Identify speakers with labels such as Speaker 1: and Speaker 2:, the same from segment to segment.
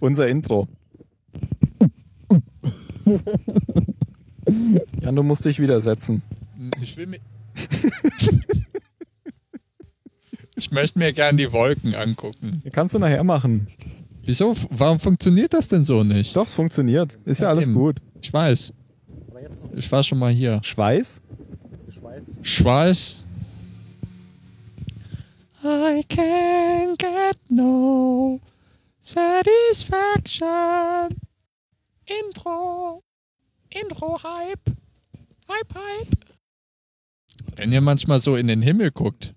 Speaker 1: Unser Intro. Jan, du musst dich widersetzen.
Speaker 2: Ich will mir. ich möchte mir gern die Wolken angucken.
Speaker 1: Kannst du nachher machen.
Speaker 2: Wieso? F- Warum funktioniert das denn so nicht?
Speaker 1: Doch, es funktioniert. Ist ja,
Speaker 2: Ja,
Speaker 1: alles
Speaker 2: eben.
Speaker 1: gut.
Speaker 2: Ich weiß.
Speaker 3: Aber jetzt noch
Speaker 2: Ich war schon mal hier.
Speaker 1: Schweiß?
Speaker 3: geschweißt.
Speaker 2: Schweiß. I can get no satisfaction. Intro. Intro-Hype. Hype-Hype. Wenn ihr manchmal so in den Himmel guckt,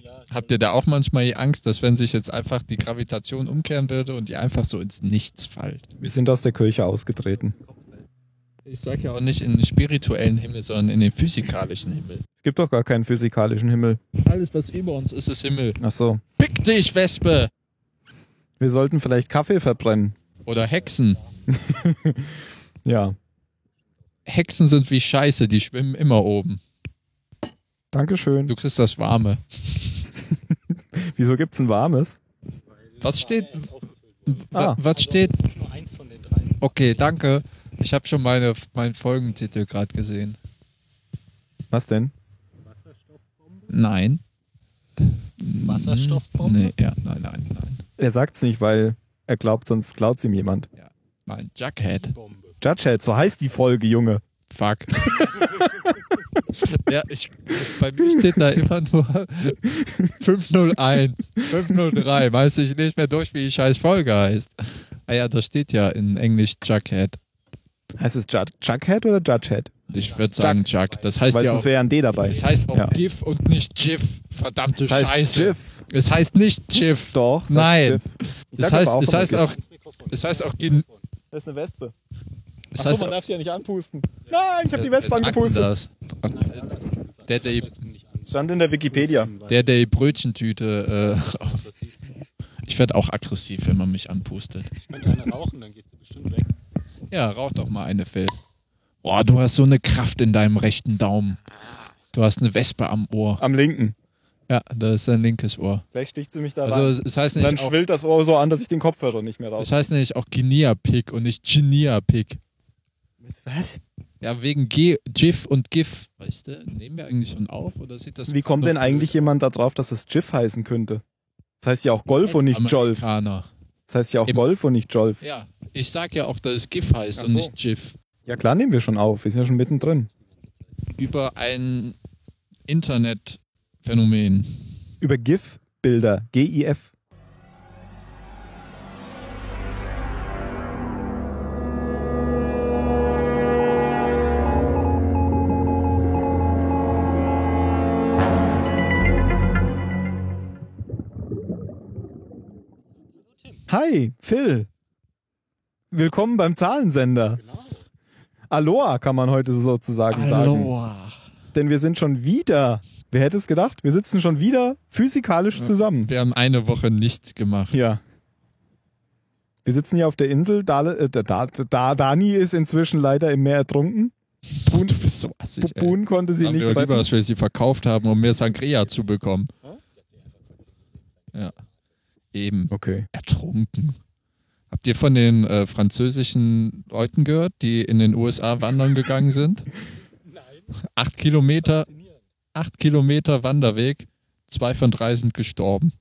Speaker 3: Ja,
Speaker 2: habt ihr da auch manchmal die Angst, dass wenn sich jetzt einfach die Gravitation umkehren würde und ihr einfach so ins Nichts fallt?
Speaker 1: Wir sind aus der Kirche ausgetreten.
Speaker 2: Ich sag ja auch nicht in den spirituellen Himmel, sondern in den physikalischen Himmel.
Speaker 1: Es gibt doch gar keinen physikalischen Himmel.
Speaker 2: Alles, was über uns ist, ist Himmel.
Speaker 1: Ach so.
Speaker 2: Pick dich, Wespe!
Speaker 1: Wir sollten vielleicht Kaffee verbrennen.
Speaker 2: Oder Hexen.
Speaker 1: Ja.
Speaker 2: Hexen sind wie Scheiße, die schwimmen immer oben.
Speaker 1: Dankeschön.
Speaker 2: Du kriegst das Warme.
Speaker 1: Wieso gibt's ein warmes?
Speaker 2: Was steht?
Speaker 1: Ah.
Speaker 2: Wa- Was steht?
Speaker 3: Das ist nur eins von den drei.
Speaker 2: Okay, danke. Ich habe schon meine, meinen Folgentitel gerade gesehen.
Speaker 1: Was denn?
Speaker 3: Wasserstoffbombe?
Speaker 2: Nein.
Speaker 3: Wasserstoffbombe?
Speaker 2: Nee, ja, nein, nein, nein.
Speaker 1: Er sagt's nicht, weil er glaubt, sonst klaut's ihm jemand.
Speaker 2: Nein, Jughead.
Speaker 3: Bombe.
Speaker 1: Judgehead, so heißt die Folge, Junge.
Speaker 2: Fuck. ja, ich, bei mir steht da immer nur 501, 503. Weiß ich nicht mehr durch, wie die scheiß Folge heißt. Ah ja, das steht ja in Englisch Jughead.
Speaker 1: Heißt es Jud Jughead oder Judgehead?
Speaker 2: Ich würde sagen Chuck. Das heißt
Speaker 1: Weil
Speaker 2: ja
Speaker 1: das
Speaker 2: auch,
Speaker 1: wäre ja ein D dabei.
Speaker 2: es heißt auch
Speaker 1: Ja.
Speaker 2: GIF und nicht GIF. Verdammte
Speaker 1: Das heißt
Speaker 2: Scheiße.
Speaker 1: Jiff.
Speaker 2: Es heißt nicht GIF.
Speaker 1: Doch. das
Speaker 2: Nein.
Speaker 1: heißt Jiff. Ich
Speaker 2: Es
Speaker 1: sag aber
Speaker 2: heißt, es
Speaker 1: immer
Speaker 2: heißt
Speaker 1: Jiff.
Speaker 2: auch,
Speaker 3: Ins Mikrofon.
Speaker 2: es heißt auch, gen-
Speaker 1: Das ist eine Wespe.
Speaker 2: es
Speaker 1: Achso,
Speaker 2: heißt
Speaker 1: man
Speaker 2: auch,
Speaker 1: darf sie ja nicht anpusten. Nein, ich habe die
Speaker 2: es- es
Speaker 1: Wespe angepustet.
Speaker 2: sagt das. Der, der, die-
Speaker 1: Stand in der Wikipedia.
Speaker 2: der, der die Brötchentüte, äh, ich werde auch aggressiv, wenn man mich anpustet.
Speaker 3: Ich könnte eine rauchen, dann geht sie bestimmt weg.
Speaker 2: Ja, rauch doch mal eine, Phil. Boah, du hast so eine Kraft in deinem rechten Daumen. Du hast eine Wespe am Ohr.
Speaker 1: Am linken.
Speaker 2: Ja, da ist dein linkes Ohr.
Speaker 1: Gleich sticht sie mich da rein.
Speaker 2: Also, es- es heißt
Speaker 1: Dann
Speaker 2: nicht auch,
Speaker 1: schwillt das Ohr so an, dass ich den Kopfhörer nicht mehr raus.
Speaker 2: es heißt nämlich auch Guinea-Pig und nicht Guinea-Pig.
Speaker 1: Was?
Speaker 2: Ja, wegen G GIF und GIF. Weißt du, nehmen wir eigentlich schon auf oder sieht das
Speaker 1: Wie kommt denn
Speaker 2: nur
Speaker 1: eigentlich
Speaker 2: blöd
Speaker 1: jemand da drauf, dass es Jiff heißen könnte? Das heißt ja auch Golf und nicht Jolf.
Speaker 2: Amerikaner.
Speaker 1: Das heißt ja auch
Speaker 2: Eben.
Speaker 1: Golf und nicht Jolf.
Speaker 2: Ja, ich sag ja auch, dass es GIF heißt
Speaker 1: Ach
Speaker 2: und
Speaker 1: so.
Speaker 2: nicht GIF.
Speaker 1: Ja klar, nehmen wir schon auf. Wir sind ja schon mittendrin.
Speaker 2: Über ein Internetphänomen.
Speaker 1: Über GIF-Bilder. G-I-F. Hi, Phil. Willkommen beim Zahlensender.
Speaker 3: Genau.
Speaker 1: Aloha kann man heute sozusagen sagen.
Speaker 2: Aloha.
Speaker 1: Denn wir sind schon wieder, wer hätte es gedacht, wir sitzen schon wieder physikalisch zusammen.
Speaker 2: Wir haben eine Woche nichts gemacht.
Speaker 1: Ja. Wir sitzen hier auf der Insel. Dale, äh, da, da, da, Dani ist inzwischen leider im Meer ertrunken.
Speaker 2: Boah, du bist so assig, ey.
Speaker 1: Bubun konnte sie
Speaker 2: Sagen
Speaker 1: nicht
Speaker 2: wir lieber,
Speaker 1: retten.
Speaker 2: dass wir sie verkauft haben, um mehr Sangria zu bekommen. Ja. Eben.
Speaker 1: Okay.
Speaker 2: Ertrunken. Habt ihr von den äh, französischen Leuten gehört, die in den USA wandern gegangen sind?
Speaker 3: Nein.
Speaker 2: Acht Kilometer,
Speaker 3: Faszinierend.
Speaker 2: acht Kilometer Wanderweg, zwei von drei sind gestorben.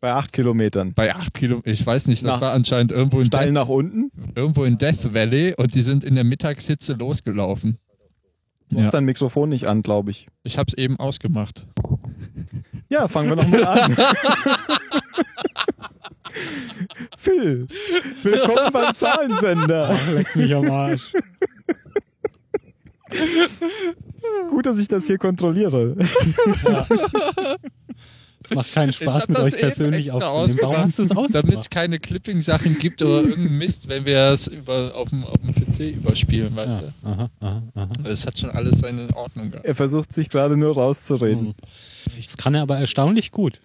Speaker 1: Bei acht Kilometern.
Speaker 2: Bei acht Kilometer, ich weiß nicht, das
Speaker 1: Na.
Speaker 2: war anscheinend irgendwo in,
Speaker 1: Steil
Speaker 2: Death,
Speaker 1: nach unten.
Speaker 2: irgendwo in Death Valley und die sind in der Mittagshitze losgelaufen.
Speaker 1: Du machst
Speaker 2: Ja.
Speaker 1: dein Mikrofon nicht an, glaube ich.
Speaker 2: Ich hab's eben ausgemacht.
Speaker 1: Ja, fangen wir nochmal an. Phil, willkommen beim Zahlensender.
Speaker 4: Leck mich am Arsch.
Speaker 1: Gut, dass ich das hier kontrolliere.
Speaker 4: Es macht keinen
Speaker 2: Ich hab
Speaker 4: Spaß, mit
Speaker 2: das
Speaker 4: euch
Speaker 2: eben
Speaker 4: persönlich
Speaker 2: extra
Speaker 4: aufzunehmen. Warum
Speaker 2: ausgemacht,
Speaker 4: hast du es
Speaker 2: Damit es
Speaker 4: ausgemacht?
Speaker 2: keine Clipping-Sachen gibt oder irgendeinen Mist, wenn wir es über, auf, dem, auf dem PC überspielen, weißt
Speaker 4: Ja, aha, aha, aha.
Speaker 2: du? Es hat schon alles seine Ordnung gehabt.
Speaker 1: Er versucht sich gerade nur rauszureden.
Speaker 4: Hm. Das kann er aber erstaunlich gut.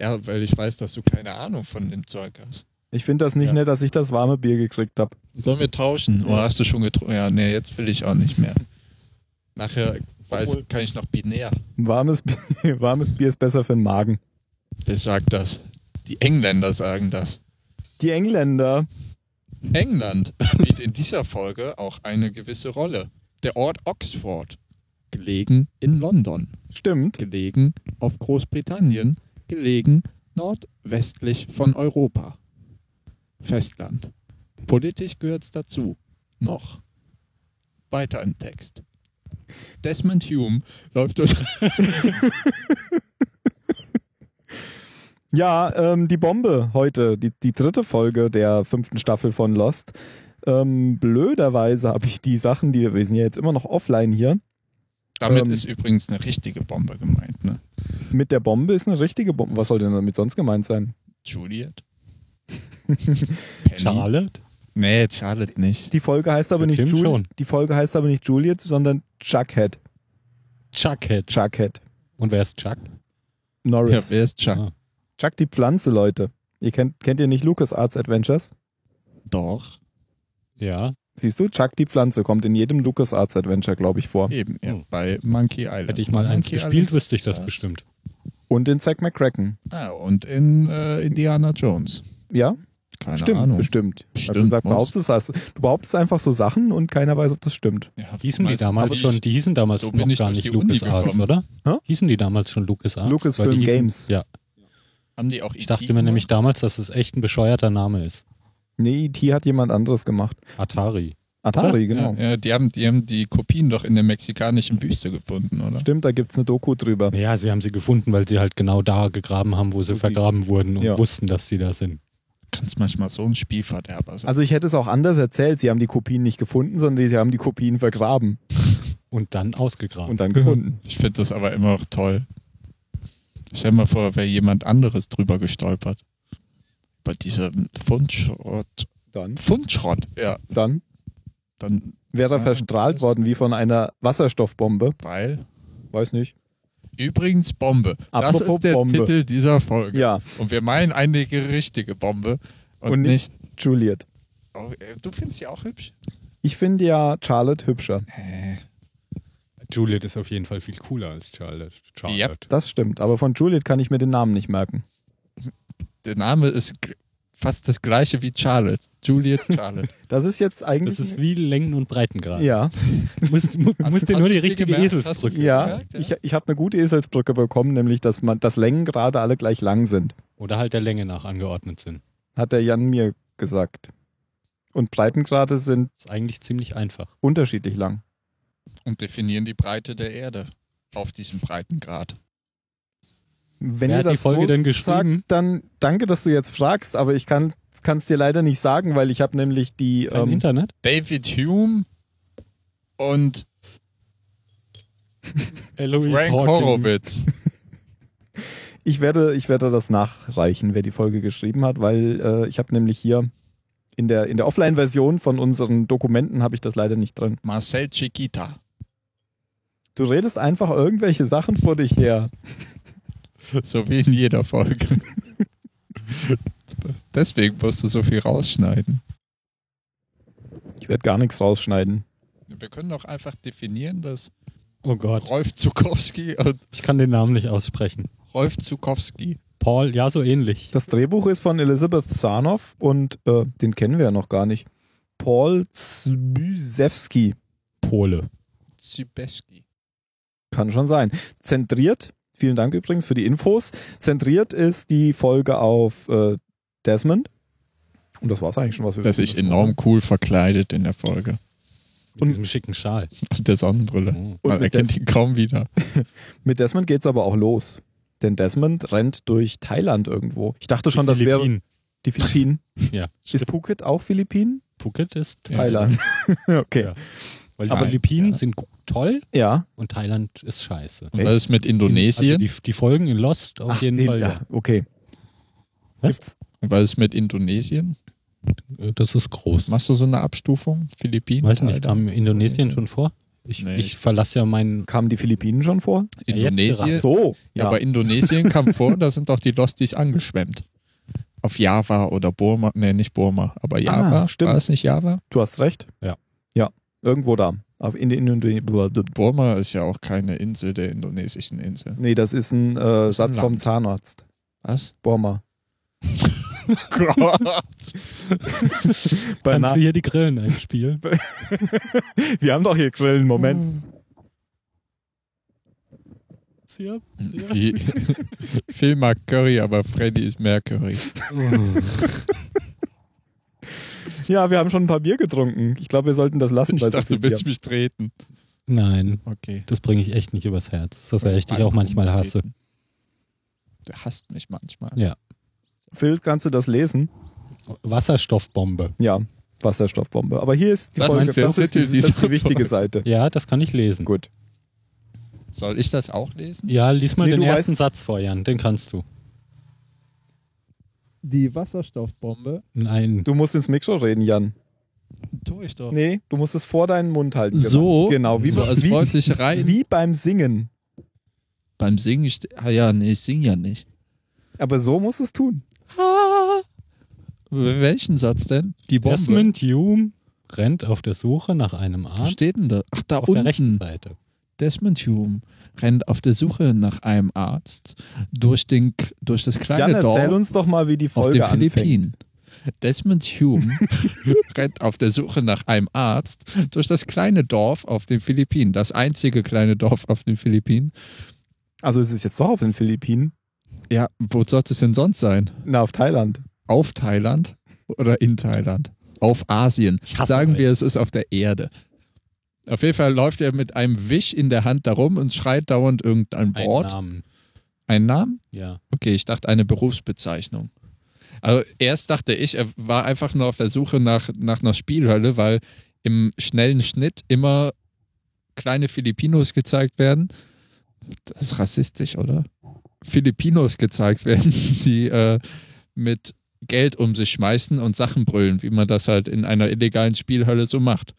Speaker 2: Ja, weil ich weiß, dass du keine Ahnung von dem Zeug hast.
Speaker 1: Ich finde das nicht
Speaker 4: Ja.
Speaker 1: nett, dass ich das warme Bier gekriegt habe.
Speaker 2: Sollen wir tauschen? Oder Oh, hast du schon getrunken? Ja, nee, jetzt will ich auch nicht mehr. Nachher weiß,
Speaker 3: Obwohl-
Speaker 2: kann ich noch binär.
Speaker 1: Warmes, Bier- warmes Bier ist besser für den Magen.
Speaker 2: Wer sagt das? Die Engländer sagen das.
Speaker 1: Die Engländer.
Speaker 2: England spielt in dieser Folge auch eine gewisse Rolle. Der Ort Oxford, gelegen in London,
Speaker 1: Stimmt.
Speaker 2: gelegen auf Großbritannien, gelegen nordwestlich von Europa. Festland. Politisch gehört es dazu. Noch. Weiter im Text. Desmond Hume läuft durch
Speaker 1: Ja, ähm, die Bombe heute, die, die dritte Folge der fünften Staffel von Lost. Ähm, blöderweise habe ich die Sachen, die wir sind ja jetzt immer noch offline hier.
Speaker 2: Damit
Speaker 1: Ähm.
Speaker 2: ist übrigens eine richtige Bombe gemeint, ne?
Speaker 1: Mit der Bombe ist eine richtige Bombe. Was soll denn damit sonst gemeint sein?
Speaker 2: Juliet? Penny?
Speaker 4: Charlotte?
Speaker 2: Nee, Charlotte nicht.
Speaker 1: Die Folge heißt aber
Speaker 4: Für
Speaker 1: nicht
Speaker 4: Tim
Speaker 1: Juliet.
Speaker 4: schon.
Speaker 1: Die Folge heißt aber nicht Juliet, sondern Chuckhead.
Speaker 4: Chuckhead.
Speaker 1: Chuckhead.
Speaker 4: Und wer ist Chuck?
Speaker 2: Ja,
Speaker 1: Norris.
Speaker 2: wer ist Chuck?
Speaker 4: Ah.
Speaker 1: Chuck die Pflanze, Leute. Ihr kennt, kennt ihr nicht Lucas Arts Adventures?
Speaker 2: Ah. Doch,
Speaker 4: Ja.
Speaker 1: Siehst du, Chuck die Pflanze kommt in jedem Lucas Arts Adventure, glaube ich, vor.
Speaker 2: eben, ja,
Speaker 4: Oh.
Speaker 2: bei Monkey Island.
Speaker 4: Hätte ich mal eins
Speaker 2: Monkey
Speaker 4: gespielt, wüsste ich das
Speaker 2: Ja.
Speaker 4: bestimmt.
Speaker 1: Und in Zack McCracken.
Speaker 2: Ah, und in äh, Indiana Jones.
Speaker 1: Ja,
Speaker 2: Keine
Speaker 1: stimmt,
Speaker 2: Ahnung.
Speaker 1: bestimmt. Also
Speaker 2: Bestimmt,
Speaker 1: Hat gesagt,
Speaker 2: muss.
Speaker 1: behauptest das, du behauptest einfach so Sachen und keiner weiß, ob das stimmt.
Speaker 2: Ja,
Speaker 4: Hießen
Speaker 2: weiß-
Speaker 4: die
Speaker 2: aber
Speaker 4: damals schon,
Speaker 2: ich-
Speaker 4: die hießen damals
Speaker 2: so bin
Speaker 4: noch
Speaker 2: ich
Speaker 4: gar
Speaker 2: durch
Speaker 4: nicht
Speaker 2: die Uni
Speaker 4: LucasArts,
Speaker 2: gekommen.
Speaker 4: oder?
Speaker 1: Hä?
Speaker 4: Hießen die damals schon LucasArts?
Speaker 1: Lucasfilm
Speaker 4: Weil die hießen-
Speaker 1: Games.
Speaker 4: Ja,
Speaker 2: Haben die auch
Speaker 4: ich dachte
Speaker 2: IT
Speaker 4: mir nämlich damals, dass es echt ein bescheuerter Name ist.
Speaker 1: Nee, E T hat jemand anderes gemacht.
Speaker 4: Atari.
Speaker 1: Atari,
Speaker 2: gemacht?
Speaker 1: genau.
Speaker 2: Ah, Ja, ja, die, haben, die haben die Kopien doch in der mexikanischen Wüste gefunden, oder?
Speaker 1: Stimmt, da gibt es eine Doku drüber.
Speaker 4: Ja, sie haben sie gefunden, weil sie halt genau da gegraben haben, wo sie vergraben wurden und
Speaker 1: Ja.
Speaker 4: wussten, dass sie da sind.
Speaker 2: Kannst manchmal so ein Spielverderber sein.
Speaker 1: Also ich hätte es auch anders erzählt. Sie haben die Kopien nicht gefunden, sondern sie haben die Kopien vergraben
Speaker 4: Und dann ausgegraben.
Speaker 1: und dann gefunden.
Speaker 2: Ich finde das aber immer noch toll. Stell dir mal vor, wäre jemand anderes drüber gestolpert. Bei diesem Fundschrott.
Speaker 1: Dann,
Speaker 2: Fundschrott, ja.
Speaker 1: dann
Speaker 2: Dann,
Speaker 1: wäre er
Speaker 2: Ah,
Speaker 1: verstrahlt
Speaker 2: das-
Speaker 1: worden wie von einer Wasserstoffbombe.
Speaker 2: weil.
Speaker 1: Weiß nicht.
Speaker 2: Übrigens Bombe. das
Speaker 1: Apropos
Speaker 2: ist der
Speaker 1: Bombe.
Speaker 2: Titel dieser Folge.
Speaker 1: Ja,
Speaker 2: Und wir meinen eine richtige Bombe. Und,
Speaker 1: Und
Speaker 2: nicht.
Speaker 1: nicht- Juliet.
Speaker 2: Oh, äh, du findest sie auch hübsch?
Speaker 1: Ich finde ja Charlotte hübscher.
Speaker 2: Äh,
Speaker 4: Juliet ist auf jeden Fall viel cooler als Charlotte.
Speaker 2: Charlotte.
Speaker 1: Das stimmt. Aber von Juliet kann ich mir den Namen nicht merken.
Speaker 2: der Name ist g- fast das gleiche wie Charlotte. Juliet Charlotte.
Speaker 1: Das ist jetzt eigentlich.
Speaker 4: Das ist wie Längen- und Breitengrad.
Speaker 1: ja,
Speaker 4: Muss, mu, muss dir
Speaker 2: hast
Speaker 4: nur
Speaker 2: du's
Speaker 4: die
Speaker 2: dir
Speaker 4: richtige
Speaker 2: gemerkt? Hast du's
Speaker 4: Eselsbrücke.
Speaker 2: dir
Speaker 1: ja.
Speaker 2: gemerkt, ja?
Speaker 1: Ich, ich habe eine gute Eselsbrücke bekommen, nämlich, dass man, dass Längen gerade alle gleich lang sind.
Speaker 4: Oder halt der Länge nach angeordnet sind.
Speaker 1: Hat der Jan mir gesagt. Und Breitengrade sind
Speaker 4: Ist eigentlich ziemlich einfach.
Speaker 1: unterschiedlich lang.
Speaker 2: Und definieren die Breite der Erde auf diesem Breitengrad.
Speaker 1: Wenn
Speaker 4: Wer
Speaker 1: ihr
Speaker 4: hat die
Speaker 1: das
Speaker 4: Folge
Speaker 1: so
Speaker 4: denn geschrieben?
Speaker 1: sagt, dann danke, dass du jetzt fragst, aber ich kann es dir leider nicht sagen, weil ich habe nämlich die.
Speaker 4: Dein
Speaker 1: Ähm,
Speaker 4: Internet?
Speaker 2: David Hume und
Speaker 4: Eloise
Speaker 2: Frank Horowitz.
Speaker 1: ich, werde, ich werde das nachreichen, wer die Folge geschrieben hat, weil äh, ich habe nämlich hier in der, in der Offline-Version von unseren Dokumenten habe ich das leider nicht drin.
Speaker 2: Marcel Chiquita.
Speaker 1: Du redest einfach irgendwelche Sachen vor dich her.
Speaker 2: So wie in jeder Folge. Deswegen musst du so viel rausschneiden.
Speaker 1: Ich werde gar nichts rausschneiden.
Speaker 2: Wir können doch einfach definieren, dass
Speaker 4: Oh Gott,
Speaker 2: Rolf Zukowski und
Speaker 4: ich kann den Namen nicht aussprechen.
Speaker 2: Rolf Zukowski.
Speaker 4: Paul, ja, so ähnlich.
Speaker 1: Das Drehbuch ist von Elizabeth Sarnoff und äh, den kennen wir ja noch gar nicht. Paul Zbysewski.
Speaker 4: Pole.
Speaker 2: Zibeschi.
Speaker 1: Kann schon sein. Zentriert, vielen Dank übrigens für die Infos. Zentriert ist die Folge auf äh, Desmond. Und das war es eigentlich schon, was wir
Speaker 2: Das
Speaker 1: wissen
Speaker 2: ist
Speaker 1: müssen,
Speaker 2: enorm
Speaker 1: oder?
Speaker 2: cool verkleidet in der Folge.
Speaker 4: Mit
Speaker 1: Und-
Speaker 4: diesem schicken Schal.
Speaker 2: Und der Sonnenbrille.
Speaker 4: Oh.
Speaker 1: Und
Speaker 2: Man
Speaker 1: mit,
Speaker 2: erkennt
Speaker 1: Des
Speaker 2: ihn kaum wieder.
Speaker 1: mit Desmond geht es aber auch los. Denn Desmond rennt durch Thailand irgendwo. Ich dachte schon, das wäre
Speaker 4: Philippinen.
Speaker 1: die Philippinen.
Speaker 4: Ja.
Speaker 1: Ist Phuket auch Philippinen?
Speaker 4: Phuket ist
Speaker 1: Thailand. okay.
Speaker 4: Ja. Weil die
Speaker 2: Aber-
Speaker 4: Philippinen
Speaker 2: Ja.
Speaker 4: sind gu- toll
Speaker 1: Ja.
Speaker 4: und Thailand ist scheiße.
Speaker 2: Und was ist mit
Speaker 4: Also
Speaker 2: Indonesien?
Speaker 4: die, die Folgen in Lost auf jeden
Speaker 1: den-
Speaker 4: Fall.
Speaker 1: ja, okay.
Speaker 4: Was?
Speaker 1: Gibt's-
Speaker 2: Und was ist mit Indonesien?
Speaker 4: Äh, Das ist groß.
Speaker 2: Machst du so eine Abstufung? Philippinen?
Speaker 4: Weiß nicht,
Speaker 2: Thailand?
Speaker 4: kam Indonesien schon vor? Ich,
Speaker 2: Nee.
Speaker 4: ich verlasse ja meinen.
Speaker 1: Kamen die Philippinen schon vor?
Speaker 4: Ja, jetzt
Speaker 2: Indonesien?
Speaker 1: Ach so.
Speaker 2: Ja.
Speaker 1: Ja.
Speaker 2: Aber Indonesien kam vor, da sind doch die Losties angeschwemmt. Auf Java oder Burma, nee, nicht Burma, aber Java.
Speaker 1: stimmt.
Speaker 2: War es nicht Java?
Speaker 1: du hast recht.
Speaker 4: Ja.
Speaker 1: Ja, irgendwo da. Auf in, in, in,
Speaker 2: Burma ist ja auch keine Insel der indonesischen Insel.
Speaker 1: nee, das ist ein äh,
Speaker 2: ist ein
Speaker 1: Satz vom
Speaker 2: Land.
Speaker 1: Zahnarzt.
Speaker 2: Was?
Speaker 1: Bohrma.
Speaker 2: Gott.
Speaker 4: Kannst du hier die Grillen einspielen?
Speaker 1: Wir haben doch hier Grillen, Moment.
Speaker 4: Hier?
Speaker 2: Wie? Phil mag Curry, aber Freddy ist mehr Curry.
Speaker 1: Ja, wir haben schon ein paar Bier getrunken. Ich glaube, wir sollten das lassen.
Speaker 2: Hm. Ich
Speaker 1: weil so
Speaker 2: dachte,
Speaker 1: viel
Speaker 2: du willst
Speaker 1: Bier-
Speaker 2: mich treten.
Speaker 4: Nein,
Speaker 2: Okay.
Speaker 4: das bringe ich echt nicht übers Herz. Das ist echt, ich auch manchmal hasse.
Speaker 2: Du hasst mich manchmal.
Speaker 4: Ja.
Speaker 1: Phil, kannst du das lesen?
Speaker 4: Wasserstoffbombe.
Speaker 1: Ja, Wasserstoffbombe. Aber hier ist die
Speaker 2: Das
Speaker 1: Folge.
Speaker 2: ist der
Speaker 1: das, ist
Speaker 2: Titel
Speaker 1: die, das ist die
Speaker 2: dieser
Speaker 1: wichtige
Speaker 2: Folge.
Speaker 1: Seite.
Speaker 4: Ja, das kann ich lesen.
Speaker 1: Gut.
Speaker 2: Soll ich das auch lesen?
Speaker 4: Ja, lies mal
Speaker 1: Nee,
Speaker 4: den
Speaker 1: du
Speaker 4: ersten Satz vor, Jan. Den kannst du.
Speaker 5: Die Wasserstoffbombe.
Speaker 4: Nein.
Speaker 1: Du musst ins Mikro reden, Jan.
Speaker 2: Tue ich doch.
Speaker 1: Nee, du musst es vor deinen Mund halten. Genau.
Speaker 2: So,
Speaker 1: Genau, wie,
Speaker 2: so also als
Speaker 1: wie,
Speaker 2: wollte ich rein.
Speaker 1: wie beim Singen.
Speaker 2: Beim Singen, ste- ah ja, nee, ich sing ja nicht.
Speaker 1: Aber so musst du es tun.
Speaker 2: Ah. Welchen Satz denn? Die Bombe.
Speaker 4: Desmond Hume rennt auf der Suche nach einem
Speaker 2: Wo
Speaker 4: Arzt
Speaker 2: steht denn da? Ach, da
Speaker 4: auf der rechten
Speaker 2: unten.
Speaker 4: Seite.
Speaker 2: Desmond Hume rennt auf der Suche nach einem Arzt durch, den, K- durch das
Speaker 1: Jan,
Speaker 2: kleine
Speaker 1: erzähl
Speaker 2: Dorf
Speaker 1: uns doch mal, wie die
Speaker 2: auf
Speaker 1: Folge
Speaker 2: den
Speaker 1: anfängt.
Speaker 2: Philippinen. Desmond Hume rennt auf der Suche nach einem Arzt durch das kleine Dorf auf den Philippinen. Das einzige kleine Dorf auf den Philippinen.
Speaker 1: Also es ist jetzt doch auf den Philippinen.
Speaker 2: Ja, wo sollte es denn sonst sein?
Speaker 1: Na, auf Thailand.
Speaker 2: Auf Thailand oder in Thailand? Auf Asien.
Speaker 4: Ich hasse
Speaker 2: Sagen
Speaker 4: euch.
Speaker 2: wir, es ist auf der Erde. Auf jeden Fall läuft er mit einem Wisch in der Hand darum und schreit dauernd irgendein
Speaker 4: Ein
Speaker 2: Wort.
Speaker 4: Namen.
Speaker 2: Einen Namen?
Speaker 4: Ja.
Speaker 2: Okay, ich dachte eine Berufsbezeichnung. Also erst dachte ich, er war einfach nur auf der Suche nach, nach einer Spielhölle, weil im schnellen Schnitt immer kleine Filipinos gezeigt werden. Das ist rassistisch, oder? Filipinos gezeigt werden, die äh, mit Geld um sich schmeißen und Sachen brüllen, wie man das halt in einer illegalen Spielhölle so macht.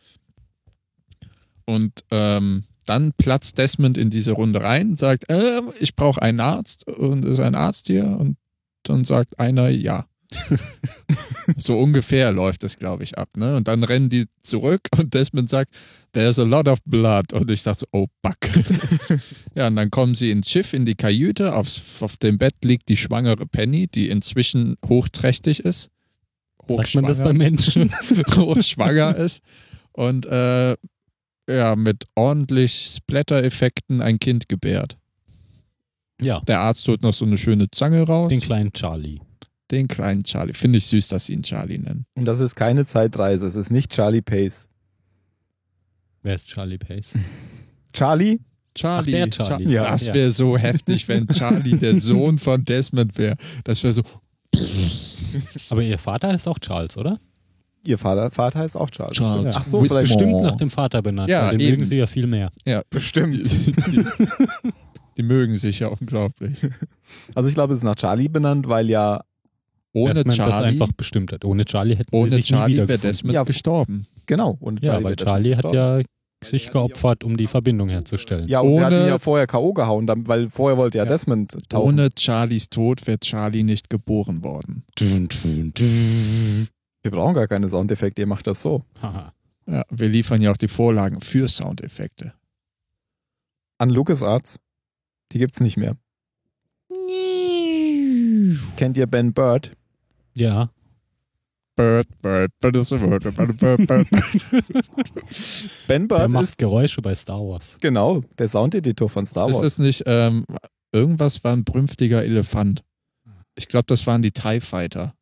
Speaker 2: Und ähm, dann platzt Desmond in diese Runde rein, sagt, äh, ich brauche einen Arzt und ist ein Arzt hier und dann sagt einer ja. so ungefähr läuft das, glaube ich, ab. Ne? Und dann rennen die zurück und Desmond sagt, there's a lot of blood. Und ich dachte, so, oh, fuck. ja, und dann kommen sie ins Schiff, in die Kajüte. Aufs, auf dem Bett liegt die schwangere Penny, die inzwischen hochträchtig ist.
Speaker 4: Sagt man das
Speaker 2: Hochschwanger
Speaker 4: bei Menschen?
Speaker 2: hochschwanger ist und äh, ja, mit ordentlich Splatter-Effekten ein Kind gebärt.
Speaker 4: Ja.
Speaker 2: Der Arzt holt noch so eine schöne Zange raus.
Speaker 4: Den kleinen Charlie.
Speaker 2: Den kleinen Charlie. Finde ich süß, dass sie ihn Charlie nennen.
Speaker 1: Und das ist keine Zeitreise. Es ist nicht Charlie Pace.
Speaker 4: Wer ist Charlie Pace?
Speaker 1: Charlie?
Speaker 2: Charlie.
Speaker 4: der Charlie.
Speaker 2: Cha-
Speaker 1: Ja.
Speaker 2: das
Speaker 4: Ja.
Speaker 2: wäre so heftig, wenn Charlie der Sohn von Desmond wäre. Das wäre so.
Speaker 4: Aber ihr Vater ist auch Charles, oder?
Speaker 1: Ihr Vater, Vater heißt auch Charles.
Speaker 2: Charles.
Speaker 1: Ach so,
Speaker 2: With-
Speaker 1: vielleicht
Speaker 4: Bestimmt
Speaker 2: Oh.
Speaker 4: nach dem Vater benannt.
Speaker 2: Ja,
Speaker 4: weil den
Speaker 2: eben.
Speaker 4: mögen sie ja viel mehr.
Speaker 2: Die,
Speaker 1: bestimmt.
Speaker 2: die, die mögen sich ja unglaublich.
Speaker 1: Also ich glaube, es ist nach Charlie benannt, weil ja,
Speaker 2: Ohne
Speaker 4: Dass man das
Speaker 2: Charlie,
Speaker 4: einfach bestimmt hat. Ohne Charlie hätten sie
Speaker 2: ohne
Speaker 4: sich nie
Speaker 2: Charlie wäre
Speaker 4: wiedergefunden.
Speaker 2: Desmond
Speaker 1: Ja.
Speaker 2: gestorben.
Speaker 1: genau. Und
Speaker 4: Ja, weil Charlie hat ja sich geopfert, um die Verbindung herzustellen.
Speaker 1: Ja, und er hat
Speaker 2: Ohne-
Speaker 1: ihn ja vorher K.O. gehauen, dann- weil vorher wollte ja,
Speaker 4: Ja.
Speaker 1: Desmond tauchen.
Speaker 2: Ohne Charlies Tod wäre Charlie nicht geboren worden.
Speaker 4: Dün, dün, dün.
Speaker 1: Wir brauchen gar keine Soundeffekte, ihr macht das so.
Speaker 4: Haha.
Speaker 2: Ja, wir liefern ja auch die Vorlagen für Soundeffekte.
Speaker 1: An LucasArts, die gibt's nicht mehr. Kennt ihr Ben Bird?
Speaker 4: Ja,
Speaker 2: Bird, bird, bird is a bird, bird, bird, bird.
Speaker 1: Ben
Speaker 4: der
Speaker 1: Bird
Speaker 4: macht
Speaker 1: ist
Speaker 4: Geräusche bei Star Wars.
Speaker 1: genau der Soundeditor von Star
Speaker 2: ist
Speaker 1: Wars.
Speaker 2: das nicht, ähm, irgendwas war ein brünftiger Elefant. Ich glaube, das waren die TIE Fighter.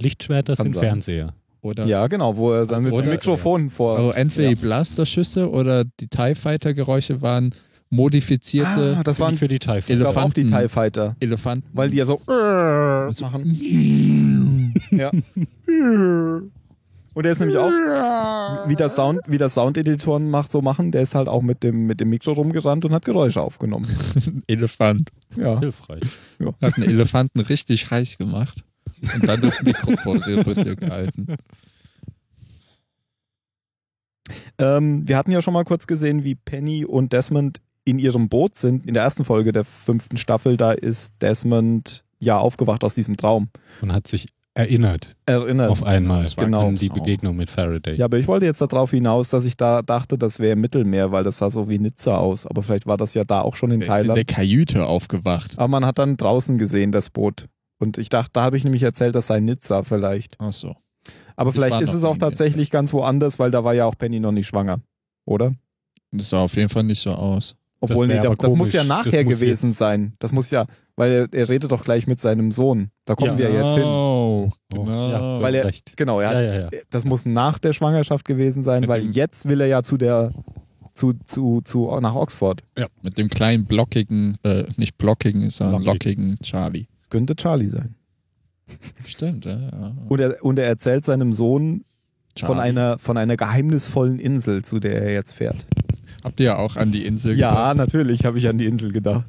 Speaker 4: Lichtschwerter
Speaker 1: Kann
Speaker 4: sind
Speaker 1: sein.
Speaker 4: Fernseher.
Speaker 2: Oder
Speaker 1: ja, genau, wo er dann mit dem
Speaker 2: Oder-
Speaker 1: Mikrofon vor.
Speaker 2: also entweder
Speaker 1: ja.
Speaker 2: die Blasterschüsse oder die TIE Fighter Geräusche waren modifizierte
Speaker 1: Ah, das waren
Speaker 4: für die TIE
Speaker 1: ich
Speaker 4: Fighter.
Speaker 1: glaub, auch die
Speaker 2: Elefanten.
Speaker 1: TIE Fighter,
Speaker 2: Elefanten.
Speaker 1: weil die ja so machen. Ja. Und der ist nämlich auch, wie das Sound, wie das Soundeditoren macht, so machen, der ist halt auch mit dem, mit dem Mikro rumgerannt und hat Geräusche aufgenommen.
Speaker 2: Elefant.
Speaker 1: Ja.
Speaker 4: Hilfreich.
Speaker 2: Hat einen Elefanten richtig heiß gemacht und dann das Mikrofon in die Brüste gehalten.
Speaker 1: Ähm, wir hatten ja schon mal kurz gesehen, wie Penny und Desmond in ihrem Boot sind. In der ersten Folge der fünften Staffel, da ist Desmond ja aufgewacht aus diesem Traum.
Speaker 4: Und hat sich erinnert
Speaker 1: Erinnert.
Speaker 4: auf einmal
Speaker 2: das war
Speaker 1: genau.
Speaker 4: an die
Speaker 2: Traum.
Speaker 4: Begegnung mit Faraday.
Speaker 1: ja, aber ich wollte jetzt darauf hinaus, dass ich da dachte, das wäre im Mittelmeer, weil das sah so wie Nizza aus. Aber vielleicht war das ja da auch schon in
Speaker 2: Der ist in der
Speaker 1: Thailand. Ah.
Speaker 2: Kajüte aufgewacht.
Speaker 1: Aber man hat dann draußen gesehen, das Boot. Und ich dachte, da habe ich nämlich erzählt, das sei Nizza vielleicht.
Speaker 2: Ach so.
Speaker 1: Aber
Speaker 2: Ich
Speaker 1: vielleicht
Speaker 2: war
Speaker 1: ist
Speaker 2: noch
Speaker 1: es auch
Speaker 2: nie in Nizza.
Speaker 1: tatsächlich ganz woanders, weil da war ja auch Penny noch nicht schwanger, oder?
Speaker 2: Das sah auf jeden Fall nicht so aus.
Speaker 1: Obwohl,
Speaker 4: wär
Speaker 1: nee, da-
Speaker 4: aber
Speaker 1: das muss
Speaker 4: komisch.
Speaker 1: ja
Speaker 4: Das
Speaker 1: nachher
Speaker 4: muss
Speaker 1: gewesen
Speaker 4: jetzt-
Speaker 1: sein. Das muss ja, weil er, er redet doch gleich mit seinem Sohn. Da kommen wir jetzt hin.
Speaker 2: Oh,
Speaker 4: Oh,
Speaker 2: genau.
Speaker 4: ja, du
Speaker 1: Weil
Speaker 4: hast
Speaker 1: er-
Speaker 4: recht.
Speaker 1: Genau, er hat,
Speaker 4: Ja, ja, ja.
Speaker 1: das muss nach der Schwangerschaft gewesen sein,
Speaker 2: Mit
Speaker 1: weil
Speaker 2: dem-
Speaker 1: jetzt will er ja zu der, zu, zu, zu, nach Oxford.
Speaker 2: Mit dem kleinen blockigen, äh, nicht blockigen, sondern
Speaker 4: Lockig.
Speaker 2: lockigen Charlie.
Speaker 1: Das könnte Charlie sein.
Speaker 2: Stimmt, ja. ja.
Speaker 1: Und er, und er erzählt seinem Sohn von
Speaker 2: Charlie.
Speaker 1: einer, von einer geheimnisvollen Insel, zu der er jetzt fährt.
Speaker 2: Habt ihr ja auch an die Insel
Speaker 1: Ja,
Speaker 2: gedacht?
Speaker 1: natürlich habe ich an die Insel gedacht.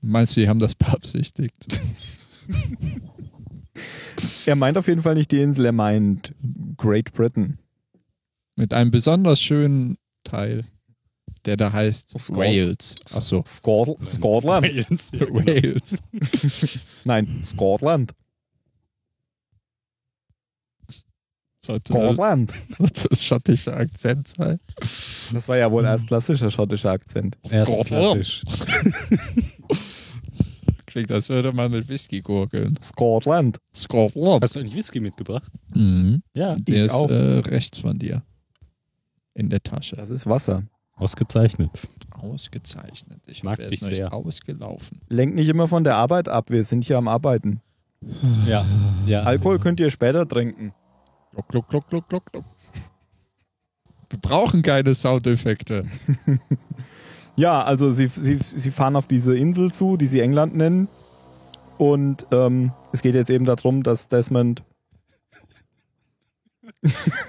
Speaker 2: Meinst du, die haben das beabsichtigt?
Speaker 1: Er meint auf jeden Fall nicht die Insel, er meint Great Britain.
Speaker 2: Mit einem besonders schönen Teil, der da heißt
Speaker 1: Scott-
Speaker 2: Wales. Ach so.
Speaker 1: Scotland. Scotland.
Speaker 4: Wales, ja, genau.
Speaker 2: Wales.
Speaker 1: Nein, Scotland.
Speaker 2: Sollte,
Speaker 1: Scotland.
Speaker 2: sollte das schottischer Akzent sein?
Speaker 1: Das war ja wohl erst klassischer schottischer Akzent.
Speaker 4: Erstklassig.
Speaker 2: Klingt, als würde man mit Whisky gurgeln.
Speaker 1: Scotland.
Speaker 2: Scotland.
Speaker 4: Hast du einen Whisky mitgebracht?
Speaker 2: Mhm.
Speaker 4: Ja,
Speaker 2: Der ist
Speaker 1: auch.
Speaker 2: äh, rechts von dir. In der Tasche.
Speaker 1: Das ist Wasser.
Speaker 4: Ausgezeichnet.
Speaker 2: Ausgezeichnet. Ich
Speaker 4: Mag
Speaker 2: wär's
Speaker 4: dich
Speaker 2: nicht
Speaker 4: sehr.
Speaker 2: ausgelaufen.
Speaker 1: Lenkt nicht immer von der Arbeit ab, wir sind hier am Arbeiten.
Speaker 4: Ja. ja.
Speaker 1: Alkohol könnt ihr später trinken.
Speaker 2: Gluck, gluck, gluck, gluck, gluck, gluck. Wir brauchen keine Soundeffekte.
Speaker 1: Ja, also sie, sie, sie fahren auf diese Insel zu, die sie England nennen. Und ähm, es geht jetzt eben darum, dass Desmond.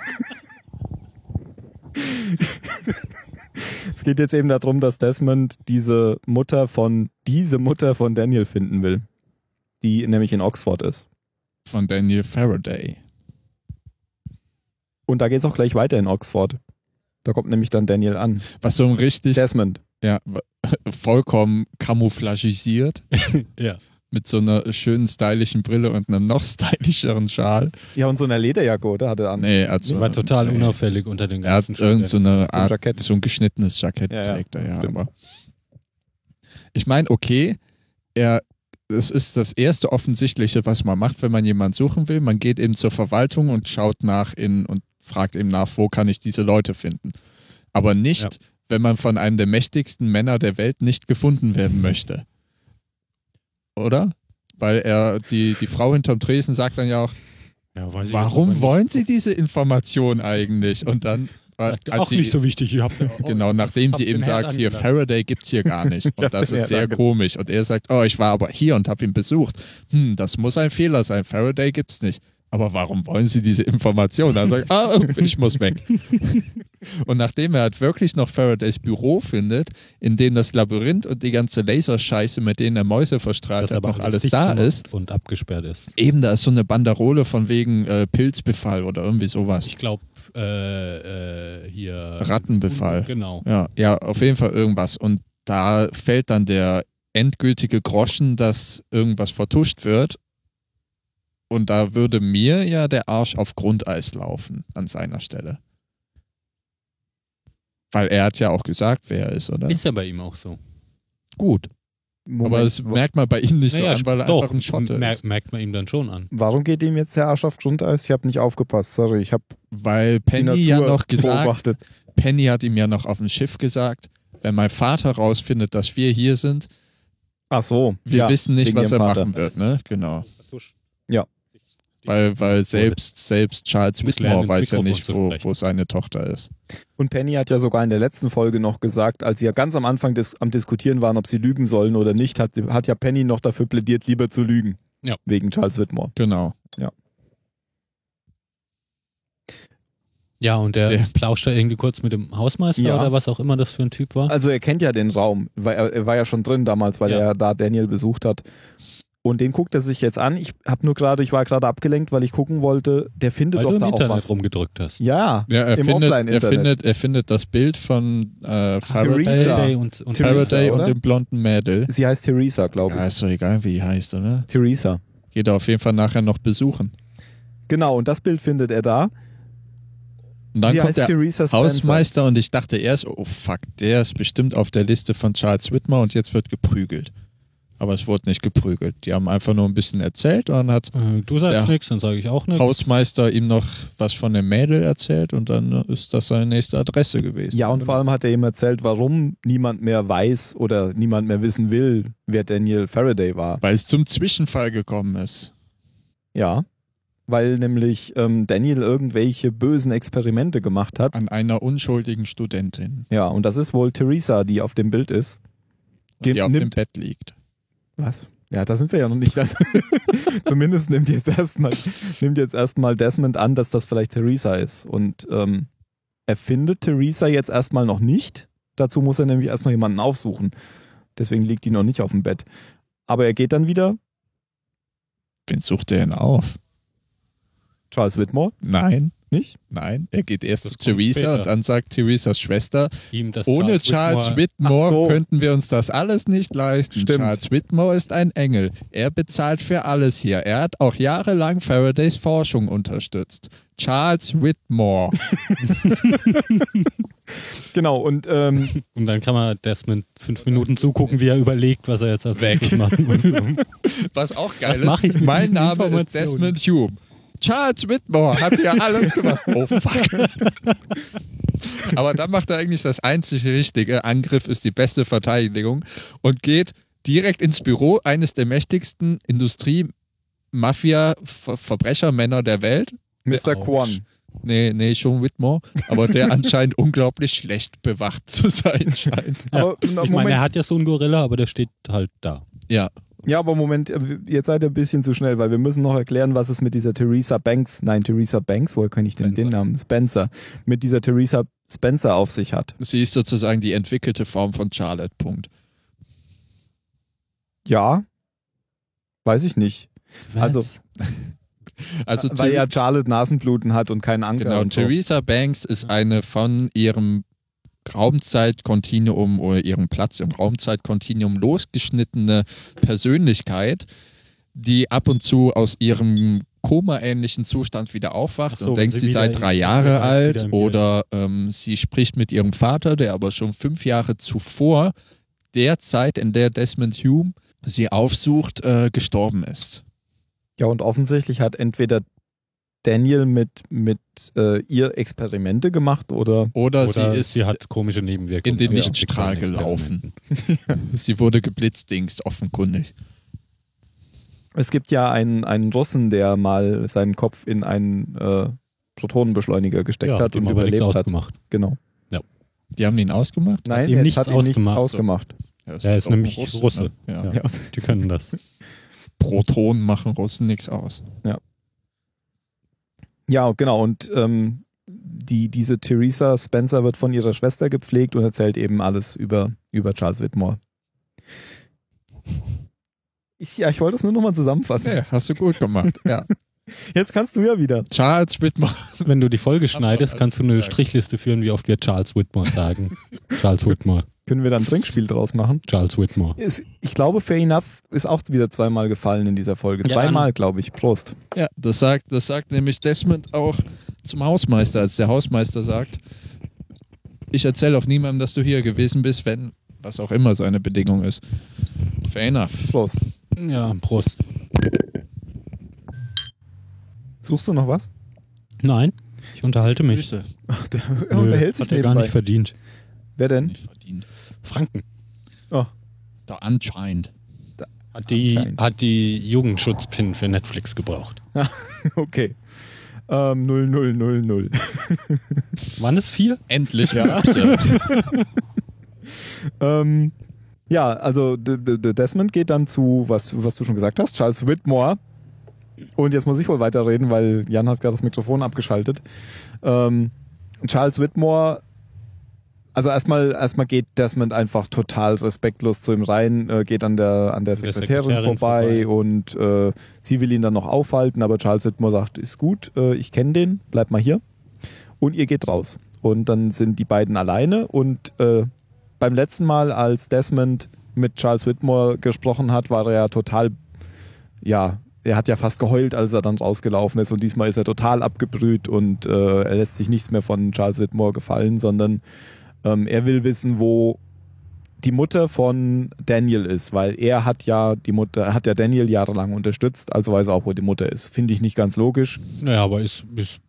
Speaker 1: es geht jetzt eben darum, dass Desmond diese Mutter von diese Mutter von Daniel finden will, die nämlich in Oxford ist.
Speaker 2: Von Daniel Faraday.
Speaker 1: Und da geht es auch gleich weiter in Oxford. Da kommt nämlich dann Daniel an.
Speaker 2: Was so ein richtig
Speaker 1: Desmond.
Speaker 2: ja, w- vollkommen camouflagisiert.
Speaker 4: Ja.
Speaker 2: Mit so einer schönen stylischen Brille und einem noch stylischeren Schal.
Speaker 1: Ja, und so eine Lederjacke, oder? Hat er an.
Speaker 2: Nee, also.
Speaker 4: Das war total
Speaker 2: nee.
Speaker 4: unauffällig unter den
Speaker 2: Er hat
Speaker 4: ganzen
Speaker 2: irgend so eine Art,
Speaker 1: Jackett.
Speaker 2: so ein geschnittenes Jackett
Speaker 1: Ja, ja,
Speaker 2: trägt er, ja.
Speaker 1: stimmt.
Speaker 2: Aber ich meine, okay, er, es ist das erste Offensichtliche, was man macht, wenn man jemanden suchen will. Man geht eben zur Verwaltung und schaut nach in und fragt eben nach, wo kann ich diese Leute finden. Aber nicht,
Speaker 4: Ja.
Speaker 2: wenn man von einem der mächtigsten Männer der Welt nicht gefunden werden möchte. Oder? Weil er, die, die Frau hinterm Tresen sagt dann ja auch,
Speaker 4: Ja, weiß ich
Speaker 2: Warum
Speaker 4: nicht.
Speaker 2: wollen Sie diese Information eigentlich? Und dann, äh,
Speaker 4: Sagt,
Speaker 2: als
Speaker 4: Auch
Speaker 2: sie,
Speaker 4: nicht so wichtig, ihr habt
Speaker 2: genau, nachdem sie eben sagt, hier Faraday gibt's hier gar nicht. Und das
Speaker 1: Ja,
Speaker 2: ist sehr
Speaker 1: danke.
Speaker 2: komisch. Und er sagt, oh, ich war aber hier und habe ihn besucht. Hm, das muss ein Fehler sein. Faraday gibt's nicht. Aber warum wollen Sie diese Information? Dann sagt, ah, ich muss weg. Und nachdem er halt wirklich noch Faradays Büro findet, in dem das Labyrinth und die ganze Laserscheiße, mit denen er Mäuse verstrahlt
Speaker 4: dass
Speaker 2: hat,
Speaker 4: aber
Speaker 2: noch alles da ist,
Speaker 4: und abgesperrt ist.
Speaker 2: Eben, da ist so eine Banderole von wegen äh, Pilzbefall oder irgendwie sowas.
Speaker 4: Ich glaube, äh, äh, hier.
Speaker 2: Rattenbefall.
Speaker 4: Genau.
Speaker 2: Ja, ja, auf jeden Fall irgendwas. Und da fällt dann der endgültige Groschen, dass irgendwas vertuscht wird. Und da würde mir ja der Arsch auf Grundeis laufen an seiner Stelle. Weil er hat ja auch gesagt, wer er ist, oder?
Speaker 4: Ist ja bei ihm auch so.
Speaker 2: gut.
Speaker 1: Moment,
Speaker 2: aber das merkt man bei ihm nicht
Speaker 4: Naja,
Speaker 2: so an, weil er
Speaker 4: doch,
Speaker 2: einfach ein Schotte
Speaker 4: mer
Speaker 2: ist.
Speaker 4: merkt man ihm dann schon an.
Speaker 1: Warum geht ihm jetzt der Arsch auf Grundeis? Ich habe nicht aufgepasst, sorry. Ich habe
Speaker 2: Weil
Speaker 1: die
Speaker 2: Penny
Speaker 1: Natur
Speaker 2: ja noch gesagt
Speaker 1: beobachtet.
Speaker 2: Penny hat ihm ja noch auf dem Schiff gesagt, wenn mein Vater rausfindet, dass wir hier sind,
Speaker 1: Ach so.
Speaker 2: wir
Speaker 1: ja,
Speaker 2: wissen nicht,
Speaker 1: wegen
Speaker 2: was er
Speaker 1: ihrem Vater.
Speaker 2: machen wird, ne? Genau.
Speaker 3: Vertuscht.
Speaker 2: Weil, weil selbst, selbst Charles
Speaker 4: Muss lernen,
Speaker 2: Whitmore
Speaker 4: ins
Speaker 2: weiß ja
Speaker 4: Mikrofon
Speaker 2: nicht,
Speaker 4: zu
Speaker 2: wo,
Speaker 4: sprechen.
Speaker 2: wo seine Tochter ist.
Speaker 1: Und Penny hat ja sogar in der letzten Folge noch gesagt, als sie ja ganz am Anfang des, am Diskutieren waren, ob sie lügen sollen oder nicht, hat, hat ja Penny noch dafür plädiert, lieber zu lügen.
Speaker 4: Ja.
Speaker 1: Wegen Charles Whitmore.
Speaker 2: Genau.
Speaker 4: Ja, und der
Speaker 2: Ja.
Speaker 4: plauscht da irgendwie kurz mit dem Hausmeister
Speaker 1: Ja.
Speaker 4: oder was auch immer das für ein Typ war.
Speaker 1: Also er kennt ja den Raum, weil er, er war ja schon drin damals, weil
Speaker 4: Ja.
Speaker 1: er da Daniel besucht hat. Und den guckt er sich jetzt an. Ich habe nur gerade, ich war gerade abgelenkt, weil ich gucken wollte, der findet
Speaker 4: Weil du
Speaker 1: doch
Speaker 4: im
Speaker 1: da auch
Speaker 4: Internet
Speaker 1: was.
Speaker 4: rumgedrückt hast.
Speaker 1: Ja,
Speaker 2: Ja, er,
Speaker 1: Im
Speaker 2: findet, er,
Speaker 1: Offline-Internet.
Speaker 2: findet, er findet das Bild von äh, Faraday,
Speaker 1: Theresa.
Speaker 4: Faraday und, und
Speaker 1: Theresa,
Speaker 2: Faraday
Speaker 1: oder?
Speaker 2: und dem blonden Mädel.
Speaker 1: sie heißt Theresa, glaube ich.
Speaker 2: Ja, ist doch egal, wie die heißt, oder?
Speaker 1: Theresa.
Speaker 2: Geht er auf jeden Fall nachher noch besuchen.
Speaker 1: Genau, und das Bild findet er da.
Speaker 2: Und dann
Speaker 1: sie
Speaker 2: kommt
Speaker 1: heißt
Speaker 2: der
Speaker 1: Theresa Spencer.
Speaker 2: Hausmeister und ich dachte erst, oh fuck, der ist bestimmt auf der Liste von Charles Whitmore und jetzt wird geprügelt. Aber es wurde nicht geprügelt. Die haben einfach nur ein bisschen erzählt und dann hat
Speaker 4: Äh, du sagst
Speaker 2: Ja.
Speaker 4: nichts, dann sage ich auch nichts.
Speaker 2: Hausmeister ihm noch was von dem Mädel erzählt und dann ist das seine nächste Adresse gewesen.
Speaker 1: Ja, und vor allem hat er ihm erzählt, warum niemand mehr weiß oder niemand mehr wissen will, wer Daniel Faraday war.
Speaker 2: Weil es zum Zwischenfall gekommen ist.
Speaker 1: Ja, weil nämlich ähm, Daniel irgendwelche bösen Experimente gemacht hat.
Speaker 2: An einer unschuldigen Studentin,
Speaker 1: Ja, und das ist wohl Theresa, die auf dem Bild ist.
Speaker 2: die
Speaker 1: Ge-
Speaker 2: auf dem
Speaker 1: nimmt,
Speaker 2: Bett liegt.
Speaker 1: was? Ja, da sind wir ja noch nicht. Das Zumindest nimmt jetzt erstmal nimmt jetzt erstmal Desmond an, dass das vielleicht Theresa ist. Und ähm, er findet Theresa jetzt erstmal noch nicht. Dazu muss er nämlich erstmal jemanden aufsuchen. Deswegen liegt die noch nicht auf dem Bett. Aber er geht dann wieder,
Speaker 2: Wen sucht er denn auf?
Speaker 1: Charles Whitmore,
Speaker 2: Nein,
Speaker 1: nicht?
Speaker 2: nein. Er geht erst
Speaker 4: Das
Speaker 2: zu
Speaker 4: kommt
Speaker 2: Theresa
Speaker 4: später.
Speaker 2: und dann sagt Theresas Schwester,
Speaker 4: Ihm das
Speaker 2: ohne Charles Whitmore,
Speaker 1: Ach so.
Speaker 2: könnten wir uns das alles nicht leisten.
Speaker 1: Stimmt.
Speaker 2: Charles Whitmore ist ein Engel. Er bezahlt für alles hier. Er hat auch jahrelang Faradays Forschung unterstützt. Charles Whitmore.
Speaker 1: Genau, und ähm,
Speaker 4: Und dann kann man Desmond fünf Minuten zugucken, wie er überlegt, was er jetzt als Weg machen muss.
Speaker 2: Was auch geil
Speaker 4: Was
Speaker 2: ist,
Speaker 4: mach ich mit
Speaker 2: mein
Speaker 4: diesen
Speaker 2: Name ist
Speaker 4: Informationen?
Speaker 2: Desmond Hume. Charles Whitmore hat ja alles gemacht. Oh fuck. Aber dann macht er eigentlich das einzige Richtige. Angriff ist die beste Verteidigung und geht direkt ins Büro eines der mächtigsten Industrie- Mafia, Ver Verbrechermänner der Welt.
Speaker 1: Mr.
Speaker 2: Ouch.
Speaker 1: Quan.
Speaker 2: Nee, nee, schon Whitmore. Aber der anscheinend unglaublich schlecht bewacht zu sein scheint.
Speaker 1: Aber,
Speaker 4: Ich meine, er hat ja so einen Gorilla, aber der steht halt da.
Speaker 2: Ja,
Speaker 1: Ja, aber Moment, äh, jetzt seid ihr ein bisschen zu schnell, weil wir müssen noch erklären, was es mit dieser Theresa Banks, nein, Theresa Banks, woher kann ich denn den
Speaker 2: Spencer.
Speaker 1: Namen? Spencer. Mit dieser Theresa Spencer auf sich hat.
Speaker 2: sie ist sozusagen die entwickelte Form von Charlotte. Punkt.
Speaker 1: Ja, weiß ich nicht. Also,
Speaker 2: Also
Speaker 1: weil ja
Speaker 2: Theresa-
Speaker 1: Charlotte Nasenbluten hat und keinen Anker
Speaker 2: Genau,
Speaker 1: und so.
Speaker 2: Theresa Banks ist eine von ihrem Raumzeitkontinuum oder ihrem Platz im Raumzeitkontinuum losgeschnittene Persönlichkeit, die ab und zu aus ihrem komaähnlichen Zustand wieder aufwacht
Speaker 4: Ach so,
Speaker 2: und
Speaker 4: wenn
Speaker 2: denkt,
Speaker 4: sie
Speaker 2: sie
Speaker 4: wieder
Speaker 2: sei
Speaker 4: in-
Speaker 2: drei
Speaker 4: in-
Speaker 2: Jahre
Speaker 4: weiß, wieder
Speaker 2: alt
Speaker 4: im Hier
Speaker 2: oder ähm, sie spricht mit ihrem Vater, der aber schon fünf Jahre zuvor, der Zeit, in der Desmond Hume sie aufsucht, äh, gestorben ist.
Speaker 1: Ja, und offensichtlich hat entweder Daniel mit, mit äh, ihr Experimente gemacht oder
Speaker 2: Oder,
Speaker 4: Oder
Speaker 2: sie ist
Speaker 4: sie hat komische Nebenwirkungen.
Speaker 2: in den
Speaker 4: Ja.
Speaker 2: Lichtstrahl gelaufen. Sie wurde geblitzdingst, offenkundig.
Speaker 1: es gibt ja einen, einen Russen, der mal seinen Kopf in einen äh, Protonenbeschleuniger gesteckt
Speaker 4: Ja,
Speaker 1: hat
Speaker 4: hat
Speaker 1: und
Speaker 4: ihm aber nichts
Speaker 1: überlebt hat.
Speaker 4: ausgemacht.
Speaker 1: Genau.
Speaker 2: Die haben ihn ausgemacht?
Speaker 1: Nein,
Speaker 4: ihm
Speaker 1: es
Speaker 4: nichts
Speaker 1: hat ihm
Speaker 4: ausgemacht.
Speaker 1: nichts ausgemacht.
Speaker 2: Ja,
Speaker 4: Er ist
Speaker 2: doch ein
Speaker 4: nämlich Russe.
Speaker 2: ne? Ja.
Speaker 4: Ja.
Speaker 1: Ja.
Speaker 4: Die können das.
Speaker 2: Protonen machen Russen nichts aus.
Speaker 1: Ja, genau. Und ähm, die, diese Theresa Spencer wird von ihrer Schwester gepflegt und erzählt eben alles über, über Charles Whitmore. Ich, ja, ich wollte es nur nochmal zusammenfassen.
Speaker 2: Nee, hast du gut gemacht. ja.
Speaker 1: Jetzt kannst du ja wieder.
Speaker 2: Charles Whitmore.
Speaker 4: Wenn du die Folge schneidest,
Speaker 2: alles
Speaker 4: kannst du eine
Speaker 2: gesagt.
Speaker 4: Strichliste führen, wie oft wir Charles Whitmore sagen. Charles Whitmore,
Speaker 1: Können wir da ein Trinkspiel draus machen?
Speaker 4: Charles Whitmore.
Speaker 1: Ist, ich glaube, Fair Enough ist auch wieder zweimal gefallen in dieser Folge.
Speaker 4: Ja,
Speaker 1: zweimal, glaube ich. Prost.
Speaker 2: Ja, das sagt, das sagt nämlich Desmond auch zum Hausmeister, als der Hausmeister sagt, ich erzähle auch niemandem, dass du hier gewesen bist, wenn was auch immer seine Bedingung ist. Fair enough.
Speaker 1: Prost.
Speaker 4: Ja, Prost.
Speaker 1: Suchst du noch was?
Speaker 4: Nein, ich unterhalte mich.
Speaker 2: Grüße.
Speaker 1: Ach, der
Speaker 4: Nö,
Speaker 1: behält sich
Speaker 4: hat er gar
Speaker 1: nebenbei.
Speaker 4: nicht verdient.
Speaker 1: Wer denn?
Speaker 2: Nicht verdient.
Speaker 4: Franken.
Speaker 2: Da anscheinend.
Speaker 4: Hat die,
Speaker 1: Anscheinend.
Speaker 4: hat die Jugendschutzpin für Netflix gebraucht.
Speaker 1: Okay. Ähm, 0000.
Speaker 4: Waren es vier?
Speaker 2: Endlich. Grüße.
Speaker 1: Ähm, ja, also D D D- Desmond geht dann zu, was, was du schon gesagt hast, Charles Whitmore. Und jetzt muss ich wohl weiterreden, weil Jan hat gerade das Mikrofon abgeschaltet. Ähm, Charles Whitmore, also erstmal, erstmal geht Desmond einfach total respektlos zu ihm rein, äh, geht an der, an der
Speaker 4: An der
Speaker 1: Sekretärin,
Speaker 4: Sekretärin
Speaker 1: vorbei,
Speaker 4: vorbei.
Speaker 1: und äh, sie will ihn dann noch aufhalten, aber Charles Whitmore sagt, ist gut, äh, ich kenne den, bleib mal hier. Und ihr geht raus. Und dann sind die beiden alleine und äh, beim letzten Mal, als Desmond mit Charles Whitmore gesprochen hat, war er ja total, ja, er hat ja fast geheult, als er dann rausgelaufen ist. Und diesmal ist er total abgebrüht und äh, er lässt sich nichts mehr von Charles Whitmore gefallen, sondern ähm, er will wissen, wo die Mutter von Daniel ist, weil er hat ja die Mutter, hat ja Daniel jahrelang unterstützt, also weiß er auch, wo die Mutter ist. Finde ich nicht ganz logisch.
Speaker 4: Naja, aber ist, ist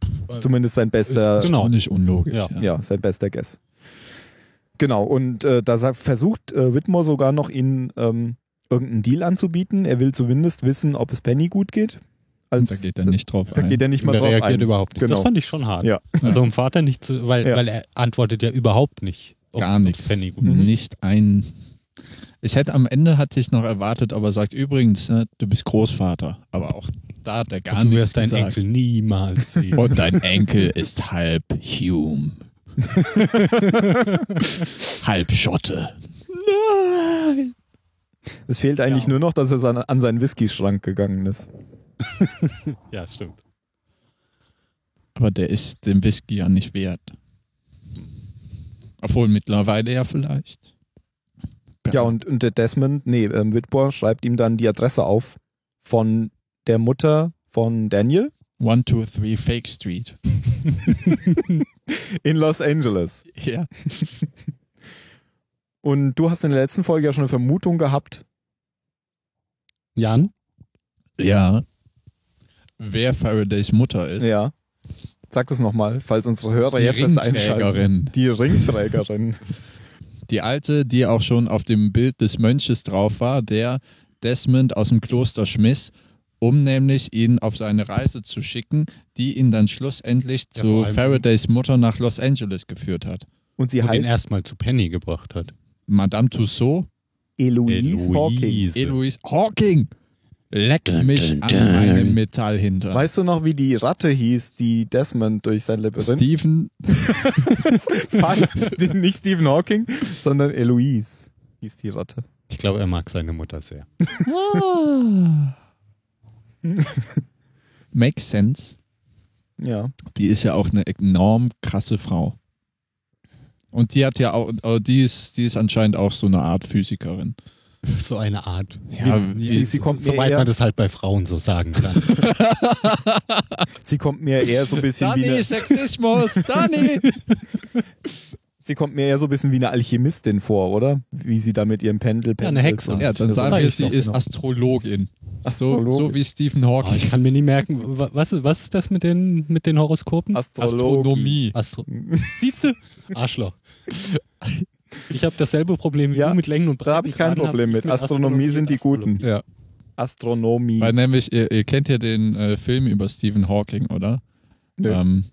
Speaker 1: Zumindest sein bester
Speaker 2: Ist
Speaker 4: Genau.
Speaker 2: auch nicht unlogisch.
Speaker 4: Ja.
Speaker 1: ja, sein bester Guess. Genau, und äh, da sa- versucht äh, Whitmore sogar noch, ihnen ähm, irgendeinen Deal anzubieten. Er will zumindest wissen, ob es Penny gut geht. Als,
Speaker 2: Da geht er nicht drauf
Speaker 1: Da
Speaker 2: ein.
Speaker 1: geht er nicht mal
Speaker 4: der
Speaker 1: drauf
Speaker 4: reagiert
Speaker 1: ein.
Speaker 4: überhaupt nicht.
Speaker 1: Genau.
Speaker 4: Das fand ich schon hart.
Speaker 1: Ja.
Speaker 4: Also um Vater nicht zu, weil,
Speaker 1: Ja.
Speaker 4: weil er antwortet ja überhaupt nicht. ob's-
Speaker 2: Gar
Speaker 4: ob's
Speaker 2: nichts.
Speaker 4: Penny gut.
Speaker 1: Mhm.
Speaker 2: Nicht ein. Ich hätte am Ende hatte ich noch erwartet, aber sagt übrigens, ne, du bist Großvater. Aber auch da hat er gar
Speaker 4: Und du
Speaker 2: nichts
Speaker 4: wirst deinen
Speaker 2: gesagt.
Speaker 4: Enkel niemals sehen.
Speaker 2: Und dein Enkel ist halb Hume. halb Schotte. Nein.
Speaker 1: Es fehlt eigentlich nur noch, dass er san- an seinen Whisky-Schrank gegangen ist.
Speaker 4: ja, stimmt.
Speaker 2: Aber der ist dem Whisky ja nicht wert. Obwohl mittlerweile ja vielleicht.
Speaker 1: Ja, und, und der Desmond, nee, ähm, Whitmore schreibt ihm dann die Adresse auf von der Mutter von Daniel
Speaker 2: 1, 2, 3 Fake Street.
Speaker 1: in Los Angeles.
Speaker 2: Ja.
Speaker 1: Und du hast in der letzten Folge ja schon eine Vermutung gehabt.
Speaker 4: Jan?
Speaker 2: Ja. Wer Faradays Mutter ist.
Speaker 1: Ja. Sag das nochmal, falls unsere Hörer jetzt erst einschalten.
Speaker 2: Ringträgerin.
Speaker 1: Die Ringträgerin.
Speaker 2: Die alte, die auch schon auf dem Bild des Mönches drauf war, der Desmond aus dem Kloster schmiss, um nämlich ihn auf seine Reise zu schicken, die ihn dann schlussendlich
Speaker 4: Ja,
Speaker 2: zu
Speaker 4: vor allem-
Speaker 2: Faradays Mutter nach Los Angeles geführt hat.
Speaker 1: Und sie
Speaker 4: Und den
Speaker 1: heißt
Speaker 4: erstmal zu Penny gebracht hat.
Speaker 2: Madame Tussaud,
Speaker 1: Eloise Hawking.
Speaker 4: Eloise.
Speaker 2: Eloise Hawking, leck
Speaker 4: Dun,
Speaker 2: mich
Speaker 4: dun,
Speaker 2: an
Speaker 4: dun.
Speaker 2: meinem Metall hinter.
Speaker 1: Weißt du noch, wie die Ratte hieß, die Desmond durch sein Labyrinth
Speaker 2: Stephen,
Speaker 1: fasst? Nicht Stephen Hawking, sondern Eloise hieß die Ratte.
Speaker 4: Ich glaube, er mag seine Mutter sehr.
Speaker 2: Ah. makes sense.
Speaker 1: Ja.
Speaker 2: die ist ja auch eine enorm krasse Frau. Und die hat ja auch, aber die ist, die ist anscheinend auch so eine Art Physikerin.
Speaker 4: So eine Art.
Speaker 2: Ja,
Speaker 1: wie- sie kommt mir
Speaker 4: soweit
Speaker 1: eher-
Speaker 4: man das halt bei Frauen so sagen kann.
Speaker 1: Sie kommt mir eher so ein bisschen wie eine,
Speaker 2: Sexismus, Dani!
Speaker 1: sie kommt mir eher so ein bisschen wie eine Alchemistin vor, oder? Wie sie da mit ihrem Pendel
Speaker 4: Ja, eine
Speaker 1: pendelt
Speaker 4: Hexe.
Speaker 1: und-
Speaker 2: Ja, dann sagen
Speaker 1: Sag
Speaker 2: wir,
Speaker 1: ich
Speaker 2: sie
Speaker 1: doch,
Speaker 2: ist
Speaker 1: genau.
Speaker 2: Astrologin. So,
Speaker 1: Astrologin.
Speaker 2: so wie Stephen
Speaker 4: Oh,
Speaker 2: Hawking.
Speaker 4: ich kann mir nie merken, wa- was, was ist das mit den, mit den Horoskopen?
Speaker 1: Astrologie.
Speaker 2: Astronomie.
Speaker 4: Astro Siehst du? Arschloch. Ich habe dasselbe Problem wie
Speaker 1: Ja,
Speaker 4: du mit Längen und
Speaker 1: Da habe ich kein
Speaker 4: Breitengraden,
Speaker 1: Problem
Speaker 4: hab
Speaker 1: mit. Astronomie sind die
Speaker 4: und Astrologie.
Speaker 1: Guten.
Speaker 2: Ja.
Speaker 1: Astronomie.
Speaker 2: Weil nämlich, ihr, ihr kennt ja den äh, Film über Stephen Hawking, oder?
Speaker 1: Nö.
Speaker 2: Ähm,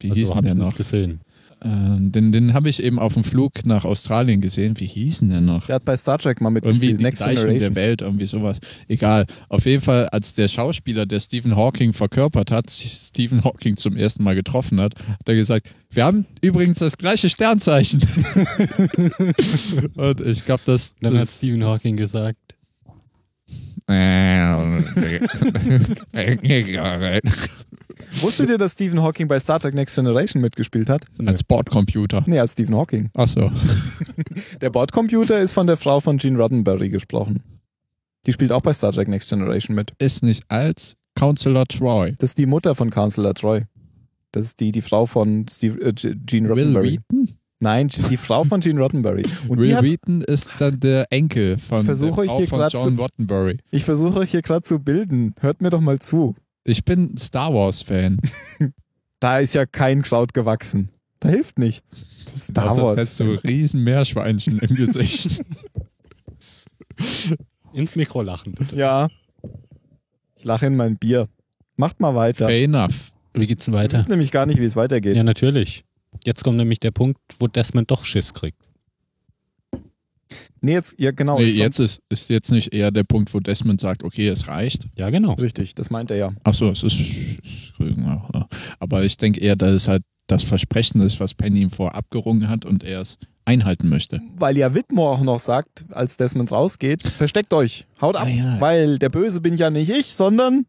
Speaker 2: wie hieß
Speaker 4: Also
Speaker 2: denn
Speaker 4: habe
Speaker 2: der
Speaker 4: ich
Speaker 2: noch?
Speaker 4: nicht gesehen.
Speaker 2: Ähm, den den habe ich eben auf dem Flug nach Australien gesehen. Wie hieß denn der noch?
Speaker 1: Der hat bei Star Trek mal
Speaker 2: Irgendwie
Speaker 1: mitgespielt.
Speaker 2: die
Speaker 1: Next
Speaker 2: Gleichung der
Speaker 1: Generation.
Speaker 2: Welt, irgendwie sowas. Egal. Auf jeden Fall, als der Schauspieler, der Stephen Hawking verkörpert hat, sich Stephen Hawking zum ersten Mal getroffen hat, hat er gesagt, wir haben übrigens das gleiche Sternzeichen. Und ich glaube, das...
Speaker 4: Dann hat
Speaker 2: das
Speaker 4: Stephen Hawking gesagt.
Speaker 1: Wusstet ihr, dass Stephen Hawking bei Star Trek Next Generation mitgespielt hat?
Speaker 2: als Bordcomputer.
Speaker 1: Nee, als Stephen Hawking.
Speaker 2: Ach so.
Speaker 1: Der Bordcomputer ist von der Frau von Gene Roddenberry gesprochen. Die spielt auch bei Star Trek Next Generation mit.
Speaker 2: Ist nicht als Counselor Troy.
Speaker 1: Das ist die Mutter von Counselor Troy. Das ist die, die Frau von Steve, äh, G- Gene
Speaker 2: Will
Speaker 1: Roddenberry.
Speaker 2: Wheaton?
Speaker 1: Nein, die Frau von Gene Roddenberry. Und die
Speaker 2: Will
Speaker 1: hat,
Speaker 2: Wheaton ist dann der Enkel von, der
Speaker 1: Versuche ich
Speaker 2: Frau
Speaker 1: hier
Speaker 2: von
Speaker 1: grad
Speaker 2: John
Speaker 1: zu-
Speaker 2: Roddenberry.
Speaker 1: ich versuche euch hier gerade zu bilden. Hört mir doch mal zu.
Speaker 2: Ich bin Star Wars-Fan.
Speaker 1: Da ist ja kein Kraut gewachsen. Da hilft nichts. Star
Speaker 2: Also
Speaker 1: Wars.
Speaker 2: fällst du riesen Meerschweinchen im Gesicht.
Speaker 4: Ins Mikro lachen, bitte.
Speaker 1: Ja. Ich lache in mein Bier. Macht mal weiter.
Speaker 2: Fair enough.
Speaker 4: Wie geht's denn
Speaker 1: Ich weiß nämlich gar nicht, wie es weitergeht.
Speaker 4: Ja, natürlich. Jetzt kommt nämlich der Punkt, wo Desmond doch Schiss kriegt.
Speaker 1: Nee, jetzt, ja, genau.
Speaker 2: nee,
Speaker 1: kommt-
Speaker 2: jetzt ist, ist jetzt nicht eher der Punkt, wo Desmond sagt, okay, es reicht.
Speaker 4: Ja, genau.
Speaker 1: Richtig, das meint er ja.
Speaker 2: Achso, es ist. Aber ich denke eher, dass es halt das Versprechen ist, was Penny ihm vorher abgerungen hat und er es einhalten möchte.
Speaker 1: Weil ja Whitmore auch noch sagt, als Desmond rausgeht, versteckt euch, haut ab,
Speaker 2: Ah, ja.
Speaker 1: weil der Böse bin ja nicht ich, sondern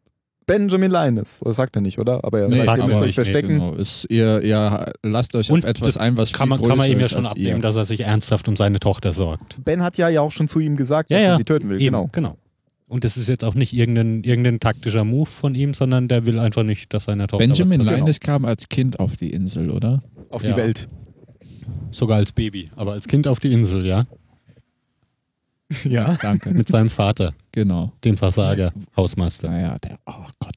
Speaker 1: Benjamin Linus. Das sagt er nicht, oder? Aber er
Speaker 2: Nee,
Speaker 1: sagt, ihr
Speaker 4: aber
Speaker 1: müsst euch
Speaker 4: ich-
Speaker 1: verstecken.
Speaker 2: Genau, ist, ihr, ihr lasst euch
Speaker 4: Und
Speaker 2: auf etwas
Speaker 4: das
Speaker 2: ein, was viel
Speaker 4: Kann man, kann man
Speaker 2: größer
Speaker 4: ihm ja
Speaker 2: ist
Speaker 4: schon
Speaker 2: als
Speaker 4: abnehmen,
Speaker 2: ihr.
Speaker 4: dass er sich ernsthaft um seine Tochter sorgt.
Speaker 1: Ben hat ja ja auch schon zu ihm gesagt,
Speaker 4: Ja,
Speaker 1: dass er
Speaker 4: ja,
Speaker 1: sie töten will.
Speaker 4: Eben,
Speaker 1: Genau.
Speaker 4: genau. Und das ist jetzt auch nicht irgendein, irgendein taktischer Move von ihm, sondern der will einfach nicht, dass seiner Tochter
Speaker 2: Benjamin
Speaker 4: was passiert.
Speaker 2: Linus kam als Kind auf die Insel, oder?
Speaker 1: Auf
Speaker 4: Ja.
Speaker 1: die Welt.
Speaker 4: Genau. Sogar als Baby, aber als Kind auf die Insel, ja.
Speaker 1: Ja.
Speaker 2: Danke.
Speaker 4: Mit seinem Vater,
Speaker 2: genau.
Speaker 4: dem Versager, Hausmeister.
Speaker 2: Naja, der, oh Gott,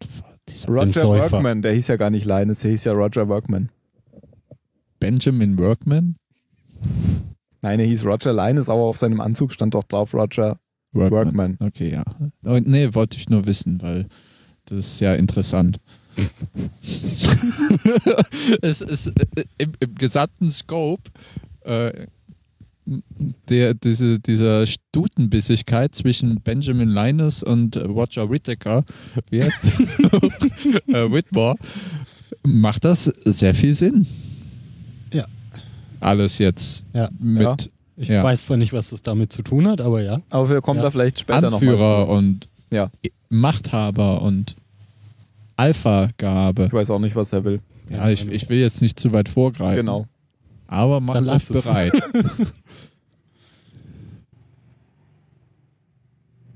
Speaker 2: dieser
Speaker 4: Dem
Speaker 1: Roger
Speaker 4: Säufer.
Speaker 1: Workman, der hieß ja gar nicht Linus, der hieß ja Roger Workman.
Speaker 2: Benjamin Workman.
Speaker 1: Nein, er hieß Roger Linus, aber auf seinem Anzug stand doch drauf Roger Workman.
Speaker 2: Okay, ja. Oh, nee, wollte ich nur wissen, weil das ist ja interessant. es ist äh, im, im gesamten Scope äh, der, diese, dieser Stutenbissigkeit zwischen Benjamin Linus und äh, Roger Whittaker, wie heißt der? äh, Whitmore, macht das sehr viel Sinn.
Speaker 4: Ja.
Speaker 2: Alles jetzt
Speaker 4: Ja.
Speaker 2: mit
Speaker 1: Ja.
Speaker 4: Ich
Speaker 2: Ja.
Speaker 4: weiß zwar nicht, was das damit zu tun hat, aber ja.
Speaker 1: Aber wir kommen
Speaker 4: Ja.
Speaker 1: da vielleicht später nochmal
Speaker 2: Anführer und
Speaker 1: Ja.
Speaker 2: Machthaber und Alpha-Gabe.
Speaker 1: Ich weiß auch nicht, was er will.
Speaker 2: Ja, ich, ich will jetzt nicht zu weit vorgreifen.
Speaker 1: Genau.
Speaker 2: Aber mach
Speaker 4: Dann
Speaker 2: uns
Speaker 4: lass es.
Speaker 2: bereit.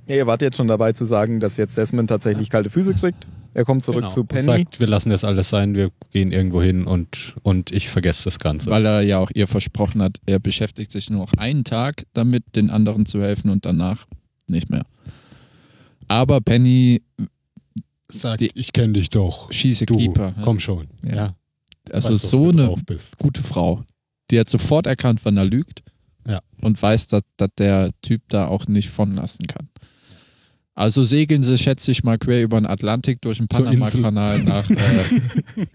Speaker 1: Ja, ihr wart jetzt schon dabei zu sagen, dass jetzt Desmond tatsächlich kalte Füße kriegt. Er kommt zurück
Speaker 4: Genau.
Speaker 1: zu Penny.
Speaker 4: Und sagt, wir lassen das alles sein, wir gehen irgendwo hin und, und ich vergesse das Ganze.
Speaker 2: Weil er ja auch ihr versprochen hat, er beschäftigt sich nur noch einen Tag damit, den anderen zu helfen und danach nicht mehr. Aber Penny,
Speaker 6: Sagt,
Speaker 2: Die-
Speaker 6: ich kenne dich doch.
Speaker 2: schieße
Speaker 6: Du,
Speaker 2: Keeper.
Speaker 6: komm.
Speaker 4: Komm schon.
Speaker 2: Ja.
Speaker 4: Ja.
Speaker 2: Also
Speaker 4: Weißt doch,
Speaker 2: so
Speaker 4: wo du
Speaker 2: eine
Speaker 4: drauf bist.
Speaker 2: gute Frau. Die hat sofort erkannt, wann er lügt.
Speaker 4: Ja.
Speaker 2: Und weiß, dass, dass der Typ da auch nicht von lassen kann. Also segeln sie, schätze ich mal, quer über den Atlantik durch den
Speaker 6: Zur Insel.
Speaker 2: Panama-Kanal nach äh,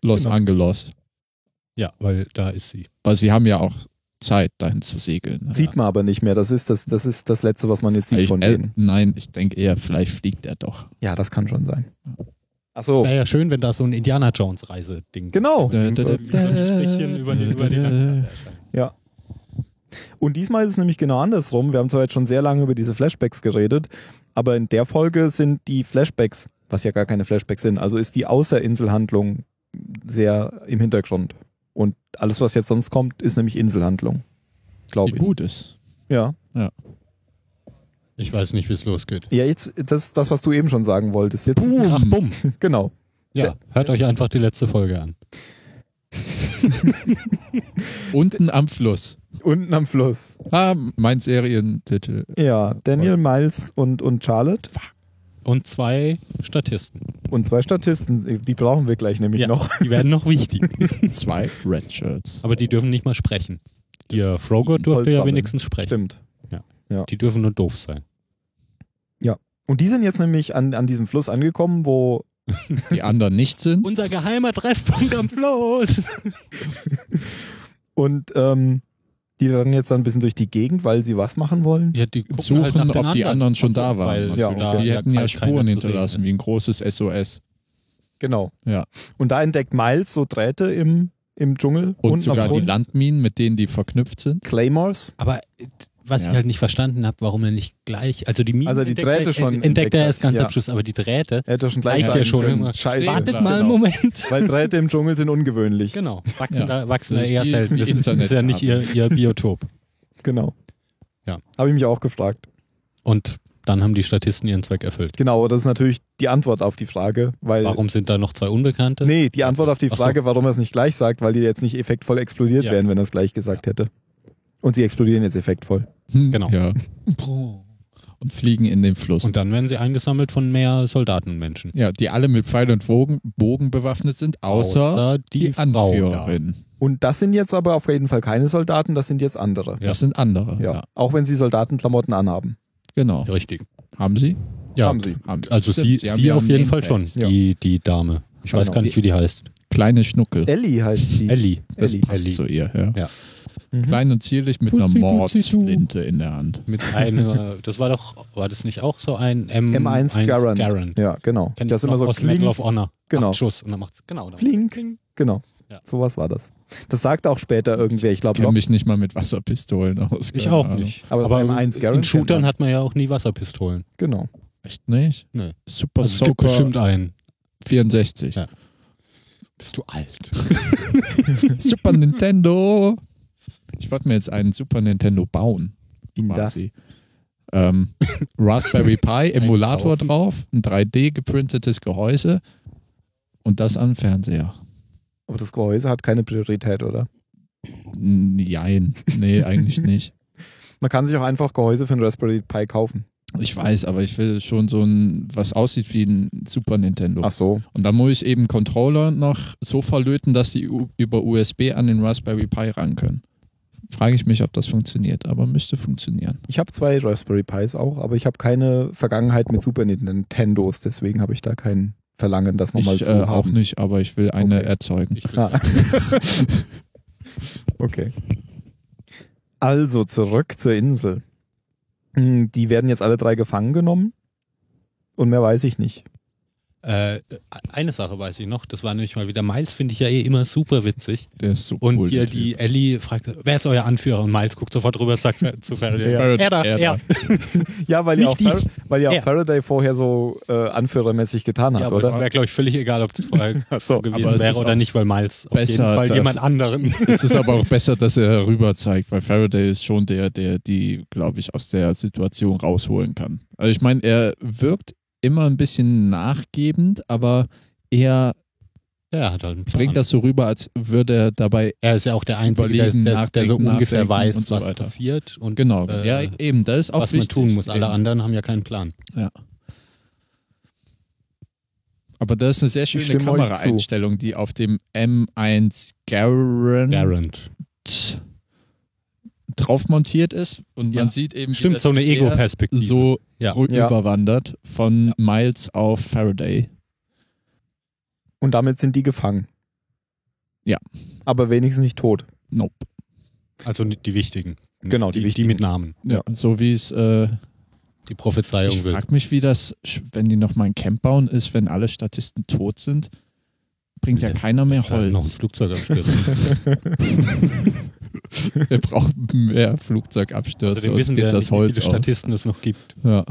Speaker 2: Los Angeles.
Speaker 4: Ja, weil da ist sie.
Speaker 2: Weil sie haben ja auch Zeit, dahin zu segeln. ne?
Speaker 1: Sieht man aber nicht mehr. Das ist das, das ist das Letzte, was man jetzt sieht
Speaker 2: ich,
Speaker 1: von
Speaker 2: äh,
Speaker 1: denen.
Speaker 2: nein, ich denke eher, vielleicht fliegt er doch.
Speaker 1: Ja, das kann schon sein. Ach
Speaker 4: Es
Speaker 1: so.
Speaker 2: Äh.
Speaker 4: wäre ja schön, wenn da so ein Indiana Jones Reiseding.
Speaker 1: Genau.
Speaker 2: Da, da, da, Äh,
Speaker 4: Wie so ein Strichchen über den, über den
Speaker 2: da, da, da.
Speaker 4: Atlantik erscheint.
Speaker 1: Und diesmal ist es nämlich genau andersrum. Wir haben zwar jetzt schon sehr lange über diese Flashbacks geredet, aber in der Folge sind die Flashbacks, was ja gar keine Flashbacks sind, also ist die Außerinselhandlung sehr im Hintergrund. Und alles, was jetzt sonst kommt, ist nämlich Inselhandlung.
Speaker 2: Wie
Speaker 1: Glaube ich.
Speaker 2: gut ist.
Speaker 1: Ja.
Speaker 4: Ich weiß nicht, wie es losgeht.
Speaker 1: Ja, jetzt, das, das, was du eben schon sagen wolltest. Jetzt,
Speaker 4: Ach, bumm.
Speaker 1: genau.
Speaker 4: Ja, hört euch einfach die letzte Folge an.
Speaker 2: Unten am Fluss.
Speaker 1: Unten am Fluss.
Speaker 2: Ah, mein Serientitel.
Speaker 1: Ja, Daniel, Miles und, und Charlotte
Speaker 4: Und zwei Statisten.
Speaker 1: und zwei Statisten, äh, die brauchen wir gleich nämlich
Speaker 4: Ja.
Speaker 1: noch.
Speaker 4: Die werden noch wichtig.
Speaker 2: Zwei Red Shirts.
Speaker 4: Aber die dürfen nicht mal sprechen. Der Frogot
Speaker 1: Holz
Speaker 4: durfte ja
Speaker 1: sammeln.
Speaker 4: wenigstens sprechen.
Speaker 1: Stimmt.
Speaker 4: Die dürfen nur doof sein.
Speaker 1: Und die sind jetzt nämlich an, an diesem Fluss angekommen, wo
Speaker 2: Die anderen nicht sind.
Speaker 4: Unser geheimer Treffpunkt am Floß.
Speaker 1: und ähm, die dann jetzt dann ein bisschen durch die Gegend, weil sie was machen wollen.
Speaker 4: Ja, die gucken
Speaker 2: suchen,
Speaker 4: halt nach
Speaker 2: ob
Speaker 4: den
Speaker 2: die anderen schon da waren.
Speaker 4: Weil
Speaker 1: Ja,
Speaker 4: da,
Speaker 1: okay.
Speaker 2: die
Speaker 4: da
Speaker 2: hätten
Speaker 4: kein-
Speaker 2: ja
Speaker 4: keiner
Speaker 2: Spuren
Speaker 4: zu
Speaker 2: hinterlassen,
Speaker 4: sehen
Speaker 2: wie ein großes SOS.
Speaker 1: Genau.
Speaker 2: Ja.
Speaker 1: Und da entdeckt Miles so Drähte im, im Dschungel
Speaker 2: Und,
Speaker 1: am
Speaker 2: sogar die
Speaker 1: Boden.
Speaker 2: Landminen, mit denen die verknüpft sind.
Speaker 1: Claymores.
Speaker 4: ist. Aber äh, was
Speaker 2: Ja.
Speaker 4: ich halt nicht verstanden habe, warum er nicht gleich, also die Minen
Speaker 1: Also die
Speaker 4: entdeckt
Speaker 1: Drähte
Speaker 4: er-
Speaker 1: schon
Speaker 4: entdeckt, er
Speaker 1: entdeckt
Speaker 4: erst ganz
Speaker 1: hat, ja.
Speaker 4: am Schluss, aber die Drähte,
Speaker 1: Er hätte schon gleich
Speaker 4: Reicht
Speaker 1: sagen
Speaker 4: ja schon
Speaker 1: können,
Speaker 4: immer.
Speaker 1: Scheiße.
Speaker 2: Wartet
Speaker 4: wartet
Speaker 2: klar.
Speaker 4: mal einen
Speaker 1: Genau.
Speaker 4: Moment.
Speaker 1: Weil Drähte im Dschungel sind ungewöhnlich.
Speaker 4: Genau, wachsen,
Speaker 2: Ja.
Speaker 4: da, wachsen da
Speaker 2: Das ist
Speaker 4: eher
Speaker 2: wie-
Speaker 4: selten.
Speaker 2: wie
Speaker 4: Das ist, halt ist ja
Speaker 2: Internet
Speaker 4: nicht ihr, ihr Biotop.
Speaker 1: Genau.
Speaker 4: Ja.
Speaker 1: Habe ich mich auch gefragt.
Speaker 4: Und dann haben die Statisten ihren Zweck erfüllt.
Speaker 1: Genau, das ist natürlich die Antwort auf die Frage, weil.
Speaker 4: Warum sind da noch zwei Unbekannte?
Speaker 1: Äh, Nee, die Antwort auf die
Speaker 4: Ach so.
Speaker 1: Frage, warum er es nicht gleich sagt, weil die jetzt nicht effektvoll explodiert
Speaker 4: Ja.
Speaker 1: wären, wenn er es gleich gesagt hätte. Und sie explodieren jetzt effektvoll.
Speaker 4: Genau.
Speaker 2: Hm, Ja. Und fliegen in den Fluss.
Speaker 4: Und dann werden sie eingesammelt von mehr Soldaten und Menschen.
Speaker 2: ja, die alle mit Pfeil und Bogen, Bogen bewaffnet sind, außer, die,
Speaker 4: Frau da.
Speaker 2: Anführerin.
Speaker 1: Und das sind jetzt aber auf jeden Fall keine Soldaten, das sind jetzt andere.
Speaker 4: Ja.
Speaker 2: Das sind andere.
Speaker 1: Ja. Auch wenn sie Soldatenklamotten anhaben.
Speaker 2: Genau.
Speaker 4: Richtig.
Speaker 2: Haben sie?
Speaker 4: Ja,
Speaker 1: Haben sie.
Speaker 2: Haben sie.
Speaker 4: also
Speaker 2: Stimmt,
Speaker 4: sie,
Speaker 2: haben
Speaker 4: sie
Speaker 2: ja
Speaker 4: auf
Speaker 2: einen
Speaker 4: jeden Fall schon,
Speaker 2: Nameplate.
Speaker 1: Ja.
Speaker 4: die, die Dame. Ich weiß
Speaker 1: Genau.
Speaker 4: gar nicht, wie die heißt.
Speaker 2: Kleine Schnuckel.
Speaker 1: Ellie heißt sie.
Speaker 4: Ellie.
Speaker 2: Das
Speaker 1: Ellie.
Speaker 2: passt
Speaker 4: Ellie.
Speaker 2: zu ihr, ja.
Speaker 4: Ja.
Speaker 1: Mhm.
Speaker 2: Klein und zierlich mit einer
Speaker 4: Putzi, putzi, zu.
Speaker 2: Mordsflinte in der Hand.
Speaker 4: Mit einer, das war doch, war das nicht auch so ein M
Speaker 1: M1 Garand.
Speaker 4: Garand.
Speaker 1: Ja, genau.
Speaker 4: Kennt
Speaker 1: das
Speaker 4: ihr
Speaker 1: ist immer
Speaker 4: noch
Speaker 1: so
Speaker 4: aus Medal
Speaker 1: kling,
Speaker 4: of Honor.
Speaker 1: Genau.
Speaker 4: Acht Schuss und dann macht's genau. Dann
Speaker 1: kling, Genau.
Speaker 4: Ja.
Speaker 1: Sowas war das. Das sagt auch später irgendwer, ich
Speaker 2: Ich kenne
Speaker 1: glaube,
Speaker 2: mich nicht mal mit Wasserpistolen aus.
Speaker 4: Ich
Speaker 2: keine
Speaker 4: auch
Speaker 2: Ahnung.
Speaker 4: nicht.
Speaker 1: Aber das M1 Garand
Speaker 4: in
Speaker 1: kennt
Speaker 4: Shootern
Speaker 1: man.
Speaker 4: hat man ja auch nie Wasserpistolen.
Speaker 1: genau.
Speaker 2: Echt nicht?
Speaker 4: Nee.
Speaker 2: Super
Speaker 4: Also es gibt
Speaker 2: Soaker
Speaker 4: bestimmt einen.
Speaker 2: 64.
Speaker 4: Ja. Bist du alt?
Speaker 2: Super Nintendo. Ich wollte mir jetzt einen Super Nintendo bauen.
Speaker 1: In das.
Speaker 2: quasi. Ähm, Raspberry Pi, Emulator
Speaker 4: Einkaufen.
Speaker 2: drauf, ein 3D geprintetes Gehäuse und das an Fernseher.
Speaker 1: Aber das Gehäuse hat keine Priorität, oder?
Speaker 2: Nein, nee, eigentlich nicht.
Speaker 1: Man kann sich auch einfach Gehäuse für einen Raspberry Pi kaufen.
Speaker 2: Ich weiß, aber ich will schon so ein, was aussieht wie ein Super Nintendo.
Speaker 1: so.
Speaker 2: Und dann muss ich eben Controller noch so verlöten, dass sie u- über USB an den Raspberry Pi ran können. Frage ich mich, ob das funktioniert, aber müsste funktionieren.
Speaker 1: Ich habe zwei Raspberry Pis auch, aber ich habe keine Vergangenheit mit Super Nintendos, deswegen habe ich da kein Verlangen, das nochmal
Speaker 2: Ich
Speaker 1: zu
Speaker 2: äh,
Speaker 1: haben.
Speaker 2: auch nicht, aber ich will eine erzeugen.
Speaker 3: Ich will
Speaker 1: Ah. okay. Also zurück zur Insel. Hm, Die werden jetzt alle drei gefangen genommen. Und mehr weiß ich nicht.
Speaker 4: Äh, eine Sache weiß ich noch, das war nämlich mal wieder Miles, finde ich ja eh immer super witzig.
Speaker 2: Der ist so
Speaker 4: Und
Speaker 2: cool,
Speaker 4: hier
Speaker 2: der Typ.
Speaker 4: die Ellie fragt, wer ist euer Anführer? Und Miles guckt sofort rüber und sagt zu Faraday,
Speaker 1: Ja.
Speaker 2: Barrett-
Speaker 4: er da, er.
Speaker 2: Erda.
Speaker 1: Ja, weil ja auch,
Speaker 4: Nicht
Speaker 1: Far weil ja auch
Speaker 4: Er.
Speaker 1: Faraday vorher so äh, anführermäßig getan hat,
Speaker 4: Ja, aber das
Speaker 1: oder?
Speaker 4: wäre, glaube ich, völlig egal, ob das vorher
Speaker 1: Ach so.
Speaker 4: so
Speaker 2: aber
Speaker 4: gewesen
Speaker 2: es
Speaker 4: wäre
Speaker 2: ist
Speaker 4: oder
Speaker 2: auch
Speaker 4: nicht, weil Miles auf
Speaker 2: besser,
Speaker 4: jeden Fall
Speaker 2: dass-
Speaker 4: jemand anderen.
Speaker 2: Es ist aber auch besser, dass er rüber zeigt, weil Faraday ist schon der, der die, glaube ich, aus der Situation rausholen kann. Also ich meine, er wirkt immer ein bisschen nachgebend, aber er
Speaker 4: Ja, hat halt einen Plan.
Speaker 2: bringt das so rüber, als würde er dabei
Speaker 4: er ist ja auch der Einzige, der,
Speaker 2: Überlegen,
Speaker 4: der, der so
Speaker 2: nachdenken,
Speaker 4: ungefähr
Speaker 2: nachdenken
Speaker 4: weiß,
Speaker 2: und so
Speaker 4: was
Speaker 2: weiter.
Speaker 4: passiert und
Speaker 2: genau.
Speaker 4: Äh,
Speaker 2: ja, eben. Das ist auch
Speaker 4: was man
Speaker 2: wichtig.
Speaker 4: tun muss. Alle
Speaker 2: Eben.
Speaker 4: anderen haben ja keinen Plan.
Speaker 2: Aber das ist eine sehr
Speaker 1: Ich
Speaker 2: schöne
Speaker 1: stimme euch zu.
Speaker 2: Kameraeinstellung, die auf dem M1 Garand
Speaker 4: Garant.
Speaker 2: drauf montiert ist und
Speaker 4: Ja.
Speaker 2: man sieht eben, wie
Speaker 4: Stimmt,
Speaker 2: das
Speaker 4: so eine
Speaker 2: Gewehr
Speaker 4: Ego-Perspektive.
Speaker 2: so
Speaker 4: Ja.
Speaker 2: rü-
Speaker 1: Ja.
Speaker 2: überwandert von Miles auf Faraday.
Speaker 1: Und damit sind die gefangen.
Speaker 2: Ja.
Speaker 1: Aber wenigstens nicht tot.
Speaker 2: Nope.
Speaker 4: Also die die wichtigen.
Speaker 1: Genau, die
Speaker 4: die,
Speaker 1: wichtigen.
Speaker 4: die mit Namen.
Speaker 2: Ja, so wie es. Äh,
Speaker 4: Die Prophezeiung
Speaker 2: ich
Speaker 4: will.
Speaker 2: frage mich, wie das, sch- wenn die noch mal ein Camp bauen, ist, wenn alle Statisten tot sind, bringt ja,
Speaker 4: Ja,
Speaker 2: keiner mehr
Speaker 4: Ist halt Noch ein
Speaker 2: Holz.
Speaker 4: Flugzeugabsturz.
Speaker 2: Wir brauchen mehr Flugzeugabstürze.
Speaker 4: Außerdem
Speaker 2: sonst
Speaker 4: Also wissen
Speaker 2: geht
Speaker 4: wir,
Speaker 2: das
Speaker 4: nicht, wie
Speaker 2: Holz
Speaker 4: viele Statisten es noch gibt.
Speaker 2: aus. Ja.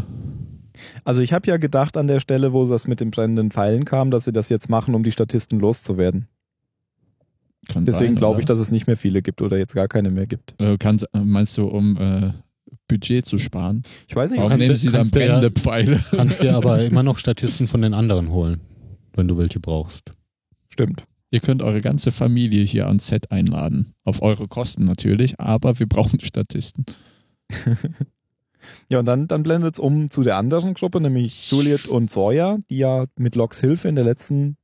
Speaker 1: Also ich habe ja gedacht an der Stelle, wo das mit den brennenden Pfeilen kam, dass sie das jetzt machen, um die Statisten loszuwerden.
Speaker 2: Kann
Speaker 1: Deswegen
Speaker 2: sein,
Speaker 1: glaube ich,
Speaker 2: oder?
Speaker 1: dass es nicht mehr viele gibt oder jetzt gar keine mehr gibt.
Speaker 2: Äh, kann, se- meinst du, um äh, Budget zu sparen?
Speaker 1: Ich weiß nicht,
Speaker 2: Warum
Speaker 1: ob-
Speaker 4: kannst
Speaker 2: nehmen
Speaker 4: du-
Speaker 2: sie dann
Speaker 4: kannst du ja-
Speaker 2: brennende Pfeile?
Speaker 4: Kannst dir aber immer noch Statisten von den anderen holen, wenn du welche brauchst.
Speaker 1: stimmt.
Speaker 2: Ihr könnt eure ganze Familie hier ans Set einladen. Auf eure Kosten natürlich, aber wir brauchen Statisten.
Speaker 1: Ja, und dann, dann blendet es um zu der anderen Gruppe, nämlich Juliet und Sawyer, die ja mit Locks Hilfe in der letzten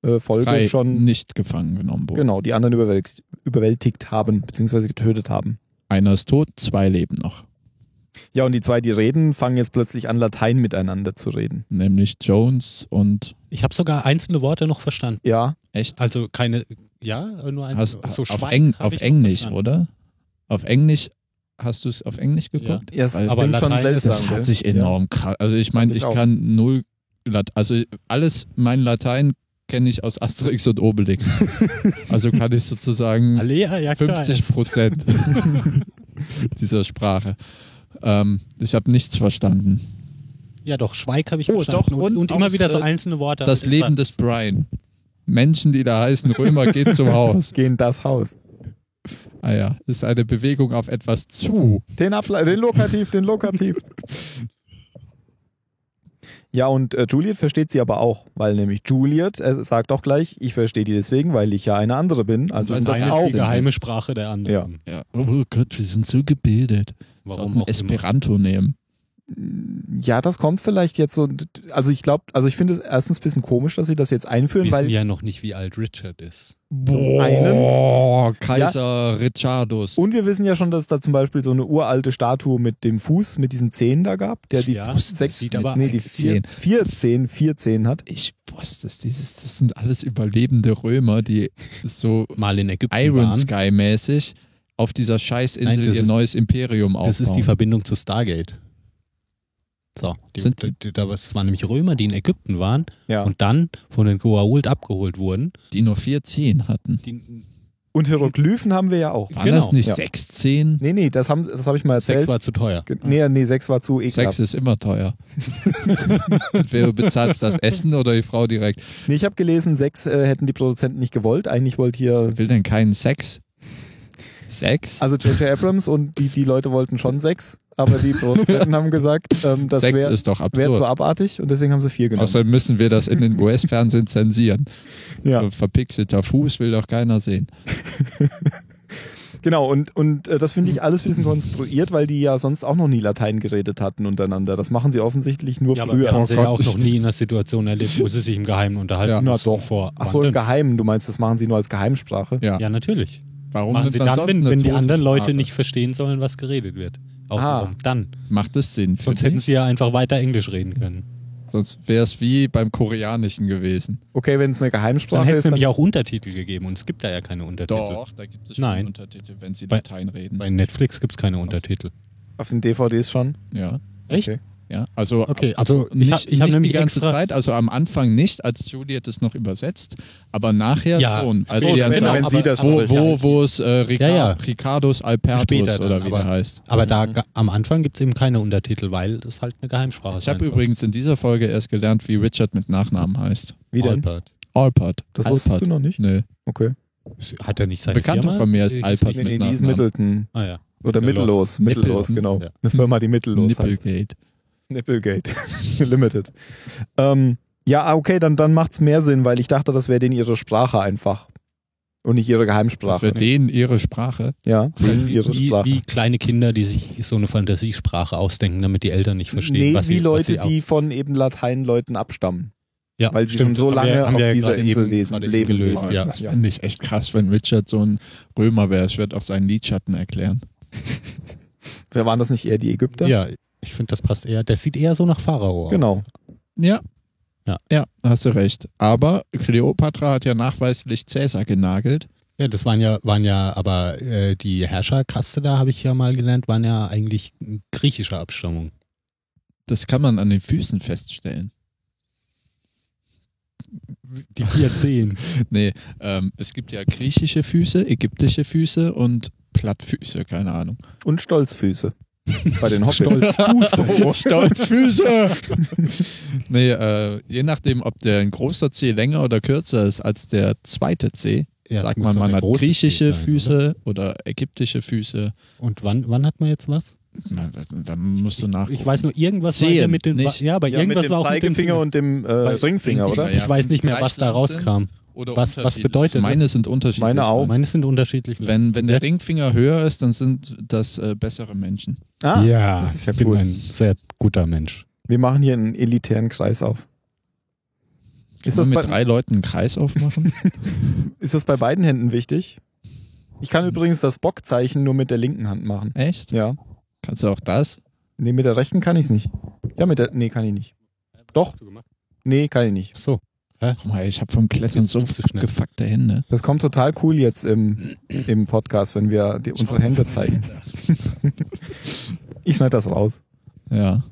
Speaker 1: äh, Folge
Speaker 2: Drei
Speaker 1: schon
Speaker 2: nicht gefangen genommen wurden.
Speaker 1: genau die anderen überwältigt, überwältigt haben, beziehungsweise getötet haben.
Speaker 2: Einer ist tot, zwei leben noch.
Speaker 1: Ja, und die zwei, die reden, fangen jetzt plötzlich an, Latein miteinander zu reden.
Speaker 2: Nämlich Jones und
Speaker 4: Ich habe sogar einzelne Worte noch verstanden.
Speaker 1: Ja,
Speaker 2: echt.
Speaker 4: Also keine, ja, nur ein.
Speaker 2: Hast,
Speaker 4: so
Speaker 2: auf,
Speaker 4: Schwein
Speaker 2: Eng,
Speaker 4: hab
Speaker 2: auf
Speaker 4: ich noch
Speaker 2: Englisch,
Speaker 4: verstanden.
Speaker 2: oder? Auf Englisch hast du es auf Englisch geguckt?
Speaker 1: das
Speaker 2: Weil-
Speaker 1: klingt
Speaker 4: aber
Speaker 1: schon
Speaker 4: Latein ist-
Speaker 1: seltsam.
Speaker 2: Das
Speaker 1: gell?
Speaker 2: hat sich enorm krass. Also ich meine,
Speaker 1: ich
Speaker 2: ich
Speaker 1: auch.
Speaker 2: kann null Lat also alles mein Latein kenne ich aus Asterix und Obelix. also kann ich sozusagen
Speaker 4: Alea, Ah, ja, klar.
Speaker 2: 50 Prozent dieser Sprache. Ähm, ich habe nichts verstanden.
Speaker 4: Ja, doch, Schweig habe ich
Speaker 2: Oh,
Speaker 4: verstanden.
Speaker 2: doch,
Speaker 4: und,
Speaker 2: und
Speaker 4: und immer
Speaker 2: aus,
Speaker 4: wieder so
Speaker 2: äh,
Speaker 4: einzelne Worte. Also
Speaker 2: Das Leben des Brian. Menschen, die da heißen, Römer geht zum Haus.
Speaker 1: Geh in das Haus.
Speaker 2: Ah ja, ist eine Bewegung auf etwas zu.
Speaker 1: Den, Abla den Lokativ, den Lokativ. Ja, und äh, Juliet versteht sie aber auch, weil nämlich Juliet äh, sagt auch gleich, ich verstehe die deswegen, weil ich ja eine andere bin. Also
Speaker 4: das
Speaker 1: sind
Speaker 4: ist
Speaker 1: das
Speaker 2: meine
Speaker 1: auch.
Speaker 4: die
Speaker 2: Augen.
Speaker 4: geheime Sprache der anderen.
Speaker 2: Ja. Oh Gott, wir sind so gebildet.
Speaker 4: Warum
Speaker 2: Sollten
Speaker 4: auch immer.
Speaker 2: Esperanto nehmen.
Speaker 1: Ja, das kommt vielleicht jetzt so. Also ich glaube, also ich finde es erstens ein bisschen komisch, dass sie das jetzt einführen,
Speaker 4: Wir wissen
Speaker 1: weil
Speaker 4: ja noch nicht, wie alt Richard ist.
Speaker 2: Boah, Kaiser Richardus.
Speaker 1: und wir wissen ja schon, dass es da zum Beispiel so eine uralte Statue mit dem Fuß, mit diesen Zehen da gab, der die
Speaker 4: Ja,
Speaker 1: sechs,
Speaker 4: sieht aber
Speaker 1: nee, die
Speaker 2: sechs
Speaker 1: vier,
Speaker 2: Zehen.
Speaker 1: vier Zehen, vier Zehen hat.
Speaker 2: ich wusste es, dieses, das sind alles überlebende Römer, die so
Speaker 4: Mal in Ägypten
Speaker 2: Iron
Speaker 4: waren.
Speaker 2: Sky-mäßig auf dieser Scheißinsel
Speaker 4: Nein, das
Speaker 2: ihr
Speaker 4: ist-
Speaker 2: neues Imperium aufbauen.
Speaker 4: Das ist die Verbindung zu Stargate. So, die,
Speaker 2: Sind-
Speaker 4: die, die, da- das waren nämlich Römer, die in Ägypten waren
Speaker 1: Ja. Und,
Speaker 4: und dann von den Goa'uld abgeholt wurden.
Speaker 2: die nur vier Zehen hatten.
Speaker 4: Die,
Speaker 1: Hieroglyphen haben wir ja auch.
Speaker 2: Waren
Speaker 4: Genau,
Speaker 2: das nicht
Speaker 1: ja.
Speaker 2: sechs Zehen?
Speaker 1: Nee, nee, das haben das habe ich mal erzählt.
Speaker 4: Sex war zu teuer.
Speaker 1: Ge- Nee, nee, sechs war zu
Speaker 2: Sex
Speaker 1: ekelhaft.
Speaker 2: ist immer teuer. Und wer bezahlt das Essen oder die Frau direkt?
Speaker 1: Nee, ich habe gelesen, sechs äh, hätten die Produzenten nicht gewollt. Eigentlich wollte hier,
Speaker 2: Wer will denn keinen Sex? Sex?
Speaker 1: also J.J. Abrams und die, die Leute wollten schon sechs, aber die Produzenten haben gesagt, ähm, das
Speaker 2: Sex
Speaker 1: wäre
Speaker 2: ist doch
Speaker 1: wär zu
Speaker 2: absurd.
Speaker 1: abartig und deswegen haben sie vier genommen.
Speaker 2: Außerdem müssen wir das in den US-Fernsehen zensieren.
Speaker 1: ja.
Speaker 2: So ein verpixelter Fuß will doch keiner sehen.
Speaker 1: Genau, und, und äh, das finde ich alles ein bisschen konstruiert, weil die ja sonst auch noch nie Latein geredet hatten untereinander. Das machen sie offensichtlich nur
Speaker 4: Ja, aber wir
Speaker 1: früher.
Speaker 4: haben
Speaker 2: Oh
Speaker 4: sie ja
Speaker 2: Gott.
Speaker 4: auch noch nie in einer Situation erlebt, wo sie sich im Geheimen unterhalten
Speaker 2: Ja.
Speaker 1: Na
Speaker 4: mussten
Speaker 1: doch.
Speaker 4: vor.
Speaker 1: Ach so, im
Speaker 4: anderen.
Speaker 1: Geheimen. Du meinst, das machen sie nur als Geheimsprache?
Speaker 2: Ja.
Speaker 4: Ja, natürlich.
Speaker 2: Warum
Speaker 4: Machen
Speaker 2: denn
Speaker 4: sie dann,
Speaker 2: sonst
Speaker 4: wenn,
Speaker 2: eine
Speaker 4: wenn die
Speaker 2: tote
Speaker 4: anderen Leute
Speaker 2: Sprache?
Speaker 4: nicht verstehen sollen, was geredet wird. Auch
Speaker 1: Ah.
Speaker 4: warum? Dann.
Speaker 2: Macht das Sinn? für
Speaker 4: Sonst
Speaker 2: dich?
Speaker 4: hätten sie ja einfach weiter Englisch reden können.
Speaker 2: Sonst wäre es wie beim Koreanischen gewesen.
Speaker 1: Okay, wenn es eine
Speaker 4: Dann
Speaker 1: Geheimsprache
Speaker 4: hätte es
Speaker 1: ist, dann
Speaker 4: nämlich auch Untertitel gegeben und es gibt da ja keine Untertitel.
Speaker 2: Doch, da gibt es schon
Speaker 4: Nein.
Speaker 2: Untertitel, wenn sie
Speaker 4: Bei-
Speaker 2: Latein reden.
Speaker 4: Bei Netflix gibt es keine Untertitel.
Speaker 1: auf den DVDs schon.
Speaker 2: Ja,
Speaker 4: Echt?
Speaker 1: Okay.
Speaker 2: ja. Also
Speaker 4: Okay,
Speaker 2: ab-
Speaker 4: also ich
Speaker 2: nicht,
Speaker 4: hab- ich hab
Speaker 2: nicht die
Speaker 4: nämlich
Speaker 2: ganze
Speaker 4: extra-
Speaker 2: Zeit, also am Anfang nicht, als Juliet es noch übersetzt, aber nachher
Speaker 4: Ja,
Speaker 2: schon. Also Als
Speaker 4: später,
Speaker 2: sie dann
Speaker 1: wenn,
Speaker 4: genau,
Speaker 2: sagt,
Speaker 1: wenn sie
Speaker 4: aber-
Speaker 1: das
Speaker 4: aber-
Speaker 2: wo,
Speaker 1: machen.
Speaker 2: wo, wo es äh, Rica,
Speaker 4: Ja, ja.
Speaker 2: Ricardos Alpertus
Speaker 4: Später dann,
Speaker 2: oder wie der
Speaker 4: aber-
Speaker 2: heißt.
Speaker 4: Aber da ga- am Anfang gibt es eben keine Untertitel, weil das halt eine Geheimsprache ist.
Speaker 2: Ich habe übrigens in dieser Folge erst gelernt, wie Richard mit Nachnamen heißt.
Speaker 1: Wie denn?
Speaker 4: Alpert.
Speaker 2: Alpert.
Speaker 1: Das
Speaker 2: Alpert.
Speaker 1: wusstest du noch nicht?
Speaker 2: Nö.
Speaker 1: Okay.
Speaker 4: Hat er nicht seine
Speaker 2: Bekannter
Speaker 4: Firma?
Speaker 2: von mir ist Alpert
Speaker 1: Nee,
Speaker 2: mit
Speaker 1: nee, die ist
Speaker 2: Nachnamen.
Speaker 1: Middleton.
Speaker 4: Ah ja.
Speaker 1: Oder Mittellos. Mittellos,
Speaker 4: Mittellos.
Speaker 2: Mittellos.
Speaker 1: genau.
Speaker 4: Ja.
Speaker 1: Eine Firma, die Mittellos heißt.
Speaker 2: Nippelgate.
Speaker 1: Nipplegate. Limited. Ähm, ja, ah, okay, dann, dann macht's mehr Sinn, weil ich dachte, das wäre denen ihre Sprache einfach. Und nicht ihre
Speaker 2: Das
Speaker 1: Geheimsprache.
Speaker 2: wird denen ihre Sprache.
Speaker 1: Ja, denen ihre
Speaker 4: Wie,
Speaker 1: Sprache.
Speaker 4: wie kleine Kinder, die sich so eine Fantasiesprache ausdenken, damit die Eltern nicht verstehen,
Speaker 1: nee,
Speaker 4: was
Speaker 1: wie
Speaker 4: sie
Speaker 1: Leute,
Speaker 4: was sie
Speaker 1: die von eben Lateinleuten abstammen.
Speaker 4: ja,
Speaker 1: weil sie schon so
Speaker 4: das haben wir-
Speaker 1: lange
Speaker 4: haben
Speaker 1: auf
Speaker 4: wir ja
Speaker 1: dieser
Speaker 4: gerade
Speaker 1: Insel
Speaker 4: eben-
Speaker 1: lesen-
Speaker 4: gerade eben
Speaker 1: leben.
Speaker 4: gelöst.
Speaker 1: Ja.
Speaker 4: Ja.
Speaker 2: Das finde ich echt krass, wenn Richard so ein Römer wäre. Ich würde auch seinen Lidschatten erklären.
Speaker 1: Wer waren das nicht eher die Ägypter?
Speaker 4: ja, ich finde, das passt eher. Das sieht eher so nach Pharao aus.
Speaker 1: Genau.
Speaker 2: Ja.
Speaker 4: Ja.
Speaker 2: ja, hast du recht. Aber Kleopatra hat ja nachweislich Cäsar genagelt.
Speaker 4: Ja, das waren ja, waren ja, aber äh, die Herrscherkaste da, habe ich ja mal gelernt, waren ja eigentlich griechischer Abstammung.
Speaker 2: Das kann man an den Füßen feststellen.
Speaker 4: Die vier Zehen.
Speaker 2: Nee, ähm, es gibt ja griechische Füße, ägyptische Füße und Plattfüße, keine Ahnung.
Speaker 1: Und Stolzfüße. Bei den Hobbits.
Speaker 2: Stolzfüße. Stolzfüße. nee, äh, je nachdem, ob der ein großer Zeh länger oder kürzer ist als der zweite Zeh,
Speaker 4: Ja, das
Speaker 2: sagt
Speaker 4: muss
Speaker 2: man,
Speaker 4: doch
Speaker 2: man
Speaker 4: der
Speaker 2: hat
Speaker 4: große Zeh
Speaker 2: griechische
Speaker 4: sein,
Speaker 2: Füße oder? ägyptische Füße.
Speaker 4: Und wann, wann hat man jetzt was?
Speaker 2: Na, da, da musst du nach.
Speaker 4: Ich weiß nur, irgendwas war
Speaker 2: Zehen,
Speaker 4: ja mit den,
Speaker 2: nicht?
Speaker 4: ja, aber
Speaker 1: Ja, mit
Speaker 4: irgendwas
Speaker 1: dem
Speaker 4: war auch mit dem
Speaker 1: Zeigefinger und dem äh,
Speaker 4: Bei-
Speaker 1: Ringfinger,
Speaker 4: ich,
Speaker 1: oder?
Speaker 4: Ich weiß nicht mehr, was da rauskam.
Speaker 2: Oder
Speaker 4: was- was
Speaker 2: unterschiedlich.
Speaker 4: bedeutet
Speaker 2: Meine sind unterschiedlich.
Speaker 1: Meine auch.
Speaker 4: Meine sind unterschiedlich.
Speaker 2: Wenn, wenn der Ringfinger höher ist, dann sind das äh, bessere Menschen.
Speaker 1: Ah,
Speaker 4: ja,
Speaker 1: das ist ja
Speaker 4: ich bin
Speaker 1: cool.
Speaker 4: ein sehr guter Mensch.
Speaker 1: wir machen hier einen elitären Kreis auf.
Speaker 2: Kann
Speaker 1: Ist das,
Speaker 2: man mit
Speaker 1: bei,
Speaker 2: drei Leuten einen Kreis aufmachen?
Speaker 1: ist das bei beiden Händen wichtig? Ich kann übrigens das Bockzeichen nur mit der linken Hand machen.
Speaker 2: Echt?
Speaker 1: Ja.
Speaker 2: Kannst du auch das?
Speaker 1: Nee, mit der rechten kann ich es nicht. Ja, mit der. Nee, kann ich nicht. Doch. Nee, kann ich nicht.
Speaker 4: Ach so.
Speaker 2: Guck mal, ich habe vom Klettern
Speaker 4: Jetzt
Speaker 2: so
Speaker 4: kommst du schnell.
Speaker 2: abgefuckte Hände.
Speaker 1: Das kommt total cool jetzt im, im Podcast, wenn wir die, unsere Hände zeigen. Ich schneide das raus.
Speaker 2: Ja.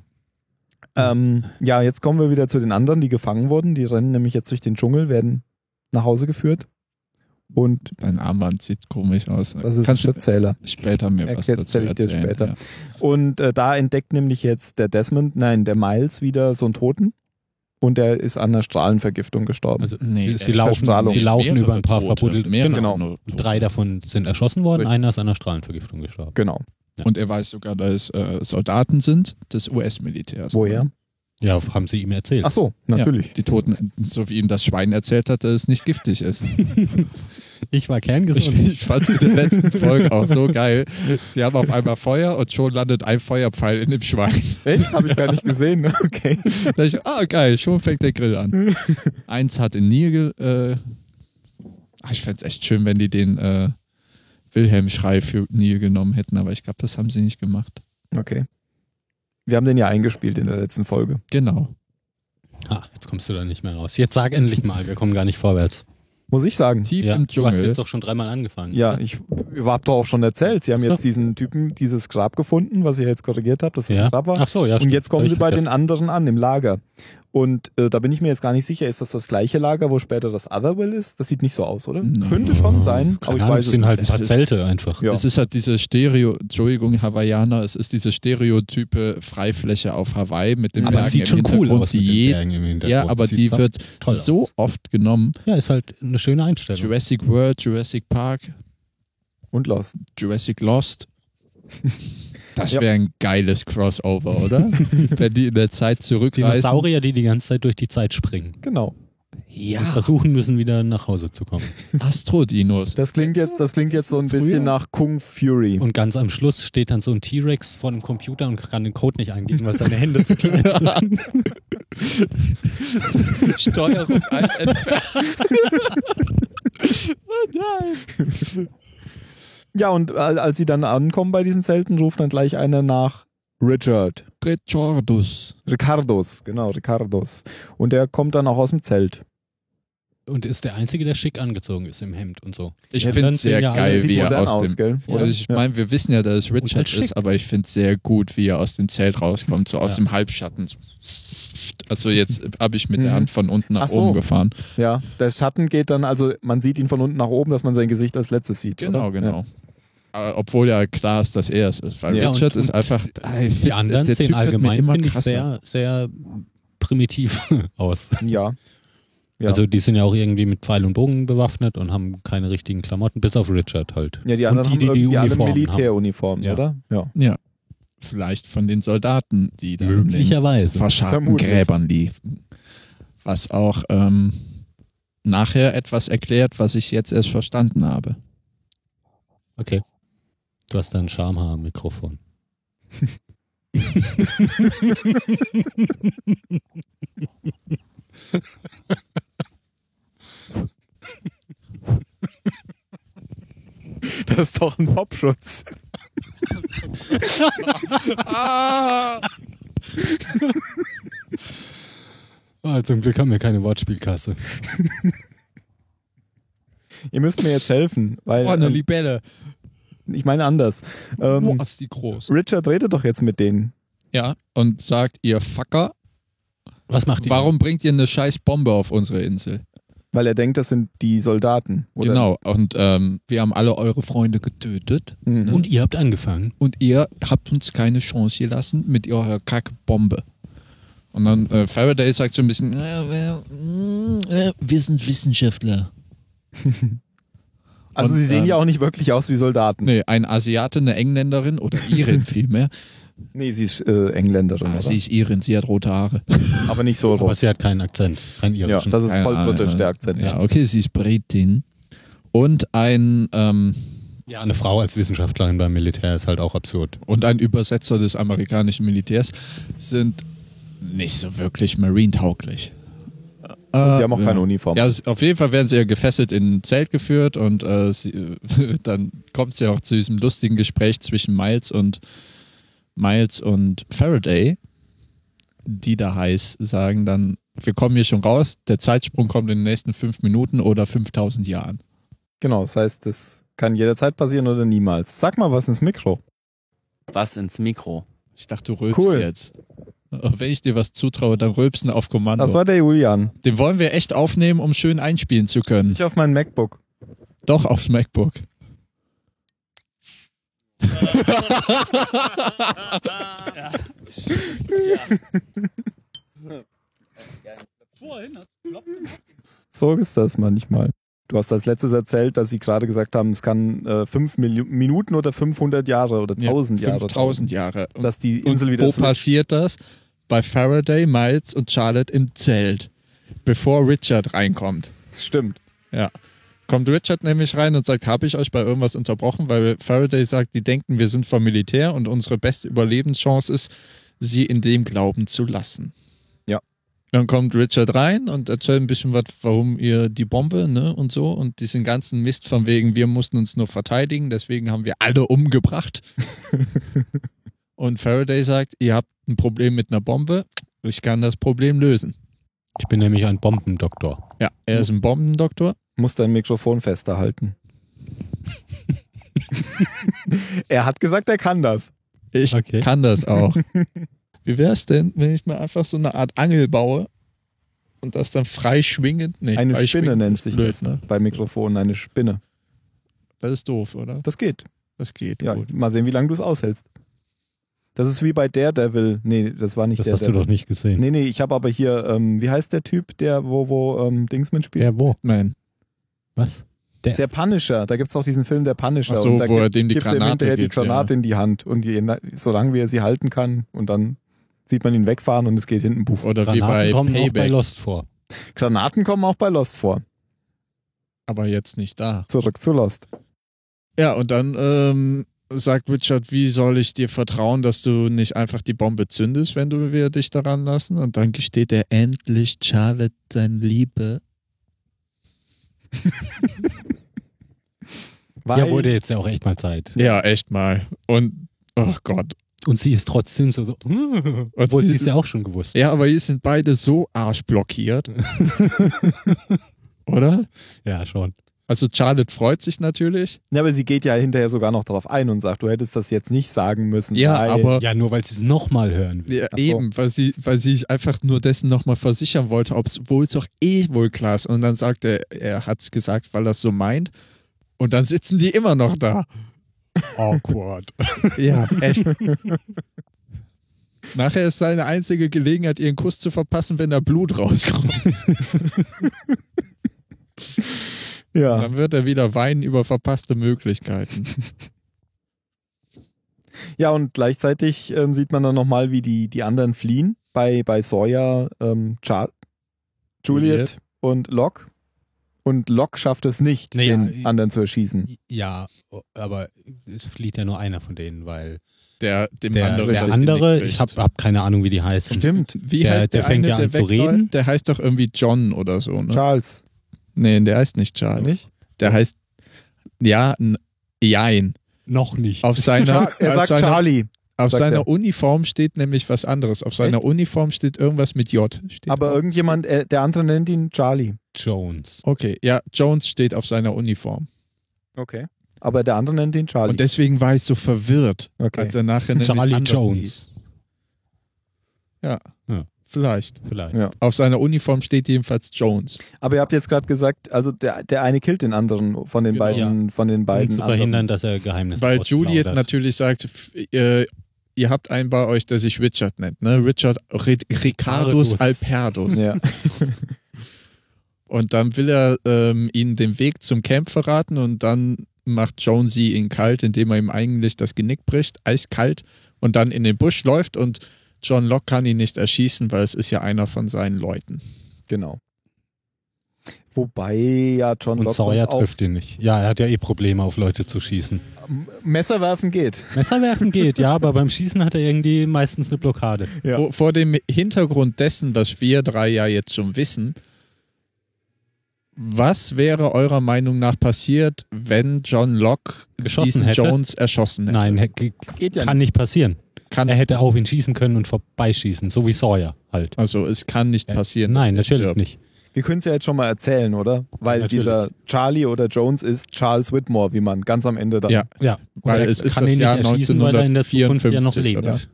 Speaker 1: Ähm, ja, jetzt kommen wir wieder zu den anderen, die gefangen wurden. Die rennen nämlich jetzt durch den Dschungel, werden nach Hause geführt. Und
Speaker 2: Dein Armband sieht komisch aus.
Speaker 1: das ist ein
Speaker 2: Kannst du
Speaker 1: Schrittzähler.
Speaker 2: später mir was
Speaker 1: Erklär-
Speaker 2: dazu
Speaker 1: erzähl ich dir
Speaker 2: erzählen?
Speaker 1: später.
Speaker 2: Ja.
Speaker 1: Und äh, da entdeckt nämlich jetzt der Desmond, nein, der Miles wieder so einen Toten. Und der ist an einer Strahlenvergiftung gestorben.
Speaker 4: Also
Speaker 2: Nee,
Speaker 4: sie, sie
Speaker 2: äh,
Speaker 4: laufen,
Speaker 1: Verstrahlung.
Speaker 4: sie laufen
Speaker 2: Mehrere
Speaker 4: über ein paar
Speaker 2: Tote,
Speaker 4: verbuddelte.
Speaker 2: mehrere
Speaker 1: Genau.
Speaker 2: Tote.
Speaker 4: Drei davon sind erschossen worden,
Speaker 1: Richtig.
Speaker 4: einer ist an einer Strahlenvergiftung gestorben.
Speaker 1: genau.
Speaker 2: Und er weiß sogar, dass äh, Soldaten sind des US-Militärs.
Speaker 4: Ja, haben sie ihm erzählt.
Speaker 1: Ach so, natürlich.
Speaker 2: Ja, die Toten Enten, so wie ihm das Schwein erzählt hat, dass es nicht giftig ist.
Speaker 4: ich war
Speaker 2: Ich,
Speaker 4: kerngesund.
Speaker 2: ich fand in der letzten Folge auch so geil. Sie haben auf einmal Feuer und schon landet ein Feuerpfeil in dem Schwein.
Speaker 1: Echt? Habe ich gar nicht gesehen. Okay.
Speaker 2: Da ich, ah, geil, schon fängt der Grill an. Eins hat in Nil. Äh, ah, ich fände es echt schön, wenn die den äh, Wilhelm-Schrei für Nil genommen hätten, aber ich glaube, das haben sie nicht gemacht.
Speaker 1: Okay. Wir haben den ja eingespielt in der letzten Folge.
Speaker 2: Genau.
Speaker 4: Ah, jetzt kommst du da nicht mehr raus. Jetzt sag endlich mal, wir kommen gar nicht vorwärts.
Speaker 1: Muss ich sagen.
Speaker 2: Tief
Speaker 4: Ja,
Speaker 2: im
Speaker 4: du hast
Speaker 2: Dschungel.
Speaker 4: jetzt doch schon dreimal angefangen.
Speaker 1: Ja, ich hab doch auch schon erzählt. Sie haben
Speaker 4: Ach so.
Speaker 1: jetzt diesen Typen, dieses Grab gefunden, was ihr jetzt korrigiert habt, dass es
Speaker 4: ja.
Speaker 1: ein Grab war.
Speaker 4: Ach so, ja.
Speaker 1: Und jetzt kommen sie bei den
Speaker 4: den
Speaker 1: anderen an, im Lager. Und äh, da bin ich mir jetzt gar nicht sicher, ist das das gleiche Lager, wo später das Otherwill ist? Das sieht nicht so aus, oder?
Speaker 2: Nein.
Speaker 1: Könnte schon sein, aber
Speaker 4: Keine
Speaker 1: oh, ich
Speaker 4: Ahnung,
Speaker 1: weiß
Speaker 4: es
Speaker 1: es
Speaker 4: sind halt ein
Speaker 2: Es
Speaker 4: paar
Speaker 2: ist-
Speaker 4: Zelte einfach.
Speaker 1: Ja.
Speaker 2: Es ist halt diese Stereo, Entschuldigung, Hawaiianer, es ist diese Stereotype Freifläche auf Hawaii mit dem
Speaker 4: Aber
Speaker 2: Bergen
Speaker 4: es sieht
Speaker 2: im
Speaker 4: schon cool
Speaker 2: Hintergrund,
Speaker 4: aus mit den
Speaker 2: die
Speaker 4: Bergen im
Speaker 2: je-
Speaker 4: Hintergrund.
Speaker 2: Ja, aber
Speaker 4: Sieht
Speaker 2: die
Speaker 4: sau-
Speaker 2: wird
Speaker 4: toll aus.
Speaker 2: so oft genommen.
Speaker 4: Ja, ist halt eine schöne Einstellung.
Speaker 2: Jurassic World, Jurassic Park,
Speaker 1: Und Lost.
Speaker 2: Jurassic Lost. Das
Speaker 1: Ja.
Speaker 2: wäre ein geiles Crossover, oder? Wenn die in der Zeit zurückreisen.
Speaker 4: Dinosaurier, die die ganze Zeit durch die Zeit springen.
Speaker 1: Genau.
Speaker 4: und
Speaker 2: Ja,
Speaker 4: versuchen müssen, wieder nach Hause zu kommen.
Speaker 2: Astrodinos.
Speaker 1: Das klingt jetzt, das klingt jetzt so ein bisschen nach Kung Fury.
Speaker 4: Und ganz am Schluss steht dann so ein T-Rex vor dem Computer und kann den Code nicht eingeben, weil seine Hände zu klein sind.
Speaker 2: Steuerung ein entfernt. oh nein.
Speaker 1: Ja, und al- als sie dann ankommen bei diesen Zelten, ruft dann gleich einer nach Richard.
Speaker 2: Trechordus.
Speaker 1: Ricardos, genau, Ricardos. Und der kommt dann auch aus dem Zelt.
Speaker 4: Und ist der Einzige, der schick angezogen ist im Hemd und so.
Speaker 2: Ich
Speaker 4: Ja,
Speaker 2: finde
Speaker 4: dann
Speaker 2: es sehr
Speaker 4: sehen ja alle
Speaker 2: geil,
Speaker 1: Also, Sieht
Speaker 2: wie er
Speaker 1: modern
Speaker 2: aus,
Speaker 1: aus,
Speaker 2: dem.
Speaker 1: gell?
Speaker 2: Oder ich meine, wir wissen ja, dass es Richard
Speaker 4: schick.
Speaker 2: ist, aber ich finde es sehr gut, wie er aus dem Zelt rauskommt, so aus
Speaker 4: Ja.
Speaker 2: dem Halbschatten. So. Also jetzt habe ich mit
Speaker 1: Mhm.
Speaker 2: der Hand von unten nach
Speaker 1: Ach so.
Speaker 2: oben gefahren.
Speaker 1: Ja, der Schatten geht dann, also man sieht ihn von unten nach oben, dass man sein Gesicht als letztes sieht.
Speaker 2: Genau,
Speaker 1: oder?
Speaker 2: genau. Aber Obwohl ja klar ist, dass er es ist. Weil
Speaker 4: Ja,
Speaker 2: Richard
Speaker 4: und-
Speaker 2: ist
Speaker 4: und
Speaker 2: einfach. Ah, ich
Speaker 4: Die
Speaker 2: find,
Speaker 4: anderen
Speaker 2: der
Speaker 4: sehen
Speaker 2: Typ wird mir
Speaker 4: allgemein,
Speaker 2: immer
Speaker 4: finde ich,
Speaker 2: krasser.
Speaker 4: sehr, sehr primitiv aus.
Speaker 1: Ja. ja.
Speaker 4: Also die sind ja auch irgendwie mit Pfeil und Bogen bewaffnet und haben keine richtigen Klamotten, bis auf Richard halt.
Speaker 1: ja, die
Speaker 4: und
Speaker 1: anderen
Speaker 4: die, die
Speaker 1: haben
Speaker 4: die
Speaker 1: irgendwie alle
Speaker 4: Uniformen haben.
Speaker 1: Militäruniformen,
Speaker 4: Ja.
Speaker 1: oder? Ja.
Speaker 2: Ja. Vielleicht von den Soldaten, die da in den
Speaker 4: Möglicherweise.
Speaker 2: verscharrten
Speaker 1: Vermutlich.
Speaker 2: Gräbern liefen. Was auch ähm, nachher etwas erklärt, was ich jetzt erst verstanden habe.
Speaker 4: Okay. Du hast da ein Schamhaar am Mikrofon.
Speaker 1: Das ist doch ein Popschutz.
Speaker 6: Ah, zum Glück haben wir keine Wortspielkasse.
Speaker 1: Ihr müsst mir jetzt helfen, weil
Speaker 2: Oh, eine Oh,
Speaker 1: ähm,
Speaker 2: Libelle.
Speaker 1: ich meine anders.
Speaker 2: Boah,
Speaker 1: Ähm,
Speaker 2: ist die groß.
Speaker 1: Richard redet doch jetzt mit denen.
Speaker 2: Ja, und sagt ihr Fucker,
Speaker 4: Was macht die?
Speaker 2: warum bringt ihr eine scheiß Bombe auf unsere Insel?
Speaker 1: Weil er denkt, das sind die Soldaten. Oder?
Speaker 2: Genau, und ähm, wir haben alle eure Freunde getötet
Speaker 1: Mhm.
Speaker 4: Und ihr habt angefangen.
Speaker 2: und ihr habt uns keine Chance gelassen mit eurer Kackbombe. Und dann äh, Faraday sagt so ein bisschen, äh, wir, mm, äh, wir sind Wissenschaftler.
Speaker 1: also
Speaker 2: und,
Speaker 1: sie sehen
Speaker 2: ähm,
Speaker 1: ja auch nicht wirklich aus wie Soldaten. Nee,
Speaker 2: Nee, ein Asiate, eine Engländerin oder Irin vielmehr.
Speaker 1: sie ist äh, Engländerin,
Speaker 2: Ah,
Speaker 1: oder?
Speaker 2: sie ist Irin, sie hat rote Haare.
Speaker 1: aber nicht so
Speaker 4: Aber
Speaker 1: rot.
Speaker 4: sie hat keinen Akzent, keinen
Speaker 1: Ja,
Speaker 4: irischen.
Speaker 1: das ist
Speaker 2: Keine
Speaker 1: voll
Speaker 2: Ahnung,
Speaker 1: britisch,
Speaker 2: ja.
Speaker 1: der Akzent.
Speaker 2: Ja, okay, sie ist Britin. Und ein, ähm,
Speaker 4: Ja, eine Frau als Wissenschaftlerin beim Militär ist halt auch absurd.
Speaker 2: und ein Übersetzer des amerikanischen Militärs sind nicht so wirklich marine-tauglich. Äh,
Speaker 1: Und sie haben auch keine Uniform.
Speaker 2: Ja, s- auf jeden Fall werden sie ja gefesselt in ein Zelt geführt und äh, sie, dann kommt es ja auch zu diesem lustigen Gespräch zwischen Miles und Miles und Faraday, die da heiß sagen dann, wir kommen hier schon raus, der Zeitsprung kommt in den nächsten fünf Minuten oder 5000 Jahren.
Speaker 1: Genau, das heißt, das kann jederzeit passieren oder niemals. Sag mal was ins Mikro.
Speaker 7: Was ins Mikro?
Speaker 2: Ich dachte, du rülpst
Speaker 1: Cool.
Speaker 2: jetzt. Und wenn ich dir was zutraue, dann rülpsen auf Kommando.
Speaker 1: Das war der Julian.
Speaker 2: Den wollen wir echt aufnehmen, um schön einspielen zu können.
Speaker 1: Ich auf mein MacBook.
Speaker 2: Doch, aufs MacBook.
Speaker 7: ja.
Speaker 3: Vorhin hat's geklopft.
Speaker 1: So ist das manchmal. Du hast als letztes erzählt, dass sie gerade gesagt haben, es kann äh, fünf Milli Minuten oder 500 Jahre oder 1000 Jahre.
Speaker 2: 5000 Jahre. Und,
Speaker 1: Dass die
Speaker 2: und
Speaker 1: Insel wieder
Speaker 2: wo
Speaker 1: switcht.
Speaker 2: passiert das? Bei Faraday, Miles und Charlotte im Zelt. Bevor Richard reinkommt.
Speaker 1: Stimmt.
Speaker 2: Kommt Richard nämlich rein und sagt, habe ich euch bei irgendwas unterbrochen? Weil Faraday sagt, die denken, wir sind vom Militär und unsere beste Überlebenschance ist, sie in dem Glauben zu lassen.
Speaker 1: Ja.
Speaker 2: Dann kommt Richard rein und erzählt ein bisschen was, warum ihr die Bombe, ne, und so und diesen ganzen Mist von wegen, wir mussten uns nur verteidigen, deswegen haben wir alle umgebracht. und Faraday sagt, ihr habt ein Problem mit einer Bombe, ich kann das Problem lösen.
Speaker 4: Ich bin nämlich ein Bombendoktor.
Speaker 2: Ja, er ist ein Bombendoktor.
Speaker 1: Muss dein Mikrofon fester halten. er hat gesagt, er kann das.
Speaker 2: Ich
Speaker 4: Okay.
Speaker 2: kann das auch. Wie wär's denn, wenn ich mir einfach so eine Art Angel baue und das dann frei schwingend? Nee,
Speaker 1: Eine
Speaker 2: frei
Speaker 1: Spinne
Speaker 2: schwingend
Speaker 1: nennt
Speaker 2: ist
Speaker 1: sich
Speaker 2: blöd,
Speaker 1: das.
Speaker 2: Ne?
Speaker 1: Bei Mikrofonen eine Spinne.
Speaker 2: Das ist doof, oder?
Speaker 1: Das geht.
Speaker 2: Das geht.
Speaker 1: Ja,
Speaker 2: gut.
Speaker 1: mal sehen, wie lange du es aushältst. Das ist wie bei Daredevil. Nee, das war nicht
Speaker 4: Das hast du
Speaker 1: Daredevil.
Speaker 4: doch nicht gesehen.
Speaker 1: Nee, nee, ich habe aber hier, ähm, wie heißt der Typ, der wo, wo ähm, Dings mitspielt?
Speaker 4: Ja, wo?
Speaker 2: Nein.
Speaker 4: Was?
Speaker 1: Der Punisher, da gibt es auch diesen Film Der Punisher.
Speaker 2: Ach so,
Speaker 1: und da
Speaker 2: wo er
Speaker 1: gibt-
Speaker 2: dem die
Speaker 1: gibt er ihm
Speaker 2: Granate
Speaker 1: hinterher die
Speaker 2: gibt, ja.
Speaker 1: Granate in die Hand und je, nach- solange wie er sie halten kann und dann sieht man ihn wegfahren und es geht hinten buch.
Speaker 2: Oder wie
Speaker 4: Granaten
Speaker 2: bei
Speaker 4: kommen auch bei
Speaker 2: Payback.
Speaker 4: Lost vor.
Speaker 1: Granaten kommen auch bei Lost vor.
Speaker 2: Aber jetzt nicht da.
Speaker 1: Zurück zu Lost.
Speaker 2: Ja, und dann ähm, sagt Richard, wie soll ich dir vertrauen, dass du nicht einfach die Bombe zündest, wenn du wir dich daran lassen? Und dann gesteht er endlich Charlotte seine Liebe.
Speaker 1: Weil
Speaker 4: Ja, wurde jetzt ja auch echt mal Zeit.
Speaker 2: Ja, echt mal. Und, oh Gott.
Speaker 4: Und sie ist trotzdem so, so obwohl sie es ja auch schon gewusst.
Speaker 2: Ja, aber hier sind beide so arschblockiert. Oder?
Speaker 4: Ja, schon.
Speaker 2: Also Charlotte freut sich natürlich.
Speaker 1: ja, aber sie geht ja hinterher sogar noch drauf ein und sagt, du hättest das jetzt nicht sagen müssen.
Speaker 2: Ja,
Speaker 1: weil-
Speaker 2: aber
Speaker 4: Ja, nur weil sie es nochmal hören will.
Speaker 2: Ja,
Speaker 1: Ach so.
Speaker 2: eben, weil sie, weil sie sich einfach nur dessen nochmal versichern wollte, obwohl es doch eh wohl klar ist. Und dann sagt er, er hat es gesagt, weil er es so meint. Und dann sitzen die immer noch da.
Speaker 4: Awkward.
Speaker 2: Ja, echt. Nachher ist seine einzige Gelegenheit, ihren Kuss zu verpassen, wenn da Blut rauskommt.
Speaker 1: Ja.
Speaker 2: Dann wird er wieder weinen über verpasste Möglichkeiten.
Speaker 1: ja, und gleichzeitig ähm, sieht man dann nochmal, wie die, die anderen fliehen. Bei, bei Sawyer, ähm, Char Juliet,
Speaker 2: Juliet.
Speaker 1: und Locke. Und Locke schafft es nicht,
Speaker 4: Naja,
Speaker 2: äh,
Speaker 1: den
Speaker 4: ich-
Speaker 1: anderen zu erschießen.
Speaker 4: ja, aber es flieht ja nur einer von denen, weil
Speaker 2: Der, dem
Speaker 4: der,
Speaker 2: anderen das
Speaker 4: der
Speaker 2: Genick
Speaker 4: andere,
Speaker 2: bricht.
Speaker 4: ich habe hab keine Ahnung, wie die heißen.
Speaker 1: Stimmt.
Speaker 2: Wie
Speaker 4: Der-
Speaker 2: heißt der,
Speaker 4: der fängt
Speaker 2: eine,
Speaker 4: ja an
Speaker 2: der
Speaker 4: zu
Speaker 2: wegläuft?
Speaker 4: reden.
Speaker 2: Der heißt doch irgendwie John oder so, ne?
Speaker 1: Charles,
Speaker 2: Nee, der heißt nicht Charles.
Speaker 1: nicht?
Speaker 2: Der heißt, ja, n- jein.
Speaker 4: Noch nicht.
Speaker 2: Auf
Speaker 1: Char
Speaker 2: seiner,
Speaker 1: er
Speaker 2: auf
Speaker 1: sagt
Speaker 2: seiner,
Speaker 1: Charlie,
Speaker 2: auf
Speaker 1: sagt
Speaker 2: seiner
Speaker 1: er.
Speaker 2: Uniform steht nämlich was anderes. Auf seiner Uniform steht irgendwas mit J. Steht
Speaker 1: aber
Speaker 2: auch-
Speaker 1: irgendjemand, äh, der andere nennt ihn Charlie.
Speaker 4: Jones.
Speaker 2: okay, ja, Jones steht auf seiner Uniform.
Speaker 1: Okay. Aber der andere nennt ihn Charlie.
Speaker 2: Und deswegen war ich so verwirrt,
Speaker 1: okay.
Speaker 2: als
Speaker 4: also-
Speaker 2: er nachher nämlich
Speaker 4: Charlie
Speaker 2: anders
Speaker 4: Jones.
Speaker 2: hieß. Ja,
Speaker 4: Ja.
Speaker 2: vielleicht.
Speaker 4: Vielleicht. Um
Speaker 1: Ja.
Speaker 2: Auf seiner Uniform steht jedenfalls Jones.
Speaker 1: Aber ihr habt jetzt gerade gesagt, also der, der eine killt den anderen von den
Speaker 4: Genau.
Speaker 1: beiden, von den
Speaker 4: Um
Speaker 1: beiden.
Speaker 4: zu
Speaker 1: anderen.
Speaker 4: verhindern, dass er Geheimnisse
Speaker 2: Weil Juliet
Speaker 4: ausplaudert.
Speaker 2: natürlich sagt, f- äh, ihr habt einen bei euch, der sich Richard nennt, ne? Richard Ri- Ricardus
Speaker 4: Ricardus.
Speaker 2: Alperdus.
Speaker 1: Ja.
Speaker 2: Und dann will er ähm, ihnen den Weg zum Camp verraten und dann macht Jonesy ihn kalt, indem er ihm eigentlich das Genick bricht, eiskalt, und dann in den Busch läuft und John Locke kann ihn nicht erschießen, weil es ist ja einer von seinen Leuten.
Speaker 1: Genau. Wobei ja John
Speaker 4: Und
Speaker 1: Locke sonst
Speaker 4: Sawyer
Speaker 1: auch
Speaker 4: trifft ihn nicht. Ja, er hat ja eh Probleme, auf Leute zu schießen.
Speaker 1: M- Messer werfen geht.
Speaker 4: Messer werfen geht, ja, aber beim Schießen hat er irgendwie meistens eine Blockade.
Speaker 1: Ja.
Speaker 2: Vor, vor dem Hintergrund dessen, was wir drei ja jetzt schon wissen, was wäre eurer Meinung nach passiert, wenn John Locke
Speaker 4: Geschossen
Speaker 2: diesen
Speaker 4: hätte?
Speaker 2: Jones erschossen hätte?
Speaker 4: Nein, he- ge-
Speaker 1: ne? Geht ja
Speaker 4: kann nicht passieren.
Speaker 2: Kann,
Speaker 4: Er hätte auf ihn schießen können und vorbeischießen, so wie Sawyer halt.
Speaker 2: also es kann nicht passieren.
Speaker 4: Nein,
Speaker 2: dass er
Speaker 4: natürlich
Speaker 2: stirbt.
Speaker 4: nicht.
Speaker 1: Wir können es ja jetzt schon mal erzählen, oder? Weil
Speaker 4: Natürlich.
Speaker 1: dieser Charlie oder Jones ist Charles Whitmore, wie man ganz am Ende dann.
Speaker 2: Ja.
Speaker 4: Ja,
Speaker 2: Weil
Speaker 4: Und er
Speaker 2: es ist
Speaker 4: kann
Speaker 2: das
Speaker 4: ihn
Speaker 2: Jahr
Speaker 4: nicht erschießen, weil er in der Zukunft ja noch
Speaker 2: 1954,
Speaker 4: lebt.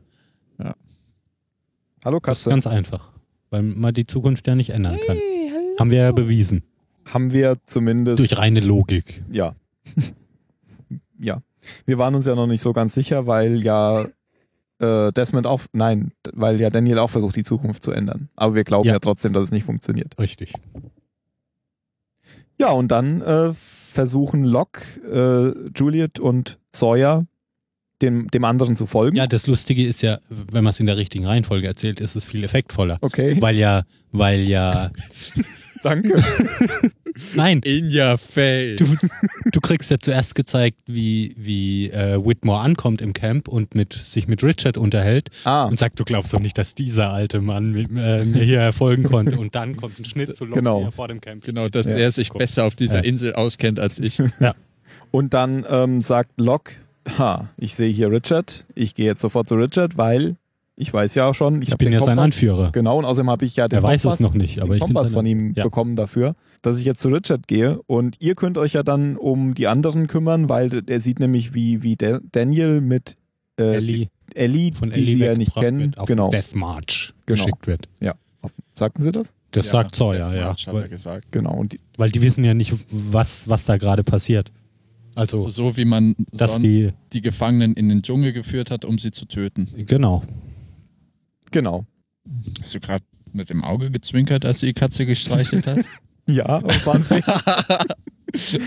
Speaker 2: oder?
Speaker 1: Hallo
Speaker 4: Das ist
Speaker 1: Kasse.
Speaker 4: ganz einfach, weil man die Zukunft ja nicht ändern kann. Haben wir ja bewiesen.
Speaker 1: Haben wir zumindest.
Speaker 4: Durch reine Logik.
Speaker 1: ja. ja. Wir waren uns ja noch nicht so ganz sicher, weil ja äh, Desmond auch. Nein, d- weil ja Daniel auch versucht, die Zukunft zu ändern. Aber wir glauben ja,
Speaker 4: Ja.
Speaker 1: ja trotzdem, dass es nicht funktioniert.
Speaker 2: Hm?
Speaker 4: Richtig.
Speaker 1: Ja, und dann äh, versuchen Locke, äh, Juliet und Sawyer dem, dem anderen zu folgen.
Speaker 4: Ja, das Lustige ist ja, wenn man es in der richtigen Reihenfolge erzählt, ist es viel effektvoller.
Speaker 1: Okay,
Speaker 4: Weil ja, weil ja,
Speaker 1: danke.
Speaker 4: nein,
Speaker 2: In your face.
Speaker 4: du, du kriegst ja zuerst gezeigt, wie, wie äh, Whitmore ankommt im Camp und mit, sich mit Richard unterhält
Speaker 1: Ah,
Speaker 4: und sagt, du glaubst doch nicht, dass dieser alte Mann mit, äh, mir hier erfolgen konnte. Und dann kommt ein Schnitt zu Locke,
Speaker 1: Genau.
Speaker 4: wie er vor dem Camp.
Speaker 2: Genau, dass
Speaker 1: Ja.
Speaker 2: der sich besser auf dieser
Speaker 4: Ja.
Speaker 2: Insel auskennt als ich.
Speaker 1: und dann ähm, sagt Locke, ha, ich sehe hier Richard, ich gehe jetzt sofort zu Richard, weil ich weiß ja auch schon, ich,
Speaker 4: Ich
Speaker 1: hab
Speaker 4: bin
Speaker 1: den
Speaker 4: ja sein
Speaker 1: Kompass.
Speaker 4: Anführer.
Speaker 1: Genau, und außerdem habe ich ja den
Speaker 4: Der weiß es
Speaker 1: Kompass,
Speaker 4: noch nicht, aber
Speaker 1: den
Speaker 4: ich bin
Speaker 1: Kompass
Speaker 4: sein
Speaker 1: von ihm
Speaker 4: Ja.
Speaker 1: bekommen dafür, dass ich jetzt zu Richard gehe und ihr könnt euch ja dann um die anderen kümmern, weil er sieht nämlich, wie, wie Da- Daniel mit äh,
Speaker 4: Ellie
Speaker 1: Ellie,
Speaker 4: von
Speaker 1: die
Speaker 4: Ellie
Speaker 1: sie ja nicht
Speaker 4: weggebracht
Speaker 1: kennen,
Speaker 4: wird, auf
Speaker 1: genau.
Speaker 4: Death March
Speaker 1: Genau.
Speaker 4: geschickt wird.
Speaker 1: Sagten sie das?
Speaker 4: Das sagt Sawyer,
Speaker 2: Death
Speaker 4: ja.
Speaker 2: March Hat er
Speaker 4: Weil,
Speaker 2: gesagt.
Speaker 1: Genau, und die,
Speaker 4: weil die wissen ja nicht, was, was da gerade passiert.
Speaker 2: So,
Speaker 4: Also,
Speaker 2: so wie man
Speaker 4: dass
Speaker 2: sonst
Speaker 4: die,
Speaker 2: die Gefangenen in den Dschungel geführt hat, um sie zu töten.
Speaker 4: genau.
Speaker 1: genau.
Speaker 2: Hast du gerade mit dem Auge gezwinkert, als du die Katze gestreichelt hast?
Speaker 1: Ja, aber es war ein Fehler.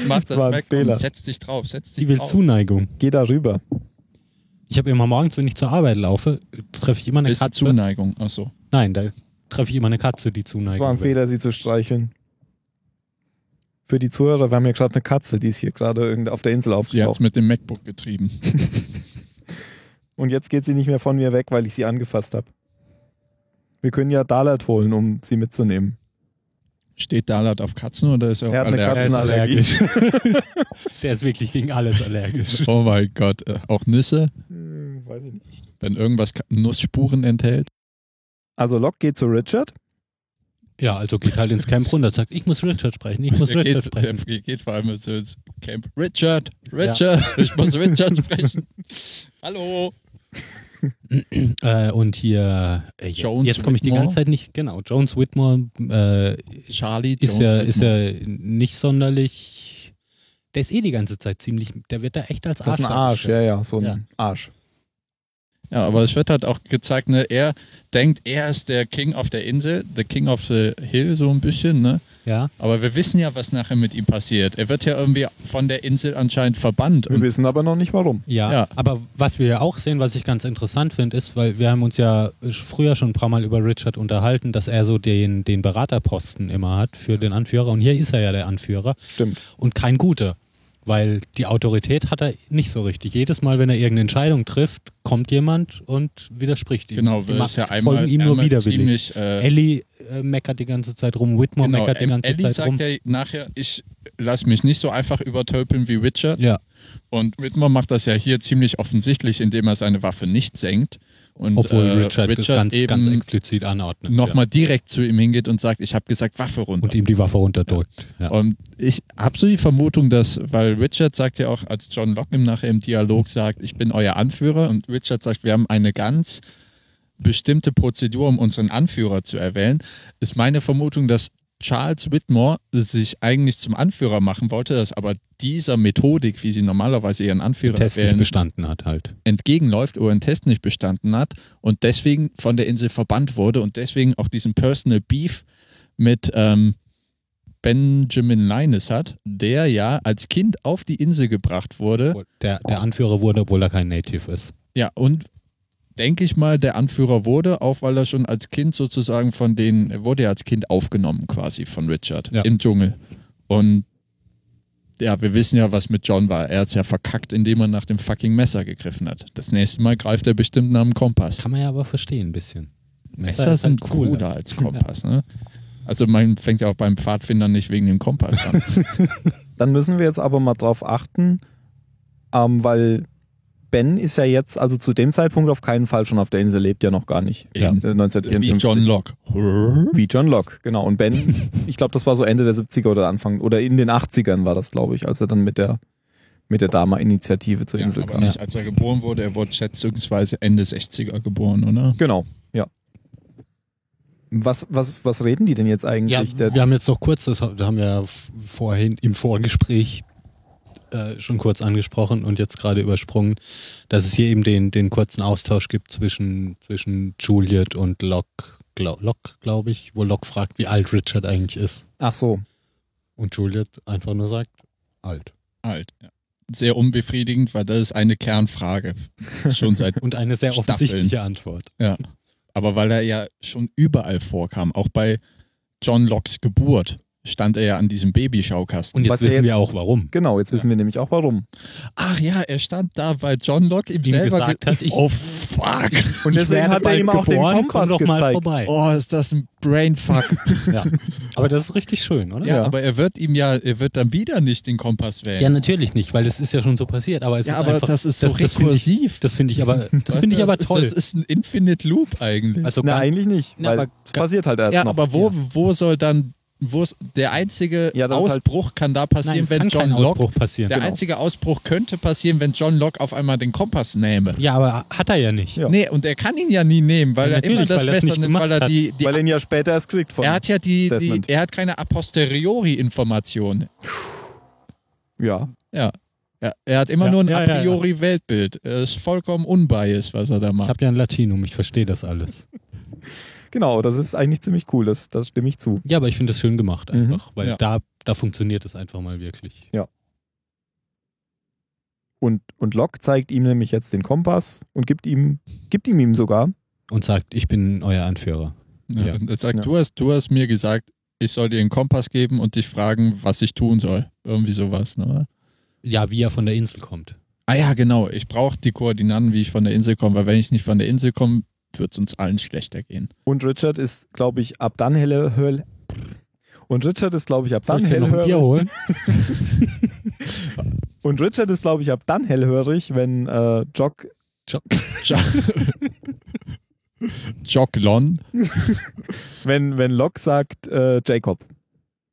Speaker 2: Mach das,
Speaker 1: Das war ein
Speaker 2: weg
Speaker 1: Fehler.
Speaker 2: und setz dich drauf, setz dich
Speaker 4: Die will
Speaker 2: drauf.
Speaker 4: Zuneigung.
Speaker 1: geh da rüber.
Speaker 4: Ich habe immer morgens, wenn ich zur Arbeit laufe, treffe ich immer eine
Speaker 2: Bist du
Speaker 4: Katze.
Speaker 2: Zuneigung, achso.
Speaker 4: Nein, da treffe ich immer eine Katze, die
Speaker 1: Es
Speaker 4: zuneigt.
Speaker 1: war ein Fehler, sie zu streicheln. Für die Zuhörer, wir haben ja gerade eine Katze, die ist hier gerade irgend- auf der Insel
Speaker 2: Sie hat es
Speaker 1: aufgetaucht.
Speaker 2: mit dem MacBook getrieben.
Speaker 1: Und jetzt geht sie nicht mehr von mir weg, weil ich sie angefasst habe. Wir können ja Dalat holen, um sie mitzunehmen.
Speaker 2: Steht Dalat auf Katzen oder ist er auch
Speaker 1: Er hat eine
Speaker 2: allergisch?
Speaker 4: Er ist
Speaker 1: Katzenallergie.
Speaker 4: allergisch. Der ist wirklich gegen alles allergisch.
Speaker 2: Oh mein Gott, äh, auch Nüsse,
Speaker 1: Hm, weiß ich nicht.
Speaker 2: wenn irgendwas Ka- Nussspuren enthält.
Speaker 1: Also Locke geht zu Richard.
Speaker 4: Ja, also geht halt ins Camp runter, sagt, ich muss Richard sprechen, ich muss
Speaker 2: Er geht,
Speaker 4: Richard sprechen.
Speaker 2: er geht vor allem so ins Camp. Richard, Richard, ich muss Richard sprechen. Hallo.
Speaker 4: Äh, und hier, äh, jetzt,
Speaker 2: Jones
Speaker 4: jetzt komme ich die
Speaker 2: Whitmore?
Speaker 4: ganze Zeit nicht, genau, Jones Whitmore äh,
Speaker 2: Charlie
Speaker 4: ist,
Speaker 2: Jones
Speaker 4: ja, ist
Speaker 2: Whitmore.
Speaker 4: ja nicht sonderlich, der ist eh die ganze Zeit ziemlich, der wird da echt als
Speaker 1: Das ist ein Arsch, ja, ja, so ein
Speaker 4: Ja.
Speaker 1: Arsch.
Speaker 2: ja, aber es wird halt auch gezeigt, ne, er denkt, er ist der King auf der Insel, the King of the Hill, so ein bisschen, ne?
Speaker 4: Ja,
Speaker 2: Aber wir wissen ja, was nachher mit ihm passiert. Er wird ja irgendwie von der Insel anscheinend verbannt.
Speaker 1: Wir
Speaker 2: Und
Speaker 1: wissen aber noch nicht warum.
Speaker 4: ja.
Speaker 2: Ja.
Speaker 4: Aber was wir ja auch sehen, was ich ganz interessant finde, ist, weil wir haben uns ja früher schon ein paar Mal über Richard unterhalten, dass er so den, den Beraterposten immer hat für den Anführer. Und hier ist er ja der Anführer.
Speaker 1: Stimmt.
Speaker 4: und kein guter. Weil die Autorität hat er nicht so richtig. Jedes Mal, wenn er irgendeine Entscheidung trifft, kommt jemand und widerspricht ihm.
Speaker 2: genau,
Speaker 4: Die
Speaker 2: weil es
Speaker 4: Macht-
Speaker 2: ja einmal,
Speaker 4: folgen ihm nur
Speaker 2: einmal
Speaker 4: widerwillig.
Speaker 2: ziemlich. Äh,
Speaker 4: Ellie äh, meckert die ganze Zeit rum, Whitmore
Speaker 2: genau,
Speaker 4: meckert die ganze
Speaker 2: Ellie
Speaker 4: Zeit
Speaker 2: sagt
Speaker 4: rum.
Speaker 2: ja nachher, ich lass mich nicht so einfach übertölpeln wie Richard.
Speaker 4: Ja.
Speaker 2: Und Whitmore macht das ja hier ziemlich offensichtlich, indem er seine Waffe nicht senkt. Und
Speaker 4: Obwohl
Speaker 2: äh,
Speaker 4: Richard, das
Speaker 2: Richard
Speaker 4: ganz,
Speaker 2: eben
Speaker 4: ganz explizit anordnet.
Speaker 2: nochmal direkt zu ihm hingeht und sagt, ich habe gesagt, Waffe
Speaker 4: ja.
Speaker 2: runter.
Speaker 4: Und ihm die Waffe runterdrückt. Ja.
Speaker 2: Und ich habe so die Vermutung, dass, weil Richard sagt ja auch, als John Locke ihm nachher im Dialog sagt, ich bin euer Anführer und Richard sagt, wir haben eine ganz bestimmte Prozedur, um unseren Anführer zu erwählen, ist meine Vermutung, dass Charles Whitmore sich eigentlich zum Anführer machen wollte, das aber dieser Methodik, wie sie normalerweise ihren Anführer
Speaker 4: Test nicht
Speaker 2: erwählen,
Speaker 4: bestanden hat halt.
Speaker 2: entgegenläuft oder einen Test nicht bestanden hat und deswegen von der Insel verbannt wurde und deswegen auch diesen Personal Beef mit ähm, Benjamin Linus hat, der ja als Kind auf die Insel gebracht wurde.
Speaker 4: Der, der Anführer wurde, obwohl er kein Native ist.
Speaker 2: Ja, und denke ich mal, der Anführer wurde, auch weil er schon als Kind sozusagen von denen, er wurde ja als Kind aufgenommen quasi von Richard
Speaker 4: Ja.
Speaker 2: im Dschungel. Und ja, wir wissen ja, was mit John war. Er hat ja verkackt, indem er nach dem fucking Messer gegriffen hat. Das nächste Mal greift er bestimmt nach dem Kompass.
Speaker 4: Kann man ja aber verstehen ein bisschen.
Speaker 2: Messer
Speaker 4: ist
Speaker 2: sind
Speaker 4: halt
Speaker 2: cooler, als Kompass, ne? Also man fängt ja auch beim Pfadfinder nicht wegen dem Kompass an.
Speaker 1: Dann müssen wir jetzt aber mal drauf achten, ähm, weil Ben ist ja jetzt, also zu dem Zeitpunkt auf keinen Fall schon auf der Insel, lebt ja noch gar nicht.
Speaker 2: Ja.
Speaker 1: Äh,
Speaker 2: Wie
Speaker 1: 1954.
Speaker 2: John Locke.
Speaker 1: Wie John Locke, genau. Und Ben, ich glaube, das war so Ende der 70er oder Anfang, oder in den 80ern war das, glaube ich, als er dann mit der, mit der Dama-Initiative zur
Speaker 2: Ja,
Speaker 1: Insel
Speaker 2: aber
Speaker 1: kam.
Speaker 2: nicht als er geboren wurde, er wurde schätzungsweise Ende 60er geboren, oder?
Speaker 1: Genau, ja. Was, was, was reden die denn jetzt
Speaker 4: Ja,
Speaker 1: eigentlich? der,
Speaker 4: wir haben jetzt noch kurz, das ha- haben wir ja f- vorhin im Vorgespräch äh, schon kurz angesprochen und jetzt gerade übersprungen, dass es hier eben den, den kurzen Austausch gibt zwischen, zwischen Juliet und Locke, glaub, Locke glaube ich, wo Locke fragt, wie alt Richard eigentlich ist.
Speaker 1: ach so,
Speaker 4: Und Juliet einfach nur sagt, alt.
Speaker 2: Alt. Ja. Sehr unbefriedigend, weil das ist eine Kernfrage. Schon seit.
Speaker 4: Und eine sehr
Speaker 2: Staffeln.
Speaker 4: offensichtliche Antwort.
Speaker 2: ja. Aber weil er ja schon überall vorkam, auch bei John Lockes Geburt stand er ja an diesem Babyschaukasten.
Speaker 4: Und jetzt
Speaker 1: Was er
Speaker 4: wissen
Speaker 1: jetzt-
Speaker 4: wir auch warum.
Speaker 1: genau, jetzt wissen wir nämlich auch warum.
Speaker 2: Ach ja, er stand da, weil John Locke ihm,
Speaker 4: Ihm
Speaker 2: selber
Speaker 4: gesagt
Speaker 2: ge-
Speaker 4: hat, ich-
Speaker 2: Oh fuck.
Speaker 1: Und deswegen hat er ihm auch den
Speaker 4: komm
Speaker 1: Kompass
Speaker 4: doch mal
Speaker 1: gezeigt.
Speaker 4: vorbei.
Speaker 2: Oh, ist das ein Brainfuck.
Speaker 4: Ja. Aber das ist richtig schön, oder?
Speaker 2: ja,
Speaker 1: Ja.
Speaker 2: ne? aber er wird ihm ja, er wird dann wieder nicht den Kompass wählen.
Speaker 4: Ja, natürlich nicht, weil es ist ja schon so passiert. Aber es
Speaker 2: Ja,
Speaker 4: ist
Speaker 2: aber
Speaker 4: einfach,
Speaker 2: das ist so
Speaker 4: find ich-
Speaker 2: rekursiv.
Speaker 4: Das finde ich aber, das finde ich aber toll.
Speaker 2: Das ist ein Infinite Loop eigentlich.
Speaker 4: also
Speaker 1: Na,
Speaker 4: gar-
Speaker 1: eigentlich nicht,
Speaker 4: Ja,
Speaker 1: weil
Speaker 4: aber-
Speaker 1: es passiert halt erst
Speaker 2: ja,
Speaker 1: noch.
Speaker 2: aber wo, wo soll dann, wo ist, der einzige
Speaker 1: Ja, das ist halt- Genau.
Speaker 2: Ausbruch kann da
Speaker 4: nein,
Speaker 2: passieren,
Speaker 4: es
Speaker 2: wenn
Speaker 4: kann
Speaker 2: John
Speaker 4: kein Ausbruch
Speaker 2: Locke.
Speaker 4: passieren.
Speaker 2: Der einzige Ausbruch könnte passieren, wenn John Locke auf einmal den Kompass nähme.
Speaker 4: Ja, aber hat er ja nicht.
Speaker 1: Ja.
Speaker 2: Nee, und er kann ihn ja nie nehmen, weil
Speaker 4: Ja,
Speaker 2: er immer
Speaker 4: natürlich,
Speaker 2: das
Speaker 4: weil er's
Speaker 2: Messer
Speaker 4: nicht
Speaker 2: nimmt, weil
Speaker 4: gemacht
Speaker 2: er
Speaker 4: hat.
Speaker 2: die, die
Speaker 1: weil er ihn ja später erst kriegt von.
Speaker 2: er hat ja die, die
Speaker 1: Desmond.
Speaker 2: er hat keine a posteriori Information.
Speaker 1: ja.
Speaker 2: Ja. ja. Er hat immer
Speaker 4: Ja,
Speaker 2: nur ein
Speaker 4: ja,
Speaker 2: a
Speaker 4: ja, ja.
Speaker 2: priori Weltbild. Er ist vollkommen unbiased, was er da
Speaker 4: Ich
Speaker 2: macht.
Speaker 4: habe ja ein Latinum, ich verstehe das alles.
Speaker 1: Genau, das ist eigentlich ziemlich cool, das, das stimme ich zu.
Speaker 4: Ja, aber ich finde es schön gemacht
Speaker 1: Mhm.
Speaker 4: einfach, weil
Speaker 2: Ja.
Speaker 4: da, da funktioniert es einfach mal wirklich.
Speaker 1: Und, und Locke zeigt ihm nämlich jetzt den Kompass und gibt ihm, gibt ihm ihm sogar
Speaker 4: Und sagt, ich bin euer Anführer.
Speaker 2: Ja.
Speaker 1: Ja.
Speaker 2: Und er sagt,
Speaker 1: Ja.
Speaker 2: du, hast, du hast mir gesagt, ich soll dir einen Kompass geben und dich fragen, was ich tun soll. Irgendwie sowas. Ne?
Speaker 4: Ja, wie er von der Insel kommt.
Speaker 2: Ah ja, genau. Ich brauche die Koordinaten, wie ich von der Insel komme, weil wenn ich nicht von der Insel komme, wird es uns allen schlechter gehen.
Speaker 1: Und Richard ist, glaube ich, ab dann helle Hölle. Und Richard ist, glaube ich, ab dann
Speaker 4: Soll ich mir noch ein Bier
Speaker 1: hellhörig.
Speaker 4: holen?
Speaker 1: Und Richard ist, glaube ich, ab dann hellhörig, wenn äh, Jock
Speaker 2: Jo- Jocklon.
Speaker 1: wenn, wenn Locke sagt, äh, Jacob.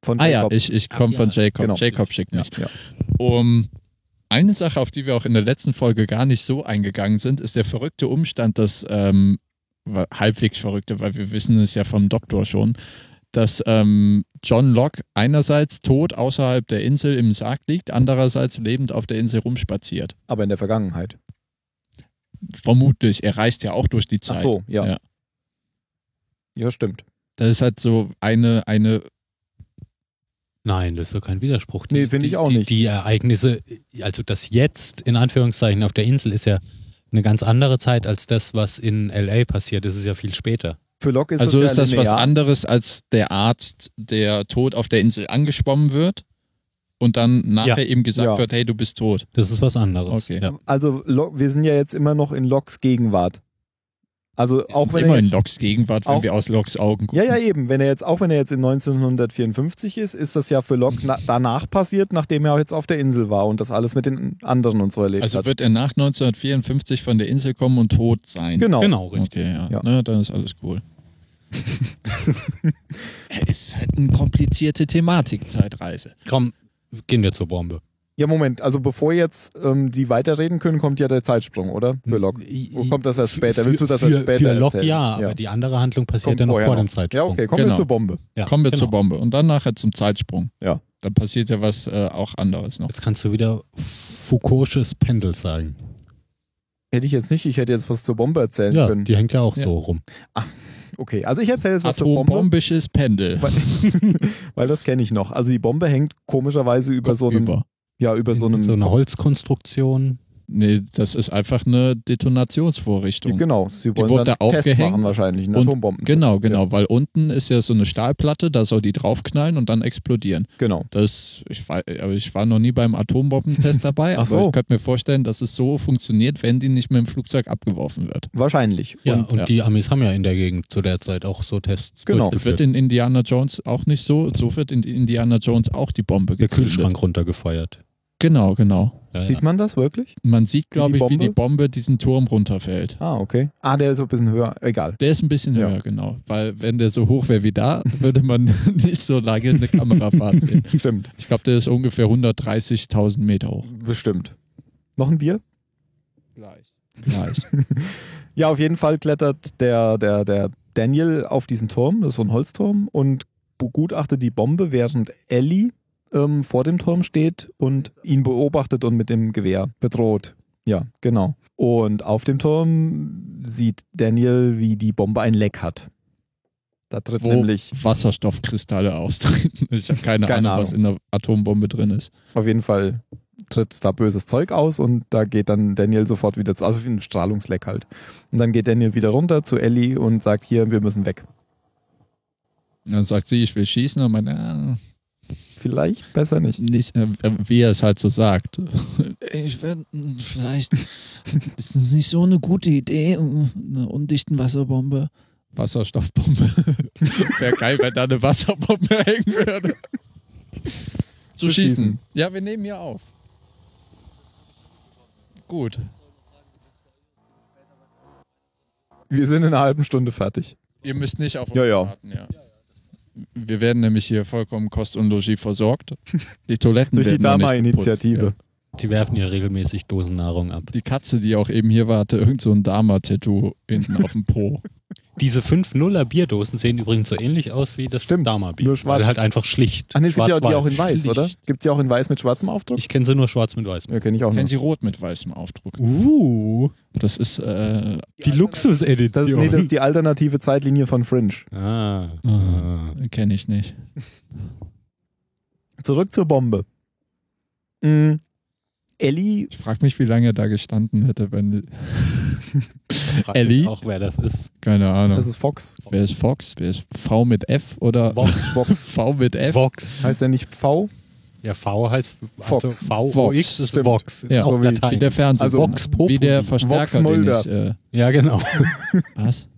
Speaker 1: Von
Speaker 2: Ah ja,
Speaker 1: Jacob.
Speaker 2: ich, ich komme
Speaker 4: Ah,
Speaker 2: von
Speaker 4: ja,
Speaker 2: Jacob.
Speaker 1: genau.
Speaker 2: Jacob schickt mich.
Speaker 1: Ja.
Speaker 2: Um, eine Sache, auf die wir auch in der letzten Folge gar nicht so eingegangen sind, ist der verrückte Umstand, dass ähm, wa- halbwegs verrückte, weil wir wissen es ja vom Doktor schon, dass ähm, John Locke einerseits tot außerhalb der Insel im Sarg liegt, andererseits lebend auf der Insel rumspaziert.
Speaker 1: Aber in der Vergangenheit.
Speaker 2: Vermutlich, er reist ja auch durch die Zeit.
Speaker 1: Ach so, ja.
Speaker 2: Ja.
Speaker 1: ja. stimmt.
Speaker 2: Das ist halt so eine, eine
Speaker 4: Nein, das ist doch kein Widerspruch. Die-
Speaker 1: Nee, finde ich
Speaker 4: die-
Speaker 1: auch
Speaker 4: die,
Speaker 1: nicht.
Speaker 4: Die Ereignisse, also das Jetzt in Anführungszeichen auf der Insel ist ja eine ganz andere Zeit als das, was in L.A. passiert. Das ist ja viel später.
Speaker 1: Für Locke ist
Speaker 2: also
Speaker 1: das
Speaker 2: ist das was
Speaker 1: linear.
Speaker 2: anderes als der Arzt, der tot auf der Insel angeschwommen wird und dann nachher eben gesagt
Speaker 1: Ja.
Speaker 2: wird, hey, du bist tot.
Speaker 4: Das ist was anderes.
Speaker 2: Okay.
Speaker 4: Ja.
Speaker 1: Also Locke, wir sind ja jetzt immer noch in Locks Gegenwart. Also
Speaker 2: Wir
Speaker 1: auch
Speaker 2: sind
Speaker 1: wenn
Speaker 2: immer
Speaker 1: er
Speaker 2: in
Speaker 1: jetzt,
Speaker 2: Locks Gegenwart, wenn
Speaker 1: auch-
Speaker 2: wir aus Locks Augen gucken.
Speaker 1: ja, ja, eben. Wenn er jetzt, auch wenn er jetzt in 1954 ist, ist das ja für Locke na, danach passiert, nachdem er auch jetzt auf der Insel war und das alles mit den anderen und so erlebt
Speaker 2: also
Speaker 1: hat.
Speaker 2: wird er nach 1954 von der Insel kommen und tot sein.
Speaker 1: Genau.
Speaker 4: Genau, richtig.
Speaker 2: Okay, ja.
Speaker 1: Ja.
Speaker 2: Na, dann ist alles cool. Es ist halt eine komplizierte Thematik, Zeitreise.
Speaker 4: Komm, gehen wir zur Bombe.
Speaker 1: Ja, Moment. Also bevor jetzt ähm, die weiterreden können, kommt ja der Zeitsprung, oder? Für Locke. Wo kommt das erst später? Willst du das
Speaker 4: Hm, für,
Speaker 1: erst später
Speaker 4: Für Locke
Speaker 1: erzählen?
Speaker 4: ja, aber
Speaker 1: Ja.
Speaker 4: die andere Handlung passiert
Speaker 1: Kommt
Speaker 4: ja noch
Speaker 1: vorher
Speaker 4: vor dem
Speaker 1: noch.
Speaker 4: Zeitsprung.
Speaker 1: Ja, okay, kommen
Speaker 2: Genau.
Speaker 1: wir zur Bombe.
Speaker 4: Ja,
Speaker 2: Kommen wir
Speaker 4: genau.
Speaker 2: zur Bombe und dann nachher zum Zeitsprung.
Speaker 1: Ja.
Speaker 2: Dann passiert ja was äh, auch anderes noch.
Speaker 4: Jetzt kannst du wieder Foucault'sches Pendel sagen.
Speaker 1: Hätte ich jetzt nicht, ich hätte jetzt was zur Bombe erzählen
Speaker 4: Ja,
Speaker 1: können.
Speaker 4: die hängt ja auch
Speaker 2: Ja.
Speaker 4: so rum.
Speaker 1: Okay, also ich erzähle jetzt was zur Bombe.
Speaker 2: Atombombisches Pendel.
Speaker 1: Weil, weil das kenne ich noch. Also die Bombe hängt komischerweise über so einem,
Speaker 2: Über.
Speaker 1: ja, über so einem,
Speaker 4: Mit so einer Holzkonstruktion.
Speaker 2: Nee, das ist einfach eine Detonationsvorrichtung. Genau,
Speaker 1: genau, sie wollen
Speaker 2: wurde
Speaker 1: dann
Speaker 2: da
Speaker 1: einen Test
Speaker 2: aufgehängt
Speaker 1: machen wahrscheinlich, einen
Speaker 2: und-
Speaker 1: Atombomben.
Speaker 2: genau, weil unten ist ja so eine Stahlplatte, da soll die draufknallen und dann explodieren.
Speaker 1: Genau.
Speaker 2: Das, ich war, aber ich war noch nie beim Atombombentest dabei,
Speaker 1: Ach
Speaker 2: aber
Speaker 1: so.
Speaker 2: ich könnte mir vorstellen, dass es so funktioniert, wenn die nicht mit dem Flugzeug abgeworfen wird.
Speaker 1: Wahrscheinlich.
Speaker 4: Ja,
Speaker 2: Und-
Speaker 4: und,
Speaker 2: ja.
Speaker 4: die Amis haben ja in der Gegend zu der Zeit auch so Tests
Speaker 1: Genau.
Speaker 2: Wird
Speaker 4: durchgeführt.
Speaker 2: in Indiana Jones auch nicht so, so wird in Indiana Jones auch die Bombe
Speaker 4: Der
Speaker 2: gezündet.
Speaker 4: Kühlschrank runtergefeuert.
Speaker 2: Genau, genau.
Speaker 4: Ja, ja.
Speaker 1: Sieht man das wirklich?
Speaker 2: Man sieht,
Speaker 1: die
Speaker 2: glaube ich, wie
Speaker 1: Bombe?
Speaker 2: die Bombe diesen Turm runterfällt.
Speaker 1: Ah, okay. Ah, der ist so ein bisschen höher. Egal.
Speaker 2: Der ist ein bisschen
Speaker 1: Ja.
Speaker 2: höher, genau. Weil wenn der so hoch wäre wie da, würde man nicht so lange eine Kamerafahrt sehen.
Speaker 1: Stimmt.
Speaker 2: Ich glaube, der ist ungefähr 130.000 Meter hoch.
Speaker 1: Bestimmt. Noch ein Bier?
Speaker 2: Gleich. Gleich.
Speaker 1: Ja, auf jeden Fall klettert der, der, der Daniel auf diesen Turm, das ist so ein Holzturm, und begutachtet die Bombe, während Ellie ähm, vor dem Turm steht und ihn beobachtet und mit dem Gewehr bedroht. Ja, genau. Und auf dem Turm sieht Daniel, wie die Bombe ein Leck hat. Da tritt
Speaker 2: Wo
Speaker 1: nämlich
Speaker 2: Wasserstoffkristalle austreten. Ich habe keine,
Speaker 1: Keine
Speaker 2: Ahnung, was in der Atombombe drin ist.
Speaker 1: auf jeden Fall tritt da böses Zeug aus und da geht dann Daniel sofort wieder zu, also wie ein Strahlungsleck halt. Und dann geht Daniel wieder runter zu Ellie und sagt, hier, wir müssen weg.
Speaker 2: Und dann sagt sie, ich will schießen. Und man, ah,
Speaker 1: Vielleicht besser nicht.
Speaker 2: nicht, äh, wie er es halt so sagt. Ich werde vielleicht, ist nicht so eine gute Idee, um eine undichten Wasserbombe. Wasserstoffbombe. Wäre geil, wenn da eine Wasserbombe hängen würde. Zu
Speaker 1: Zu schießen.
Speaker 2: schießen. Ja, wir nehmen hier auf. Gut.
Speaker 1: Wir sind in einer halben Stunde fertig.
Speaker 2: Ihr müsst nicht auf uns
Speaker 1: Ja, ja.
Speaker 2: warten, ja. Wir werden nämlich hier vollkommen Kost und Logis versorgt. Die Toiletten
Speaker 1: Durch die
Speaker 2: werden noch nicht
Speaker 1: Dama-Initiative.
Speaker 2: geputzt,
Speaker 4: Die werfen ja regelmäßig Dosennahrung ab.
Speaker 2: ja. Die Katze, die auch eben hier war, hatte irgend so ein Dama-Tattoo hinten auf dem Po.
Speaker 4: Diese 5-0er Bierdosen sehen übrigens so ähnlich aus wie das
Speaker 1: Stimmt,
Speaker 4: Dama-Bier.
Speaker 1: nur schwarz.
Speaker 4: Weil halt einfach schlicht.
Speaker 1: Ach nee, es gibt ja die auch in
Speaker 4: schwarz-weiß.
Speaker 1: weiß, oder? Gibt es die auch in weiß mit schwarzem Aufdruck?
Speaker 4: Ich kenne sie nur schwarz mit weiß.
Speaker 1: ja, kenne ich auch
Speaker 2: Kennen
Speaker 1: nicht.
Speaker 2: Sie rot mit weißem Aufdruck?
Speaker 4: Uh,
Speaker 2: Das ist, äh,
Speaker 4: die
Speaker 1: Das,
Speaker 4: Luxus-Edition.
Speaker 1: nee, das ist die alternative Zeitlinie von Fringe.
Speaker 4: ah.
Speaker 2: Ah.
Speaker 4: Ah.
Speaker 2: kenne ich nicht.
Speaker 1: Zurück zur Bombe. Mhm. Ellie,
Speaker 2: Ich frage mich, wie lange er da gestanden hätte, wenn
Speaker 4: Frag mich
Speaker 2: Ellie?
Speaker 4: Auch wer das ist.
Speaker 2: Keine Ahnung.
Speaker 1: Das ist Fox.
Speaker 2: Wer ist Fox? Wer ist V mit F oder
Speaker 4: Also Vox.
Speaker 1: Vox.
Speaker 2: V mit F?
Speaker 4: Vox.
Speaker 1: Heißt er nicht V?
Speaker 4: Ja, V heißt
Speaker 1: Fox.
Speaker 4: also V
Speaker 2: Vox,
Speaker 4: O X ist
Speaker 1: stimmt.
Speaker 4: Vox. Ist
Speaker 2: Ja.
Speaker 1: So
Speaker 4: auch
Speaker 1: wie-
Speaker 2: Wie
Speaker 4: Latein.
Speaker 2: der Fernseher.
Speaker 1: Also
Speaker 4: Vox Populi.
Speaker 2: Wie der Verstärker,
Speaker 1: Vox
Speaker 2: den
Speaker 1: Mulder.
Speaker 2: ich... Äh,
Speaker 4: ja, genau.
Speaker 2: was?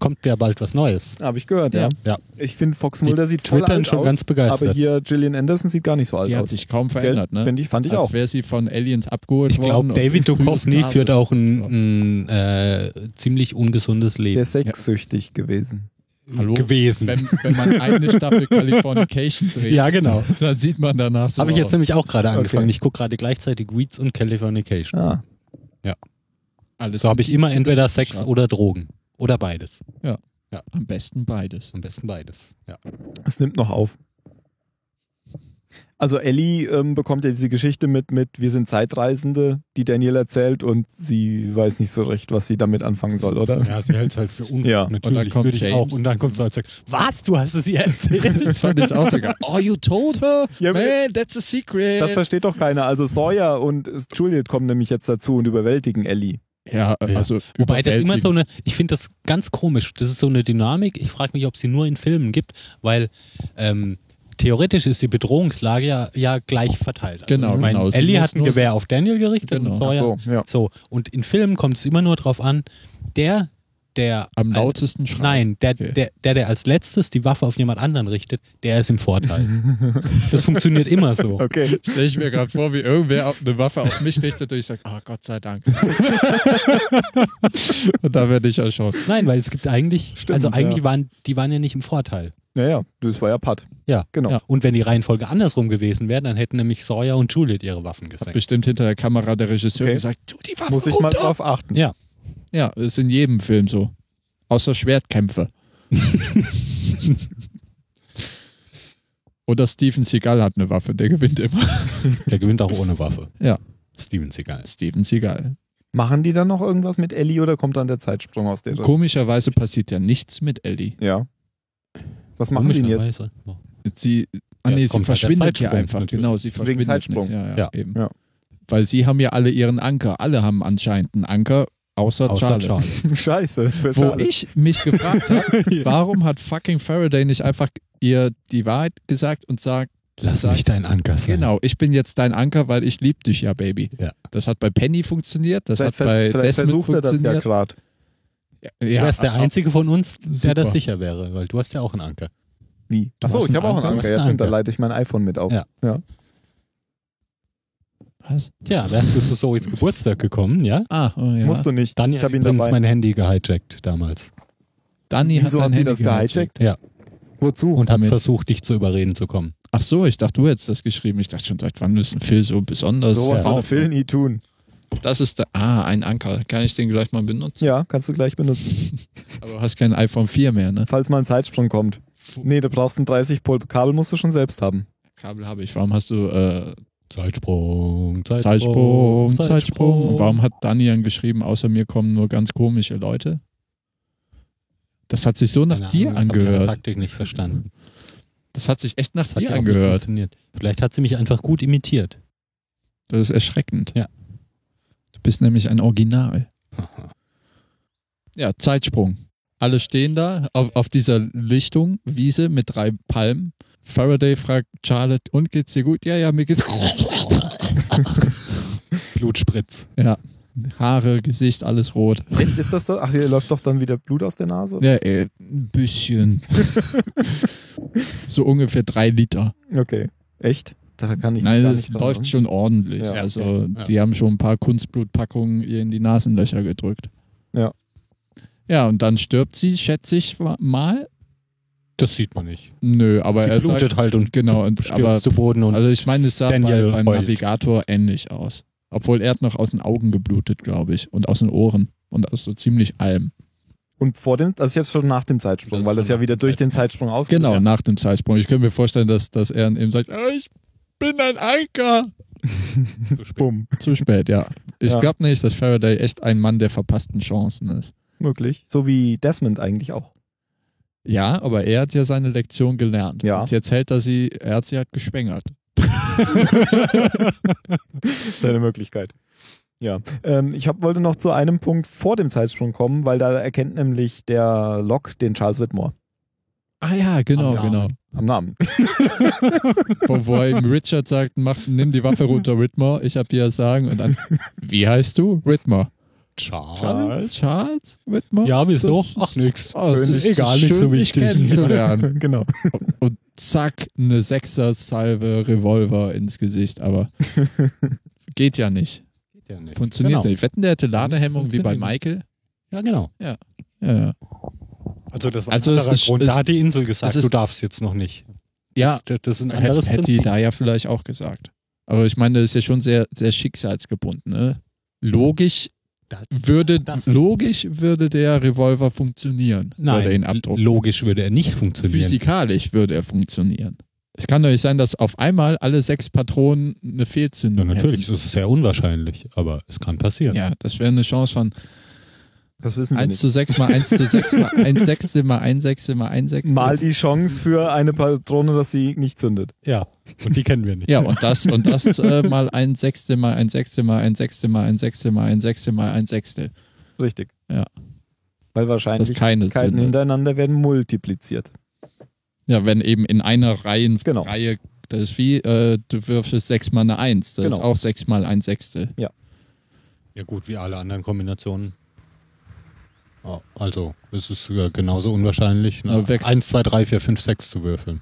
Speaker 4: Kommt ja bald was Neues.
Speaker 1: Habe ich gehört, ja.
Speaker 4: Ja.
Speaker 1: Ich finde, Fox
Speaker 4: Die
Speaker 1: Mulder sieht voll
Speaker 4: twittern
Speaker 1: alt
Speaker 4: schon
Speaker 1: aus,
Speaker 4: ganz begeistert.
Speaker 1: aber hier Gillian Anderson sieht gar nicht so alt
Speaker 2: Die hat
Speaker 1: Also aus.
Speaker 2: sich kaum verändert,
Speaker 1: Gell?
Speaker 2: ne?
Speaker 1: Find ich, fand ich
Speaker 2: Als
Speaker 1: auch.
Speaker 2: wäre sie von Aliens abgeholt
Speaker 4: Ich
Speaker 2: worden.
Speaker 4: glaube, David
Speaker 2: und-
Speaker 4: Duchovny führt auch ein, ein äh, ziemlich ungesundes
Speaker 1: Der
Speaker 4: Leben
Speaker 1: ist sexsüchtig gewesen.
Speaker 2: Hallo?
Speaker 4: gewesen.
Speaker 2: Wenn, wenn man eine Staffel Californication dreht,
Speaker 4: Ja, genau.
Speaker 2: dann sieht man danach so oh,
Speaker 4: Habe ich jetzt
Speaker 2: aus.
Speaker 4: nämlich auch gerade angefangen.
Speaker 1: Okay.
Speaker 4: Ich gucke gerade gleichzeitig Weeds und Californication.
Speaker 1: Ah,
Speaker 2: alles
Speaker 4: So habe ich immer entweder Sex
Speaker 2: Ah. Schade.
Speaker 4: oder Drogen. Oder beides.
Speaker 2: am besten beides.
Speaker 4: Am besten beides. Ja.
Speaker 1: es nimmt noch auf. Also Ellie ähm, bekommt ja diese Geschichte mit, mit wir sind Zeitreisende, die Daniel erzählt und sie weiß nicht so recht, was sie damit anfangen soll, oder?
Speaker 6: Ja, sie hält es halt für unmöglich.
Speaker 1: Ja.
Speaker 6: natürlich.
Speaker 2: Und dann kommt
Speaker 6: würde ich
Speaker 2: James.
Speaker 6: auch. Und dann kommt so ein Zeug.
Speaker 4: Was? Du hast es ihr erzählt?
Speaker 2: Das fand ich auch sogar. Oh, you told her?
Speaker 1: Ja,
Speaker 2: Man, that's a
Speaker 1: Das
Speaker 2: secret.
Speaker 1: versteht doch keiner. Also Sawyer und äh, Juliet kommen nämlich jetzt dazu und überwältigen Ellie.
Speaker 2: Ja, also
Speaker 4: Wobei das immer
Speaker 2: überwältigend.
Speaker 4: so eine, ich finde das ganz komisch. Das ist so eine Dynamik. Ich frage mich, ob sie nur in Filmen gibt, weil ähm, theoretisch ist die Bedrohungslage ja, ja gleich verteilt. Also
Speaker 2: Genau,
Speaker 4: ich mein,
Speaker 2: genau. Sie
Speaker 4: Ellie
Speaker 2: muss
Speaker 4: hat ein
Speaker 2: nur-
Speaker 4: Gewehr auf Daniel gerichtet
Speaker 2: Genau.
Speaker 4: und Sawyer.
Speaker 1: Ach so, ja.
Speaker 4: So, und in Filmen kommt es immer nur drauf an, der, der
Speaker 2: am
Speaker 4: als-
Speaker 2: lautesten schreien.
Speaker 4: Nein, der,
Speaker 2: Okay.
Speaker 4: der, der, der als letztes die Waffe auf jemand anderen richtet, der ist im Vorteil. das funktioniert immer so.
Speaker 1: Okay.
Speaker 2: Stelle ich mir gerade vor, wie irgendwer auf- eine Waffe auf mich richtet und ich sage, ah, Gott sei Dank. und da werde ich erschossen.
Speaker 4: Nein, weil es gibt eigentlich,
Speaker 1: Stimmt,
Speaker 4: also eigentlich
Speaker 1: ja.
Speaker 4: waren, die waren ja nicht im Vorteil.
Speaker 1: Naja, das war ja Pat.
Speaker 4: Ja.
Speaker 1: Genau.
Speaker 2: Ja.
Speaker 4: Und wenn die Reihenfolge andersrum gewesen wäre, dann hätten nämlich Sawyer und Juliet ihre Waffen gesenkt.
Speaker 2: Bestimmt hinter der Kamera der Regisseur
Speaker 1: Okay.
Speaker 2: gesagt, tu die Waffe
Speaker 1: Muss ich mal
Speaker 2: runter.
Speaker 1: drauf achten.
Speaker 4: Ja.
Speaker 2: Ja, ist in jedem Film so. Außer Schwertkämpfe. Oder Steven Seagal hat eine Waffe, der gewinnt immer.
Speaker 4: Der gewinnt auch ohne Waffe.
Speaker 2: Ja.
Speaker 4: Steven Seagal.
Speaker 2: Steven Seagal.
Speaker 1: Machen die dann noch irgendwas mit Ellie oder kommt dann der Zeitsprung aus der drin?
Speaker 2: Komischerweise passiert ja nichts mit Ellie.
Speaker 1: Ja. Was machen die denn jetzt?
Speaker 4: Komischerweise. Ja.
Speaker 2: Sie, ah
Speaker 4: Ja,
Speaker 2: nee,
Speaker 4: es
Speaker 2: sie
Speaker 4: kommt halt der
Speaker 2: verschwindet ja
Speaker 4: Zeitsprung
Speaker 2: einfach.
Speaker 4: natürlich.
Speaker 2: Genau, sie verschwindet.
Speaker 1: Zeitsprung.
Speaker 2: Nicht. Ja, ja,
Speaker 4: Ja.
Speaker 2: Eben.
Speaker 1: Ja.
Speaker 2: Weil sie haben ja alle ihren Anker. Alle haben anscheinend einen Anker, außer,
Speaker 4: Außer
Speaker 2: Charlie.
Speaker 4: Charlie.
Speaker 1: Scheiße. Für
Speaker 2: Wo
Speaker 1: Charlie.
Speaker 2: ich mich gefragt habe, warum hat fucking Faraday nicht einfach ihr die Wahrheit gesagt und sagt,
Speaker 4: Lass
Speaker 2: Sag-
Speaker 4: mich dein Anker sein.
Speaker 2: Genau, ich bin jetzt dein Anker, weil ich lieb dich ja, Baby.
Speaker 4: Ja.
Speaker 2: Das hat bei Penny funktioniert, das
Speaker 1: Vielleicht,
Speaker 2: hat bei
Speaker 1: vers- vielleicht
Speaker 2: Desmond
Speaker 1: versucht er das ja
Speaker 2: funktioniert.
Speaker 1: gerade.
Speaker 4: Du wärst der
Speaker 2: aber-
Speaker 4: Einzige von uns, der
Speaker 2: Super.
Speaker 4: das sicher wäre, weil du hast ja auch einen Anker.
Speaker 1: Wie?
Speaker 4: Du
Speaker 1: Achso,
Speaker 4: hast
Speaker 1: ich habe
Speaker 4: einen
Speaker 1: auch einen
Speaker 4: Anker,
Speaker 1: Anker.
Speaker 4: du hast
Speaker 1: Ja,
Speaker 4: einen
Speaker 1: stimmt, da
Speaker 4: Anker.
Speaker 1: leite ich mein iPhone mit auf.
Speaker 4: Ja.
Speaker 2: Was?
Speaker 4: Tja, wärst du zu Zoe's Geburtstag gekommen, ja?
Speaker 2: Ah, oh ja.
Speaker 1: Musst du nicht.
Speaker 4: Dann
Speaker 1: ich habe ihn
Speaker 4: übrigens
Speaker 1: dabei.
Speaker 4: mein Handy gehijackt damals.
Speaker 2: Dani
Speaker 1: Wieso haben
Speaker 2: hat dein
Speaker 1: die
Speaker 2: Handy
Speaker 1: das gehijackt?
Speaker 4: Ja.
Speaker 1: Wozu?
Speaker 4: Und hat
Speaker 2: Damit-
Speaker 4: versucht, dich zu überreden zu kommen.
Speaker 2: Ach so, ich dachte, du hättest das geschrieben. Ich dachte schon, seit wann ist ein Phil so besonders
Speaker 1: so was würde
Speaker 2: drauf?
Speaker 1: Phil nie tun.
Speaker 2: Das ist der, ah, ein Anker. Kann ich den gleich mal benutzen?
Speaker 1: Ja, kannst du gleich benutzen.
Speaker 2: Aber du hast kein iPhone 4 mehr, ne?
Speaker 1: Falls mal ein Zeitsprung kommt. Nee, du brauchst ein 30-Pol-Kabel, musst du schon selbst haben.
Speaker 2: Kabel habe ich. Warum hast du äh,
Speaker 4: Zeitsprung, Zeitsprung,
Speaker 2: Zeitsprung, Zeitsprung, Warum hat Daniel geschrieben, außer mir kommen nur ganz komische Leute? Das hat sich so nach
Speaker 4: Keine
Speaker 2: dir
Speaker 4: Ahnung, ich hab ihre
Speaker 2: angehört.
Speaker 4: Taktik nicht verstanden.
Speaker 2: Das hat sich echt nach
Speaker 4: Das hat
Speaker 2: dir
Speaker 4: ja auch nicht
Speaker 2: angehört.
Speaker 4: funktioniert. Vielleicht hat sie mich einfach gut imitiert.
Speaker 2: Das ist erschreckend.
Speaker 4: Ja.
Speaker 2: Du bist nämlich ein Original. Ja, Zeitsprung. Alle stehen da auf, auf dieser Lichtung, Wiese mit drei Palmen. Faraday fragt Charlotte, und geht's dir gut? Ja, ja, mir geht's
Speaker 4: Blutspritz.
Speaker 2: Ja, Haare, Gesicht, alles rot.
Speaker 1: Echt, ist das so? Ach, hier läuft doch dann wieder Blut aus der Nase?
Speaker 2: Ja, äh, ein bisschen. so ungefähr drei Liter.
Speaker 1: Okay. Echt? Da kann ich
Speaker 2: Nein,
Speaker 1: gar
Speaker 2: es
Speaker 1: nicht dran
Speaker 2: läuft
Speaker 1: ran.
Speaker 2: schon ordentlich.
Speaker 1: Ja,
Speaker 2: also
Speaker 4: okay, ja.
Speaker 2: die haben schon ein paar Kunstblutpackungen ihr in die Nasenlöcher gedrückt.
Speaker 1: Ja.
Speaker 2: Ja, und dann stirbt sie, schätze ich wa- mal.
Speaker 4: Das sieht man nicht.
Speaker 2: Nö, aber
Speaker 4: Sie
Speaker 2: er sagt,
Speaker 4: blutet halt und
Speaker 2: genau, und,
Speaker 4: stirbt
Speaker 2: aber
Speaker 4: zu Boden und
Speaker 2: also ich meine, es sah bei,
Speaker 4: Daniel
Speaker 2: beim
Speaker 4: heult.
Speaker 2: Navigator ähnlich aus. Obwohl er hat noch aus den Augen geblutet, glaube ich, und aus den Ohren und aus so ziemlich allem.
Speaker 1: Und vor dem, das ist jetzt schon nach dem Zeitsprung,
Speaker 4: Das ist
Speaker 1: weil das
Speaker 4: schon
Speaker 1: ja
Speaker 4: nach
Speaker 1: wieder
Speaker 4: dem
Speaker 1: durch den Zeitsprung ausgeht.
Speaker 2: Genau, nach dem Zeitsprung. Ich könnte mir vorstellen, dass, dass er eben sagt, "Ah, ich bin ein Anker.
Speaker 4: zu spät.
Speaker 1: Bumm.
Speaker 2: Zu spät, ja. Ich
Speaker 1: Ja.
Speaker 2: glaube nicht, dass Faraday echt ein Mann der verpassten Chancen ist.
Speaker 1: Möglich. So wie Desmond eigentlich auch.
Speaker 2: Ja, aber er hat ja seine Lektion gelernt.
Speaker 1: Ja.
Speaker 2: Und jetzt hält er sie, er hat sie halt geschwängert.
Speaker 1: Seine Möglichkeit. Ja, ähm, ich hab, wollte noch zu einem Punkt vor dem Zeitsprung kommen, weil da erkennt nämlich der Locke den Charles Whitmore
Speaker 2: Ah ja, genau,
Speaker 4: Am
Speaker 2: genau.
Speaker 1: am Namen.
Speaker 2: Wo, wo er ihm Richard sagt, mach, nimm die Waffe runter, Whitmore. Ich hab dir das sagen. Und dann, wie heißt du? Whitmore.
Speaker 4: Charles.
Speaker 2: Charles Whitmore?
Speaker 6: Ja, wieso?
Speaker 2: Das ist-
Speaker 6: Ach, nix.
Speaker 2: Oh, es
Speaker 6: Schön,
Speaker 2: ist
Speaker 6: egal,
Speaker 2: schön,
Speaker 6: nicht so
Speaker 2: dich
Speaker 6: wichtig.
Speaker 2: kennenzulernen.
Speaker 1: genau.
Speaker 2: Und zack, eine Sechser-Salve Revolver ins Gesicht, aber geht ja nicht.
Speaker 4: Ja, nicht.
Speaker 2: Funktioniert
Speaker 4: Genau.
Speaker 2: nicht. Wetten, der hätte Ladehemmung wie bei Michael.
Speaker 4: Ja, genau.
Speaker 2: Ja,
Speaker 6: Also das war
Speaker 2: Also
Speaker 6: ein
Speaker 2: es
Speaker 6: anderer
Speaker 2: ist-
Speaker 6: Grund.
Speaker 2: es-
Speaker 6: da hat die Insel
Speaker 2: es
Speaker 6: gesagt,
Speaker 2: ist-
Speaker 4: Du
Speaker 6: du darfst.
Speaker 4: darfst jetzt noch nicht.
Speaker 2: ja
Speaker 4: Das, das ist ein anderes
Speaker 2: hätte, hätte die
Speaker 4: Prinzip.
Speaker 2: da ja vielleicht auch gesagt. Aber ich meine, das ist ja schon sehr, sehr schicksalsgebunden. Ne? Logisch
Speaker 4: Das-
Speaker 2: würde,
Speaker 4: das-
Speaker 2: logisch würde der Revolver funktionieren. Würde ihn
Speaker 4: Nein,
Speaker 2: abdrucken.
Speaker 4: logisch würde er nicht funktionieren.
Speaker 2: Physikalisch würde er funktionieren. Es kann doch nicht sein, dass auf einmal alle sechs Patronen eine
Speaker 4: Ja,
Speaker 2: Fehlzündung
Speaker 4: natürlich, das ist sehr unwahrscheinlich, aber es kann passieren.
Speaker 2: hätten. Ja, das wäre eine Chance von
Speaker 1: Das wissen wir
Speaker 2: 1
Speaker 1: nicht.
Speaker 2: zu 6 mal 1 zu 6 mal 1 Sechstel mal 1 Sechstel mal 1 Sechstel.
Speaker 1: Mal die Chance für eine Patrone, dass sie nicht zündet.
Speaker 4: Ja, und die kennen wir nicht.
Speaker 2: Ja, und das, und das äh, mal 1 Sechstel mal 1 Sechstel mal 1 Sechstel mal 1 Sechstel mal 1 Sechstel mal 1 Sechstel.
Speaker 1: Richtig.
Speaker 2: Ja.
Speaker 1: Weil
Speaker 2: Das
Speaker 1: wahrscheinlich
Speaker 2: ist keine
Speaker 1: Ketten
Speaker 2: Sünde.
Speaker 1: hintereinander werden multipliziert.
Speaker 2: Ja, wenn eben in einer Reihe,
Speaker 1: Genau.
Speaker 2: Reihe das ist wie, äh, du wirfst 6 mal eine 1. Das ist
Speaker 1: Genau.
Speaker 2: auch 6 mal 1 Sechstel.
Speaker 4: Ja, gut, wie alle anderen Kombinationen. Ja, also, es ist äh, genauso unwahrscheinlich, ne?
Speaker 2: Aber wächst-
Speaker 4: 1, 2, 3, 4, 5, 6 zu würfeln.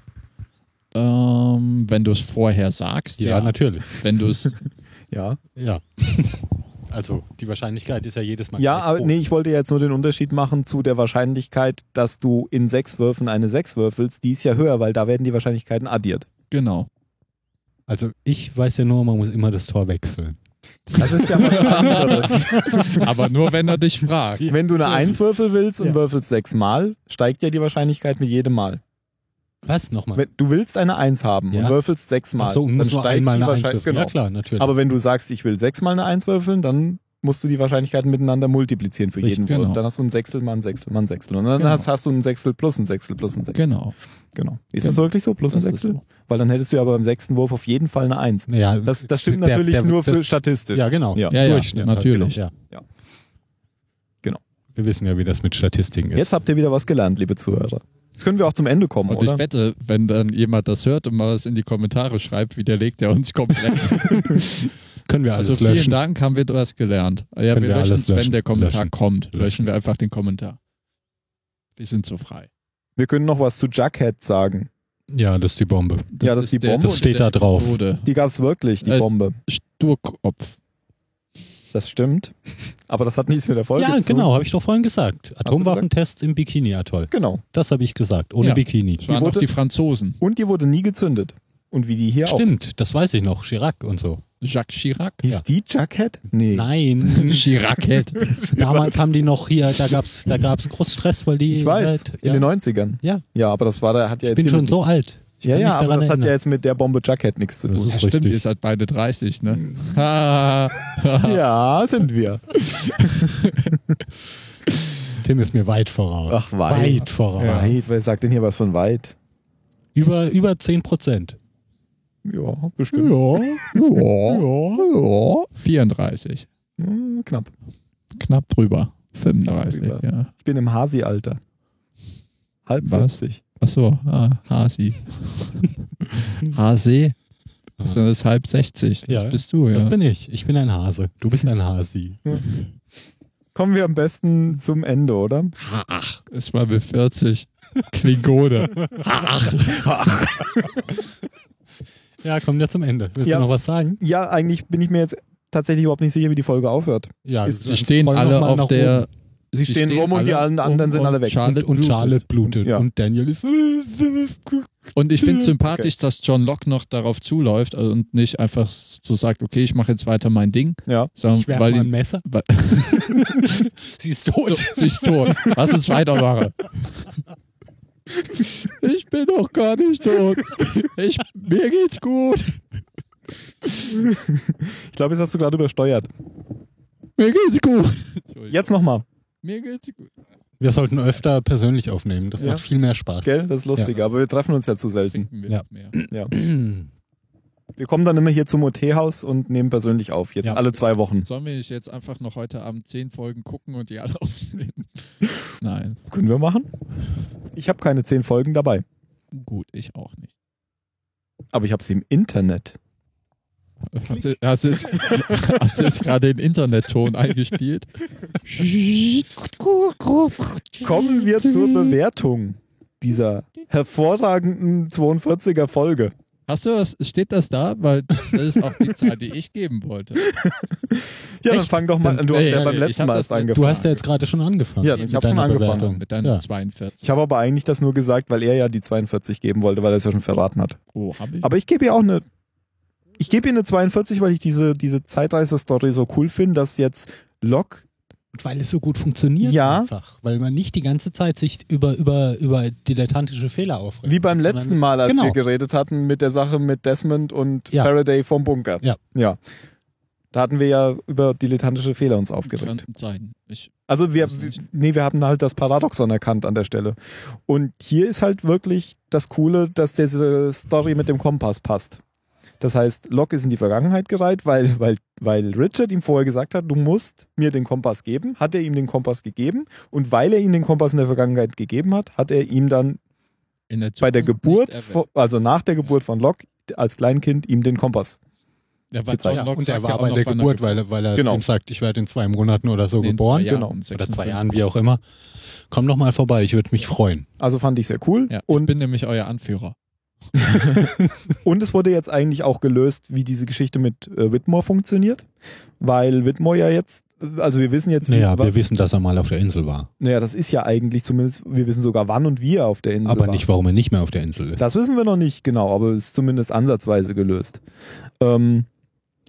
Speaker 2: Ähm, wenn du es vorher sagst,
Speaker 4: Ja,
Speaker 2: ja.
Speaker 4: natürlich.
Speaker 2: Wenn du es
Speaker 1: Ja.
Speaker 4: Ja. also, die Wahrscheinlichkeit ist ja jedes Mal.
Speaker 1: Ja,
Speaker 4: gleich
Speaker 1: aber
Speaker 4: hoch.
Speaker 1: nee, ich wollte jetzt nur den Unterschied machen zu der Wahrscheinlichkeit, dass du in sechs Würfen eine sechs würfelst. Die ist ja höher, weil da werden die Wahrscheinlichkeiten addiert.
Speaker 2: Genau.
Speaker 4: Also, ich weiß ja nur, man muss immer das Tor wechseln.
Speaker 1: Das ist ja was anderes.
Speaker 2: Aber nur wenn er dich fragt.
Speaker 1: Wenn du eine eins würfeln willst und
Speaker 4: Ja.
Speaker 1: würfelst sechsmal, steigt ja die Wahrscheinlichkeit mit jedem Mal.
Speaker 4: Was? Nochmal?
Speaker 1: Wenn- Du willst eine Eins haben
Speaker 4: Ja.
Speaker 1: und würfelst sechsmal.
Speaker 4: Ach so, und
Speaker 1: dann
Speaker 4: muss nur
Speaker 1: steigt
Speaker 4: einmal
Speaker 1: die
Speaker 4: eine 1
Speaker 1: Wahrscheinlichkeit-
Speaker 4: würfeln. Ja,
Speaker 1: Genau.
Speaker 4: klar, natürlich.
Speaker 1: Aber wenn du sagst, ich will sechsmal eine Eins würfeln, dann musst du die Wahrscheinlichkeiten miteinander multiplizieren für
Speaker 2: Richtig,
Speaker 1: jeden
Speaker 2: genau.
Speaker 1: Wurf. Dann hast du ein Sechstel mal ein Sechstel mal ein Sechstel. Und dann
Speaker 2: Genau.
Speaker 1: hast, hast du ein Sechstel plus ein Sechstel plus ein Sechstel.
Speaker 2: Genau.
Speaker 1: Genau. Ist
Speaker 2: Genau.
Speaker 1: das wirklich so? Plus ein
Speaker 2: Das ist
Speaker 1: Sechstel?
Speaker 2: so.
Speaker 1: Weil dann hättest du ja aber beim sechsten Wurf auf jeden Fall eine Eins.
Speaker 4: ja,
Speaker 1: Das, das stimmt
Speaker 4: Mhm. der-
Speaker 1: natürlich
Speaker 4: der-
Speaker 1: nur für
Speaker 4: das-
Speaker 1: statistisch.
Speaker 4: Ja, genau.
Speaker 1: Ja.
Speaker 2: Ja, ja,
Speaker 4: Durchschnitt halt,
Speaker 2: natürlich.
Speaker 4: Genau. Ja.
Speaker 1: Ja. Genau.
Speaker 4: Wir wissen ja, wie das mit Statistiken ist.
Speaker 1: Jetzt habt ihr wieder was gelernt, liebe Zuhörer. Jetzt können wir auch zum Ende kommen,
Speaker 2: Und ich
Speaker 1: oder?
Speaker 2: wette, wenn dann jemand das hört und mal was in die Kommentare schreibt, widerlegt er uns komplett.
Speaker 4: Können wir alles
Speaker 2: also vielen
Speaker 4: löschen.
Speaker 2: Dank, haben wir was gelernt. Ja,
Speaker 4: Können
Speaker 2: wir
Speaker 4: wir
Speaker 2: löschen
Speaker 4: alles
Speaker 2: es, wenn
Speaker 4: löschen.
Speaker 2: der Kommentar
Speaker 4: Löschen.
Speaker 2: kommt.
Speaker 4: Löschen.
Speaker 2: Löschen wir einfach den Kommentar. Wir sind so frei.
Speaker 1: Wir können noch was zu Jughead sagen.
Speaker 4: Ja, das ist die Bombe.
Speaker 1: Ja, das ist die Bombe.
Speaker 4: Das steht da drauf.
Speaker 2: Episode.
Speaker 1: Die gab's wirklich, die
Speaker 2: Das-
Speaker 1: Bombe.
Speaker 2: Sturkopf.
Speaker 1: Das stimmt. Aber das hat nichts mit der Folge
Speaker 4: ja,
Speaker 1: zu tun.
Speaker 4: genau, habe ich doch vorhin gesagt. Atomwaffentests im Bikini-Atoll.
Speaker 1: Genau.
Speaker 4: Das habe ich gesagt, ohne
Speaker 2: Ja.
Speaker 4: Bikini.
Speaker 2: Das waren auch
Speaker 1: wurde-
Speaker 2: die Franzosen.
Speaker 1: Und die wurde nie gezündet. Und wie die hier auch.
Speaker 4: Stimmt, das weiß ich noch. Chirac und so.
Speaker 2: Jacques Chirac.
Speaker 1: Hieß
Speaker 4: Ja.
Speaker 1: die Jughead? Nee.
Speaker 4: Nein,
Speaker 2: Chirac hält.
Speaker 4: damals haben die noch hier, da gab's, da gab's groß Stress, weil die.
Speaker 1: Ich weiß,
Speaker 4: halt-
Speaker 1: in
Speaker 4: ja.
Speaker 1: den 90ern.
Speaker 4: Ja.
Speaker 1: Ja, aber das war da, hat ja
Speaker 4: ich
Speaker 1: jetzt
Speaker 4: bin
Speaker 1: hier
Speaker 4: schon
Speaker 1: mit-
Speaker 4: so alt. Ich
Speaker 1: Ja,
Speaker 4: kann
Speaker 1: ja,
Speaker 4: mich
Speaker 1: aber
Speaker 4: daran
Speaker 1: das hat ja
Speaker 4: erinnern.
Speaker 1: jetzt mit der Bombe Jughead nichts zu
Speaker 4: Das
Speaker 1: tun.
Speaker 4: ist
Speaker 2: Ja, stimmt,
Speaker 4: richtig.
Speaker 2: ihr seid beide 30, ne?
Speaker 4: Mhm.
Speaker 2: Ha.
Speaker 1: Ja, sind wir.
Speaker 4: Tim ist mir weit voraus.
Speaker 1: Ach, weit.
Speaker 4: Weit voraus.
Speaker 1: Weit, wer sagt denn hier was von weit?
Speaker 4: Über, über 10 Prozent.
Speaker 1: Ja, bestimmt.
Speaker 2: ja. 34.
Speaker 1: Hm, knapp.
Speaker 2: Knapp drüber. 35,
Speaker 1: Knapp drüber.
Speaker 2: ja.
Speaker 1: Ich bin im Hasi-Alter. Halb
Speaker 2: Was?
Speaker 1: 70.
Speaker 2: Achso, ah, Hasi. Hase ist dann das halb 60. Das
Speaker 4: Ja,
Speaker 2: bist du, ja.
Speaker 4: Das bin ich. Ich bin ein Hase. Du bist ein Hasi.
Speaker 1: Kommen wir am besten zum Ende, oder?
Speaker 2: Ach, ist mal mit 40. Klingone.
Speaker 4: Ja, kommen wir zum Ende. Willst
Speaker 1: Ja.
Speaker 4: du noch was sagen?
Speaker 1: Ja, eigentlich bin ich mir jetzt tatsächlich überhaupt nicht sicher, wie die Folge aufhört.
Speaker 4: Ja,
Speaker 1: Ist-
Speaker 4: dann
Speaker 2: Sie stehen
Speaker 4: scroll noch
Speaker 2: alle
Speaker 4: mal
Speaker 2: auf
Speaker 4: nach oben.
Speaker 2: der.
Speaker 1: Sie stehen rum und die allen anderen sind
Speaker 2: um und
Speaker 1: alle weg.
Speaker 2: Charlotte
Speaker 4: und
Speaker 2: blutet.
Speaker 4: Charlotte blutet
Speaker 1: Ja.
Speaker 4: und Daniel ist
Speaker 2: Und ich
Speaker 4: Hm,
Speaker 2: finde sympathisch, dass John Locke noch darauf zuläuft also und nicht einfach so sagt, okay, ich mache jetzt weiter mein Ding,
Speaker 1: Ja.
Speaker 2: sondern
Speaker 4: ich werfe
Speaker 2: weil
Speaker 4: mal ein
Speaker 2: ihn,
Speaker 4: Messer.
Speaker 2: weil-
Speaker 4: Sie ist tot.
Speaker 2: so, sie ist tot. Lass uns weitermachen. Ich bin doch gar nicht tot. Ich, mir geht's gut.
Speaker 1: Ich glaube, jetzt hast du gerade übersteuert.
Speaker 2: Mir geht's gut.
Speaker 1: Jetzt nochmal.
Speaker 2: Mir geht's gut.
Speaker 4: Wir sollten öfter persönlich aufnehmen. Das
Speaker 1: Ja.
Speaker 4: macht viel mehr Spaß.
Speaker 1: Gell? Das ist lustig, aber wir treffen uns ja zu selten.
Speaker 2: Trinken wir
Speaker 4: Ja.
Speaker 2: nicht mehr.
Speaker 4: Hm.
Speaker 1: Wir kommen dann immer hier zum OT-Haus und nehmen persönlich auf. Jetzt
Speaker 4: Ja.
Speaker 1: alle zwei Wochen.
Speaker 2: Sollen wir nicht jetzt einfach noch heute Abend zehn Folgen gucken und die alle aufnehmen? Nein.
Speaker 1: Können wir machen? Ich habe keine zehn Folgen dabei,
Speaker 2: Gut, ich auch nicht.
Speaker 1: aber ich habe sie im Internet.
Speaker 2: Hast du, hast du jetzt, hast du jetzt gerade den Internetton eingespielt?
Speaker 1: Kommen wir zur Bewertung dieser hervorragenden 42er Folge.
Speaker 2: Hast du was? Steht das da? Weil das ist auch die Zahl, die ich geben wollte.
Speaker 1: Ja, dann
Speaker 2: Echt?
Speaker 1: fang doch mal an.
Speaker 2: Dann-
Speaker 1: Du hast
Speaker 2: nee,
Speaker 1: ja
Speaker 2: nee,
Speaker 1: beim
Speaker 2: nee, ich
Speaker 1: letzten
Speaker 2: hab
Speaker 1: Mal
Speaker 2: das
Speaker 1: erst
Speaker 2: nicht-
Speaker 1: angefangen.
Speaker 4: Du hast ja jetzt gerade schon angefangen.
Speaker 1: Ja, ich
Speaker 2: mit
Speaker 1: habe schon
Speaker 4: deiner
Speaker 1: angefangen.
Speaker 4: Bewertung.
Speaker 2: Mit deiner
Speaker 4: Ja.
Speaker 2: 42.
Speaker 1: Ich habe aber eigentlich das nur gesagt, weil er ja die 42 geben wollte, weil er es ja schon verraten hat.
Speaker 2: oh, hab ich?
Speaker 1: Aber ich gebe ihr auch eine. Ich gebe ihr eine 42, weil ich diese, diese Zeitreise-Story so cool finde, dass jetzt Locke
Speaker 4: Und weil es so gut funktioniert
Speaker 1: Ja.
Speaker 4: einfach. Weil man nicht die ganze Zeit sich über, über, über dilettantische Fehler aufregt.
Speaker 1: Wie beim
Speaker 4: Sondern
Speaker 1: letzten
Speaker 4: es-
Speaker 1: Mal, als
Speaker 4: genau.
Speaker 1: wir geredet hatten mit der Sache mit Desmond und
Speaker 4: Ja.
Speaker 1: Faraday vom Bunker.
Speaker 4: Ja.
Speaker 1: ja. Da hatten wir ja über dilettantische Fehler uns aufgeregt.
Speaker 2: könnten sein. Ich,
Speaker 1: Also wir,
Speaker 2: Weiß nicht.
Speaker 1: nee, wir haben halt das Paradoxon erkannt an der Stelle. Und hier ist halt wirklich das Coole, dass diese Story mit dem Kompass passt. Das heißt, Locke ist in die Vergangenheit gereiht, weil, weil, weil Richard ihm vorher gesagt hat, du musst mir den Kompass geben, hat er ihm den Kompass gegeben. Und weil er ihm den Kompass in der Vergangenheit gegeben hat, hat er ihm dann
Speaker 2: in der Zukunft
Speaker 1: bei der Geburt,
Speaker 2: nicht
Speaker 1: von- also nach der Geburt von Locke, als Kleinkind ihm den Kompass.
Speaker 2: Ja, weil
Speaker 1: gezeigt.
Speaker 2: John
Speaker 4: Ja,
Speaker 2: Locke
Speaker 4: und er
Speaker 2: sagt
Speaker 4: war
Speaker 2: ja auch
Speaker 4: aber in
Speaker 2: noch,
Speaker 4: der
Speaker 2: wann er
Speaker 4: Geburt,
Speaker 2: geboren
Speaker 4: weil, weil er
Speaker 1: Genau.
Speaker 4: ihm sagt, ich werde in zwei Monaten oder so
Speaker 2: Nee, in
Speaker 4: geboren.
Speaker 2: zwei Jahren,
Speaker 4: Oder
Speaker 2: 56.
Speaker 4: zwei Jahren, wie auch immer. Komm noch mal vorbei, ich würde mich freuen.
Speaker 1: Also fand ich sehr cool.
Speaker 2: Ja, ich
Speaker 1: und,
Speaker 2: bin nämlich euer Anführer.
Speaker 1: und es wurde jetzt eigentlich auch gelöst, wie diese Geschichte mit äh, Whitmore funktioniert. Weil Whitmore ja jetzt, äh, also wir wissen jetzt, wie-
Speaker 4: Naja,
Speaker 1: wa-
Speaker 4: wir wissen, dass er mal auf der Insel war.
Speaker 1: naja, das ist ja eigentlich zumindest, wir wissen sogar wann und wie er auf der Insel
Speaker 4: Aber
Speaker 1: war.
Speaker 4: nicht, warum er nicht mehr auf der Insel ist.
Speaker 1: Das wissen wir noch nicht genau, aber es ist zumindest ansatzweise gelöst. Ähm,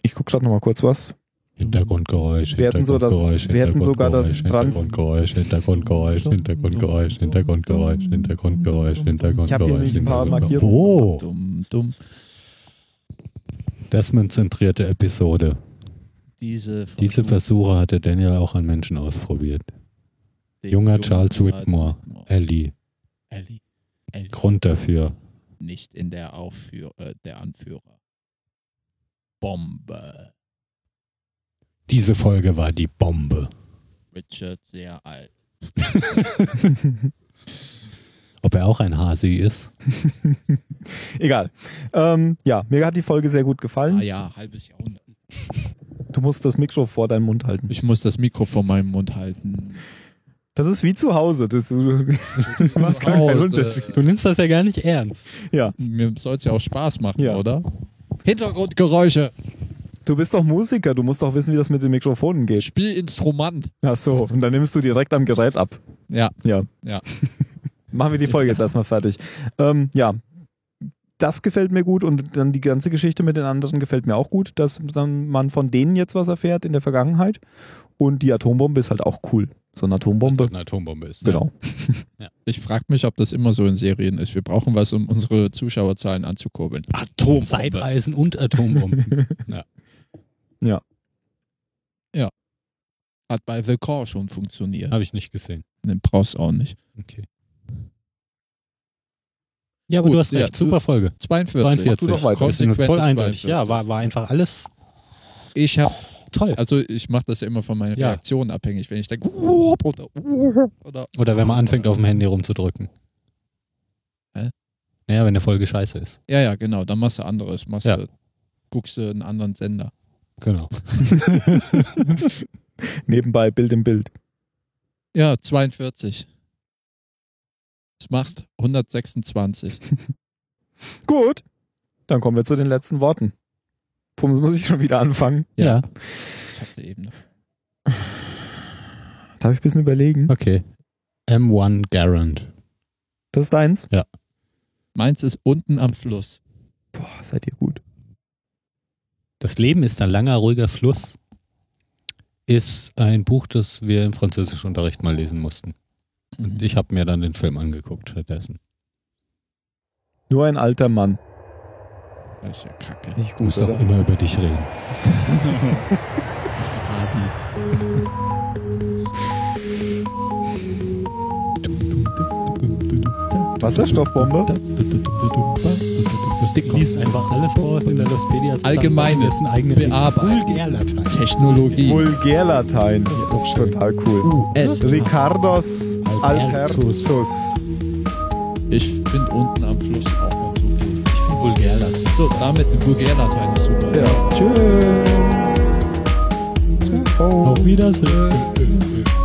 Speaker 1: ich gucke gerade nochmal kurz was.
Speaker 4: Hintergrundgeräusch,
Speaker 1: Wir hatten so das-
Speaker 4: Hintergrundgeräusch,
Speaker 1: wir hatten sogar das Trans-
Speaker 4: Hintergrundgeräusch, Hintergrundgeräusch, Hintergrundgeräusch, Hintergrundgeräusch, Hintergrundgeräusch, Hintergrundgeräusch.
Speaker 1: Ich hab hier nämlich ein paar
Speaker 4: Hintergrundgeräusch.
Speaker 1: Markierungen
Speaker 4: Oh,
Speaker 2: Dumm, dumm.
Speaker 4: Desmond-zentrierte Episode.
Speaker 2: Diese,
Speaker 4: Diese
Speaker 2: Versuch-
Speaker 4: Versuche hatte Daniel auch an Menschen ausprobiert. junger Charles Whitmore. Ellie,
Speaker 2: halt Ellie. Ellie.
Speaker 4: Grund dafür.
Speaker 2: Nicht in der Aufführ äh, der Anführer. Bombe.
Speaker 4: Diese Folge war die Bombe.
Speaker 2: Richard sehr alt.
Speaker 4: Ob er auch ein Hasi ist?
Speaker 1: Egal. Ähm, ja, mir hat die Folge sehr gut gefallen.
Speaker 2: Ah ja, halbes Jahrhundert.
Speaker 1: Du musst das Mikro vor deinem Mund halten.
Speaker 2: Ich muss das Mikro vor meinem Mund halten.
Speaker 1: Das ist wie zu Hause. Das, du, du machst gar keinen
Speaker 2: Hause.
Speaker 1: Unterschied.
Speaker 4: Du nimmst das ja gar nicht ernst.
Speaker 2: Mir soll es ja auch Spaß machen,
Speaker 1: Ja.
Speaker 2: oder? Hintergrundgeräusche.
Speaker 1: Du bist doch Musiker, du musst doch wissen, wie das mit den Mikrofonen geht.
Speaker 2: Spielinstrument.
Speaker 1: Ach so, und dann nimmst du direkt am Gerät ab.
Speaker 2: Ja.
Speaker 1: Ja.
Speaker 2: Ja.
Speaker 1: Machen wir die Folge jetzt erstmal fertig. Ähm, ja. Das gefällt mir gut und dann die ganze Geschichte mit den anderen gefällt mir auch gut, dass dann man von denen jetzt was erfährt in der Vergangenheit. Und die Atombombe ist halt auch cool. So eine Atombombe.
Speaker 4: Eine Atombombe ist. ne?
Speaker 1: Genau.
Speaker 2: Ich frage mich, ob das immer so in Serien ist. Wir brauchen was, um unsere Zuschauerzahlen anzukurbeln. Atom.
Speaker 4: Zeitreisen und Atombomben.
Speaker 2: Hat bei The Core schon funktioniert.
Speaker 4: Habe ich nicht gesehen.
Speaker 2: Den brauchst du auch nicht.
Speaker 4: Okay. Ja, aber
Speaker 2: Gut,
Speaker 4: du hast recht.
Speaker 2: ja,
Speaker 4: Super Folge.
Speaker 2: 42.
Speaker 4: 42.
Speaker 1: doch weiter.
Speaker 2: Konsequente
Speaker 4: Voll
Speaker 2: 42.
Speaker 4: eindeutig. Ja, war, war einfach alles
Speaker 2: Ich habe,
Speaker 4: toll.
Speaker 2: also ich mache das ja immer von meinen
Speaker 4: Ja.
Speaker 2: Reaktionen abhängig. Wenn ich denke, oder, oder
Speaker 4: Oder wenn man anfängt, auf dem Handy rumzudrücken.
Speaker 2: Hä?
Speaker 4: Naja, wenn eine Folge scheiße ist.
Speaker 2: ja, ja, genau, dann machst du anderes, machst
Speaker 4: Ja.
Speaker 2: du, guckst du einen anderen Sender.
Speaker 4: Genau.
Speaker 1: Nebenbei Bild im Bild.
Speaker 2: Ja, 42. Es macht 126.
Speaker 1: Gut. Dann kommen wir zu den letzten Worten. Pums muss ich schon wieder anfangen.
Speaker 2: Ja. Ich hatte eben noch.
Speaker 1: Darf ich ein bisschen überlegen?
Speaker 4: Okay. M1 Garant.
Speaker 1: Das ist deins.
Speaker 2: Meins ist unten am Fluss.
Speaker 1: Boah, seid ihr gut.
Speaker 4: Das Leben ist ein langer, ruhiger Fluss. Ist ein Buch, das wir im Französischunterricht mal lesen mussten. Und ich habe mir dann den Film angeguckt stattdessen.
Speaker 1: Nur ein alter Mann.
Speaker 2: Das ist ja kacke.
Speaker 1: Nicht
Speaker 4: Du
Speaker 1: gut.
Speaker 4: musst auch
Speaker 1: Oder?
Speaker 4: immer über dich reden.
Speaker 1: Wasserstoffbombe?
Speaker 4: Dick liest einfach alles vor, was in der Lostpedia als
Speaker 2: Allgemeines
Speaker 4: ist ein eigener
Speaker 2: Bearbeiten.
Speaker 4: Vulgärlatein.
Speaker 2: Technologie.
Speaker 1: Vulgärlatein. Das ist doch total cool.
Speaker 2: US.
Speaker 1: Ricardos
Speaker 4: Albertus.
Speaker 1: Albertus.
Speaker 2: Ich finde unten am Fluss auch ganz okay.
Speaker 8: Vulgärlatein.
Speaker 2: So, damit ein Vulgärlatein ist super.
Speaker 1: Ja.
Speaker 2: Tschüss.
Speaker 1: Oh.
Speaker 4: Äh, Auf Wiedersehen.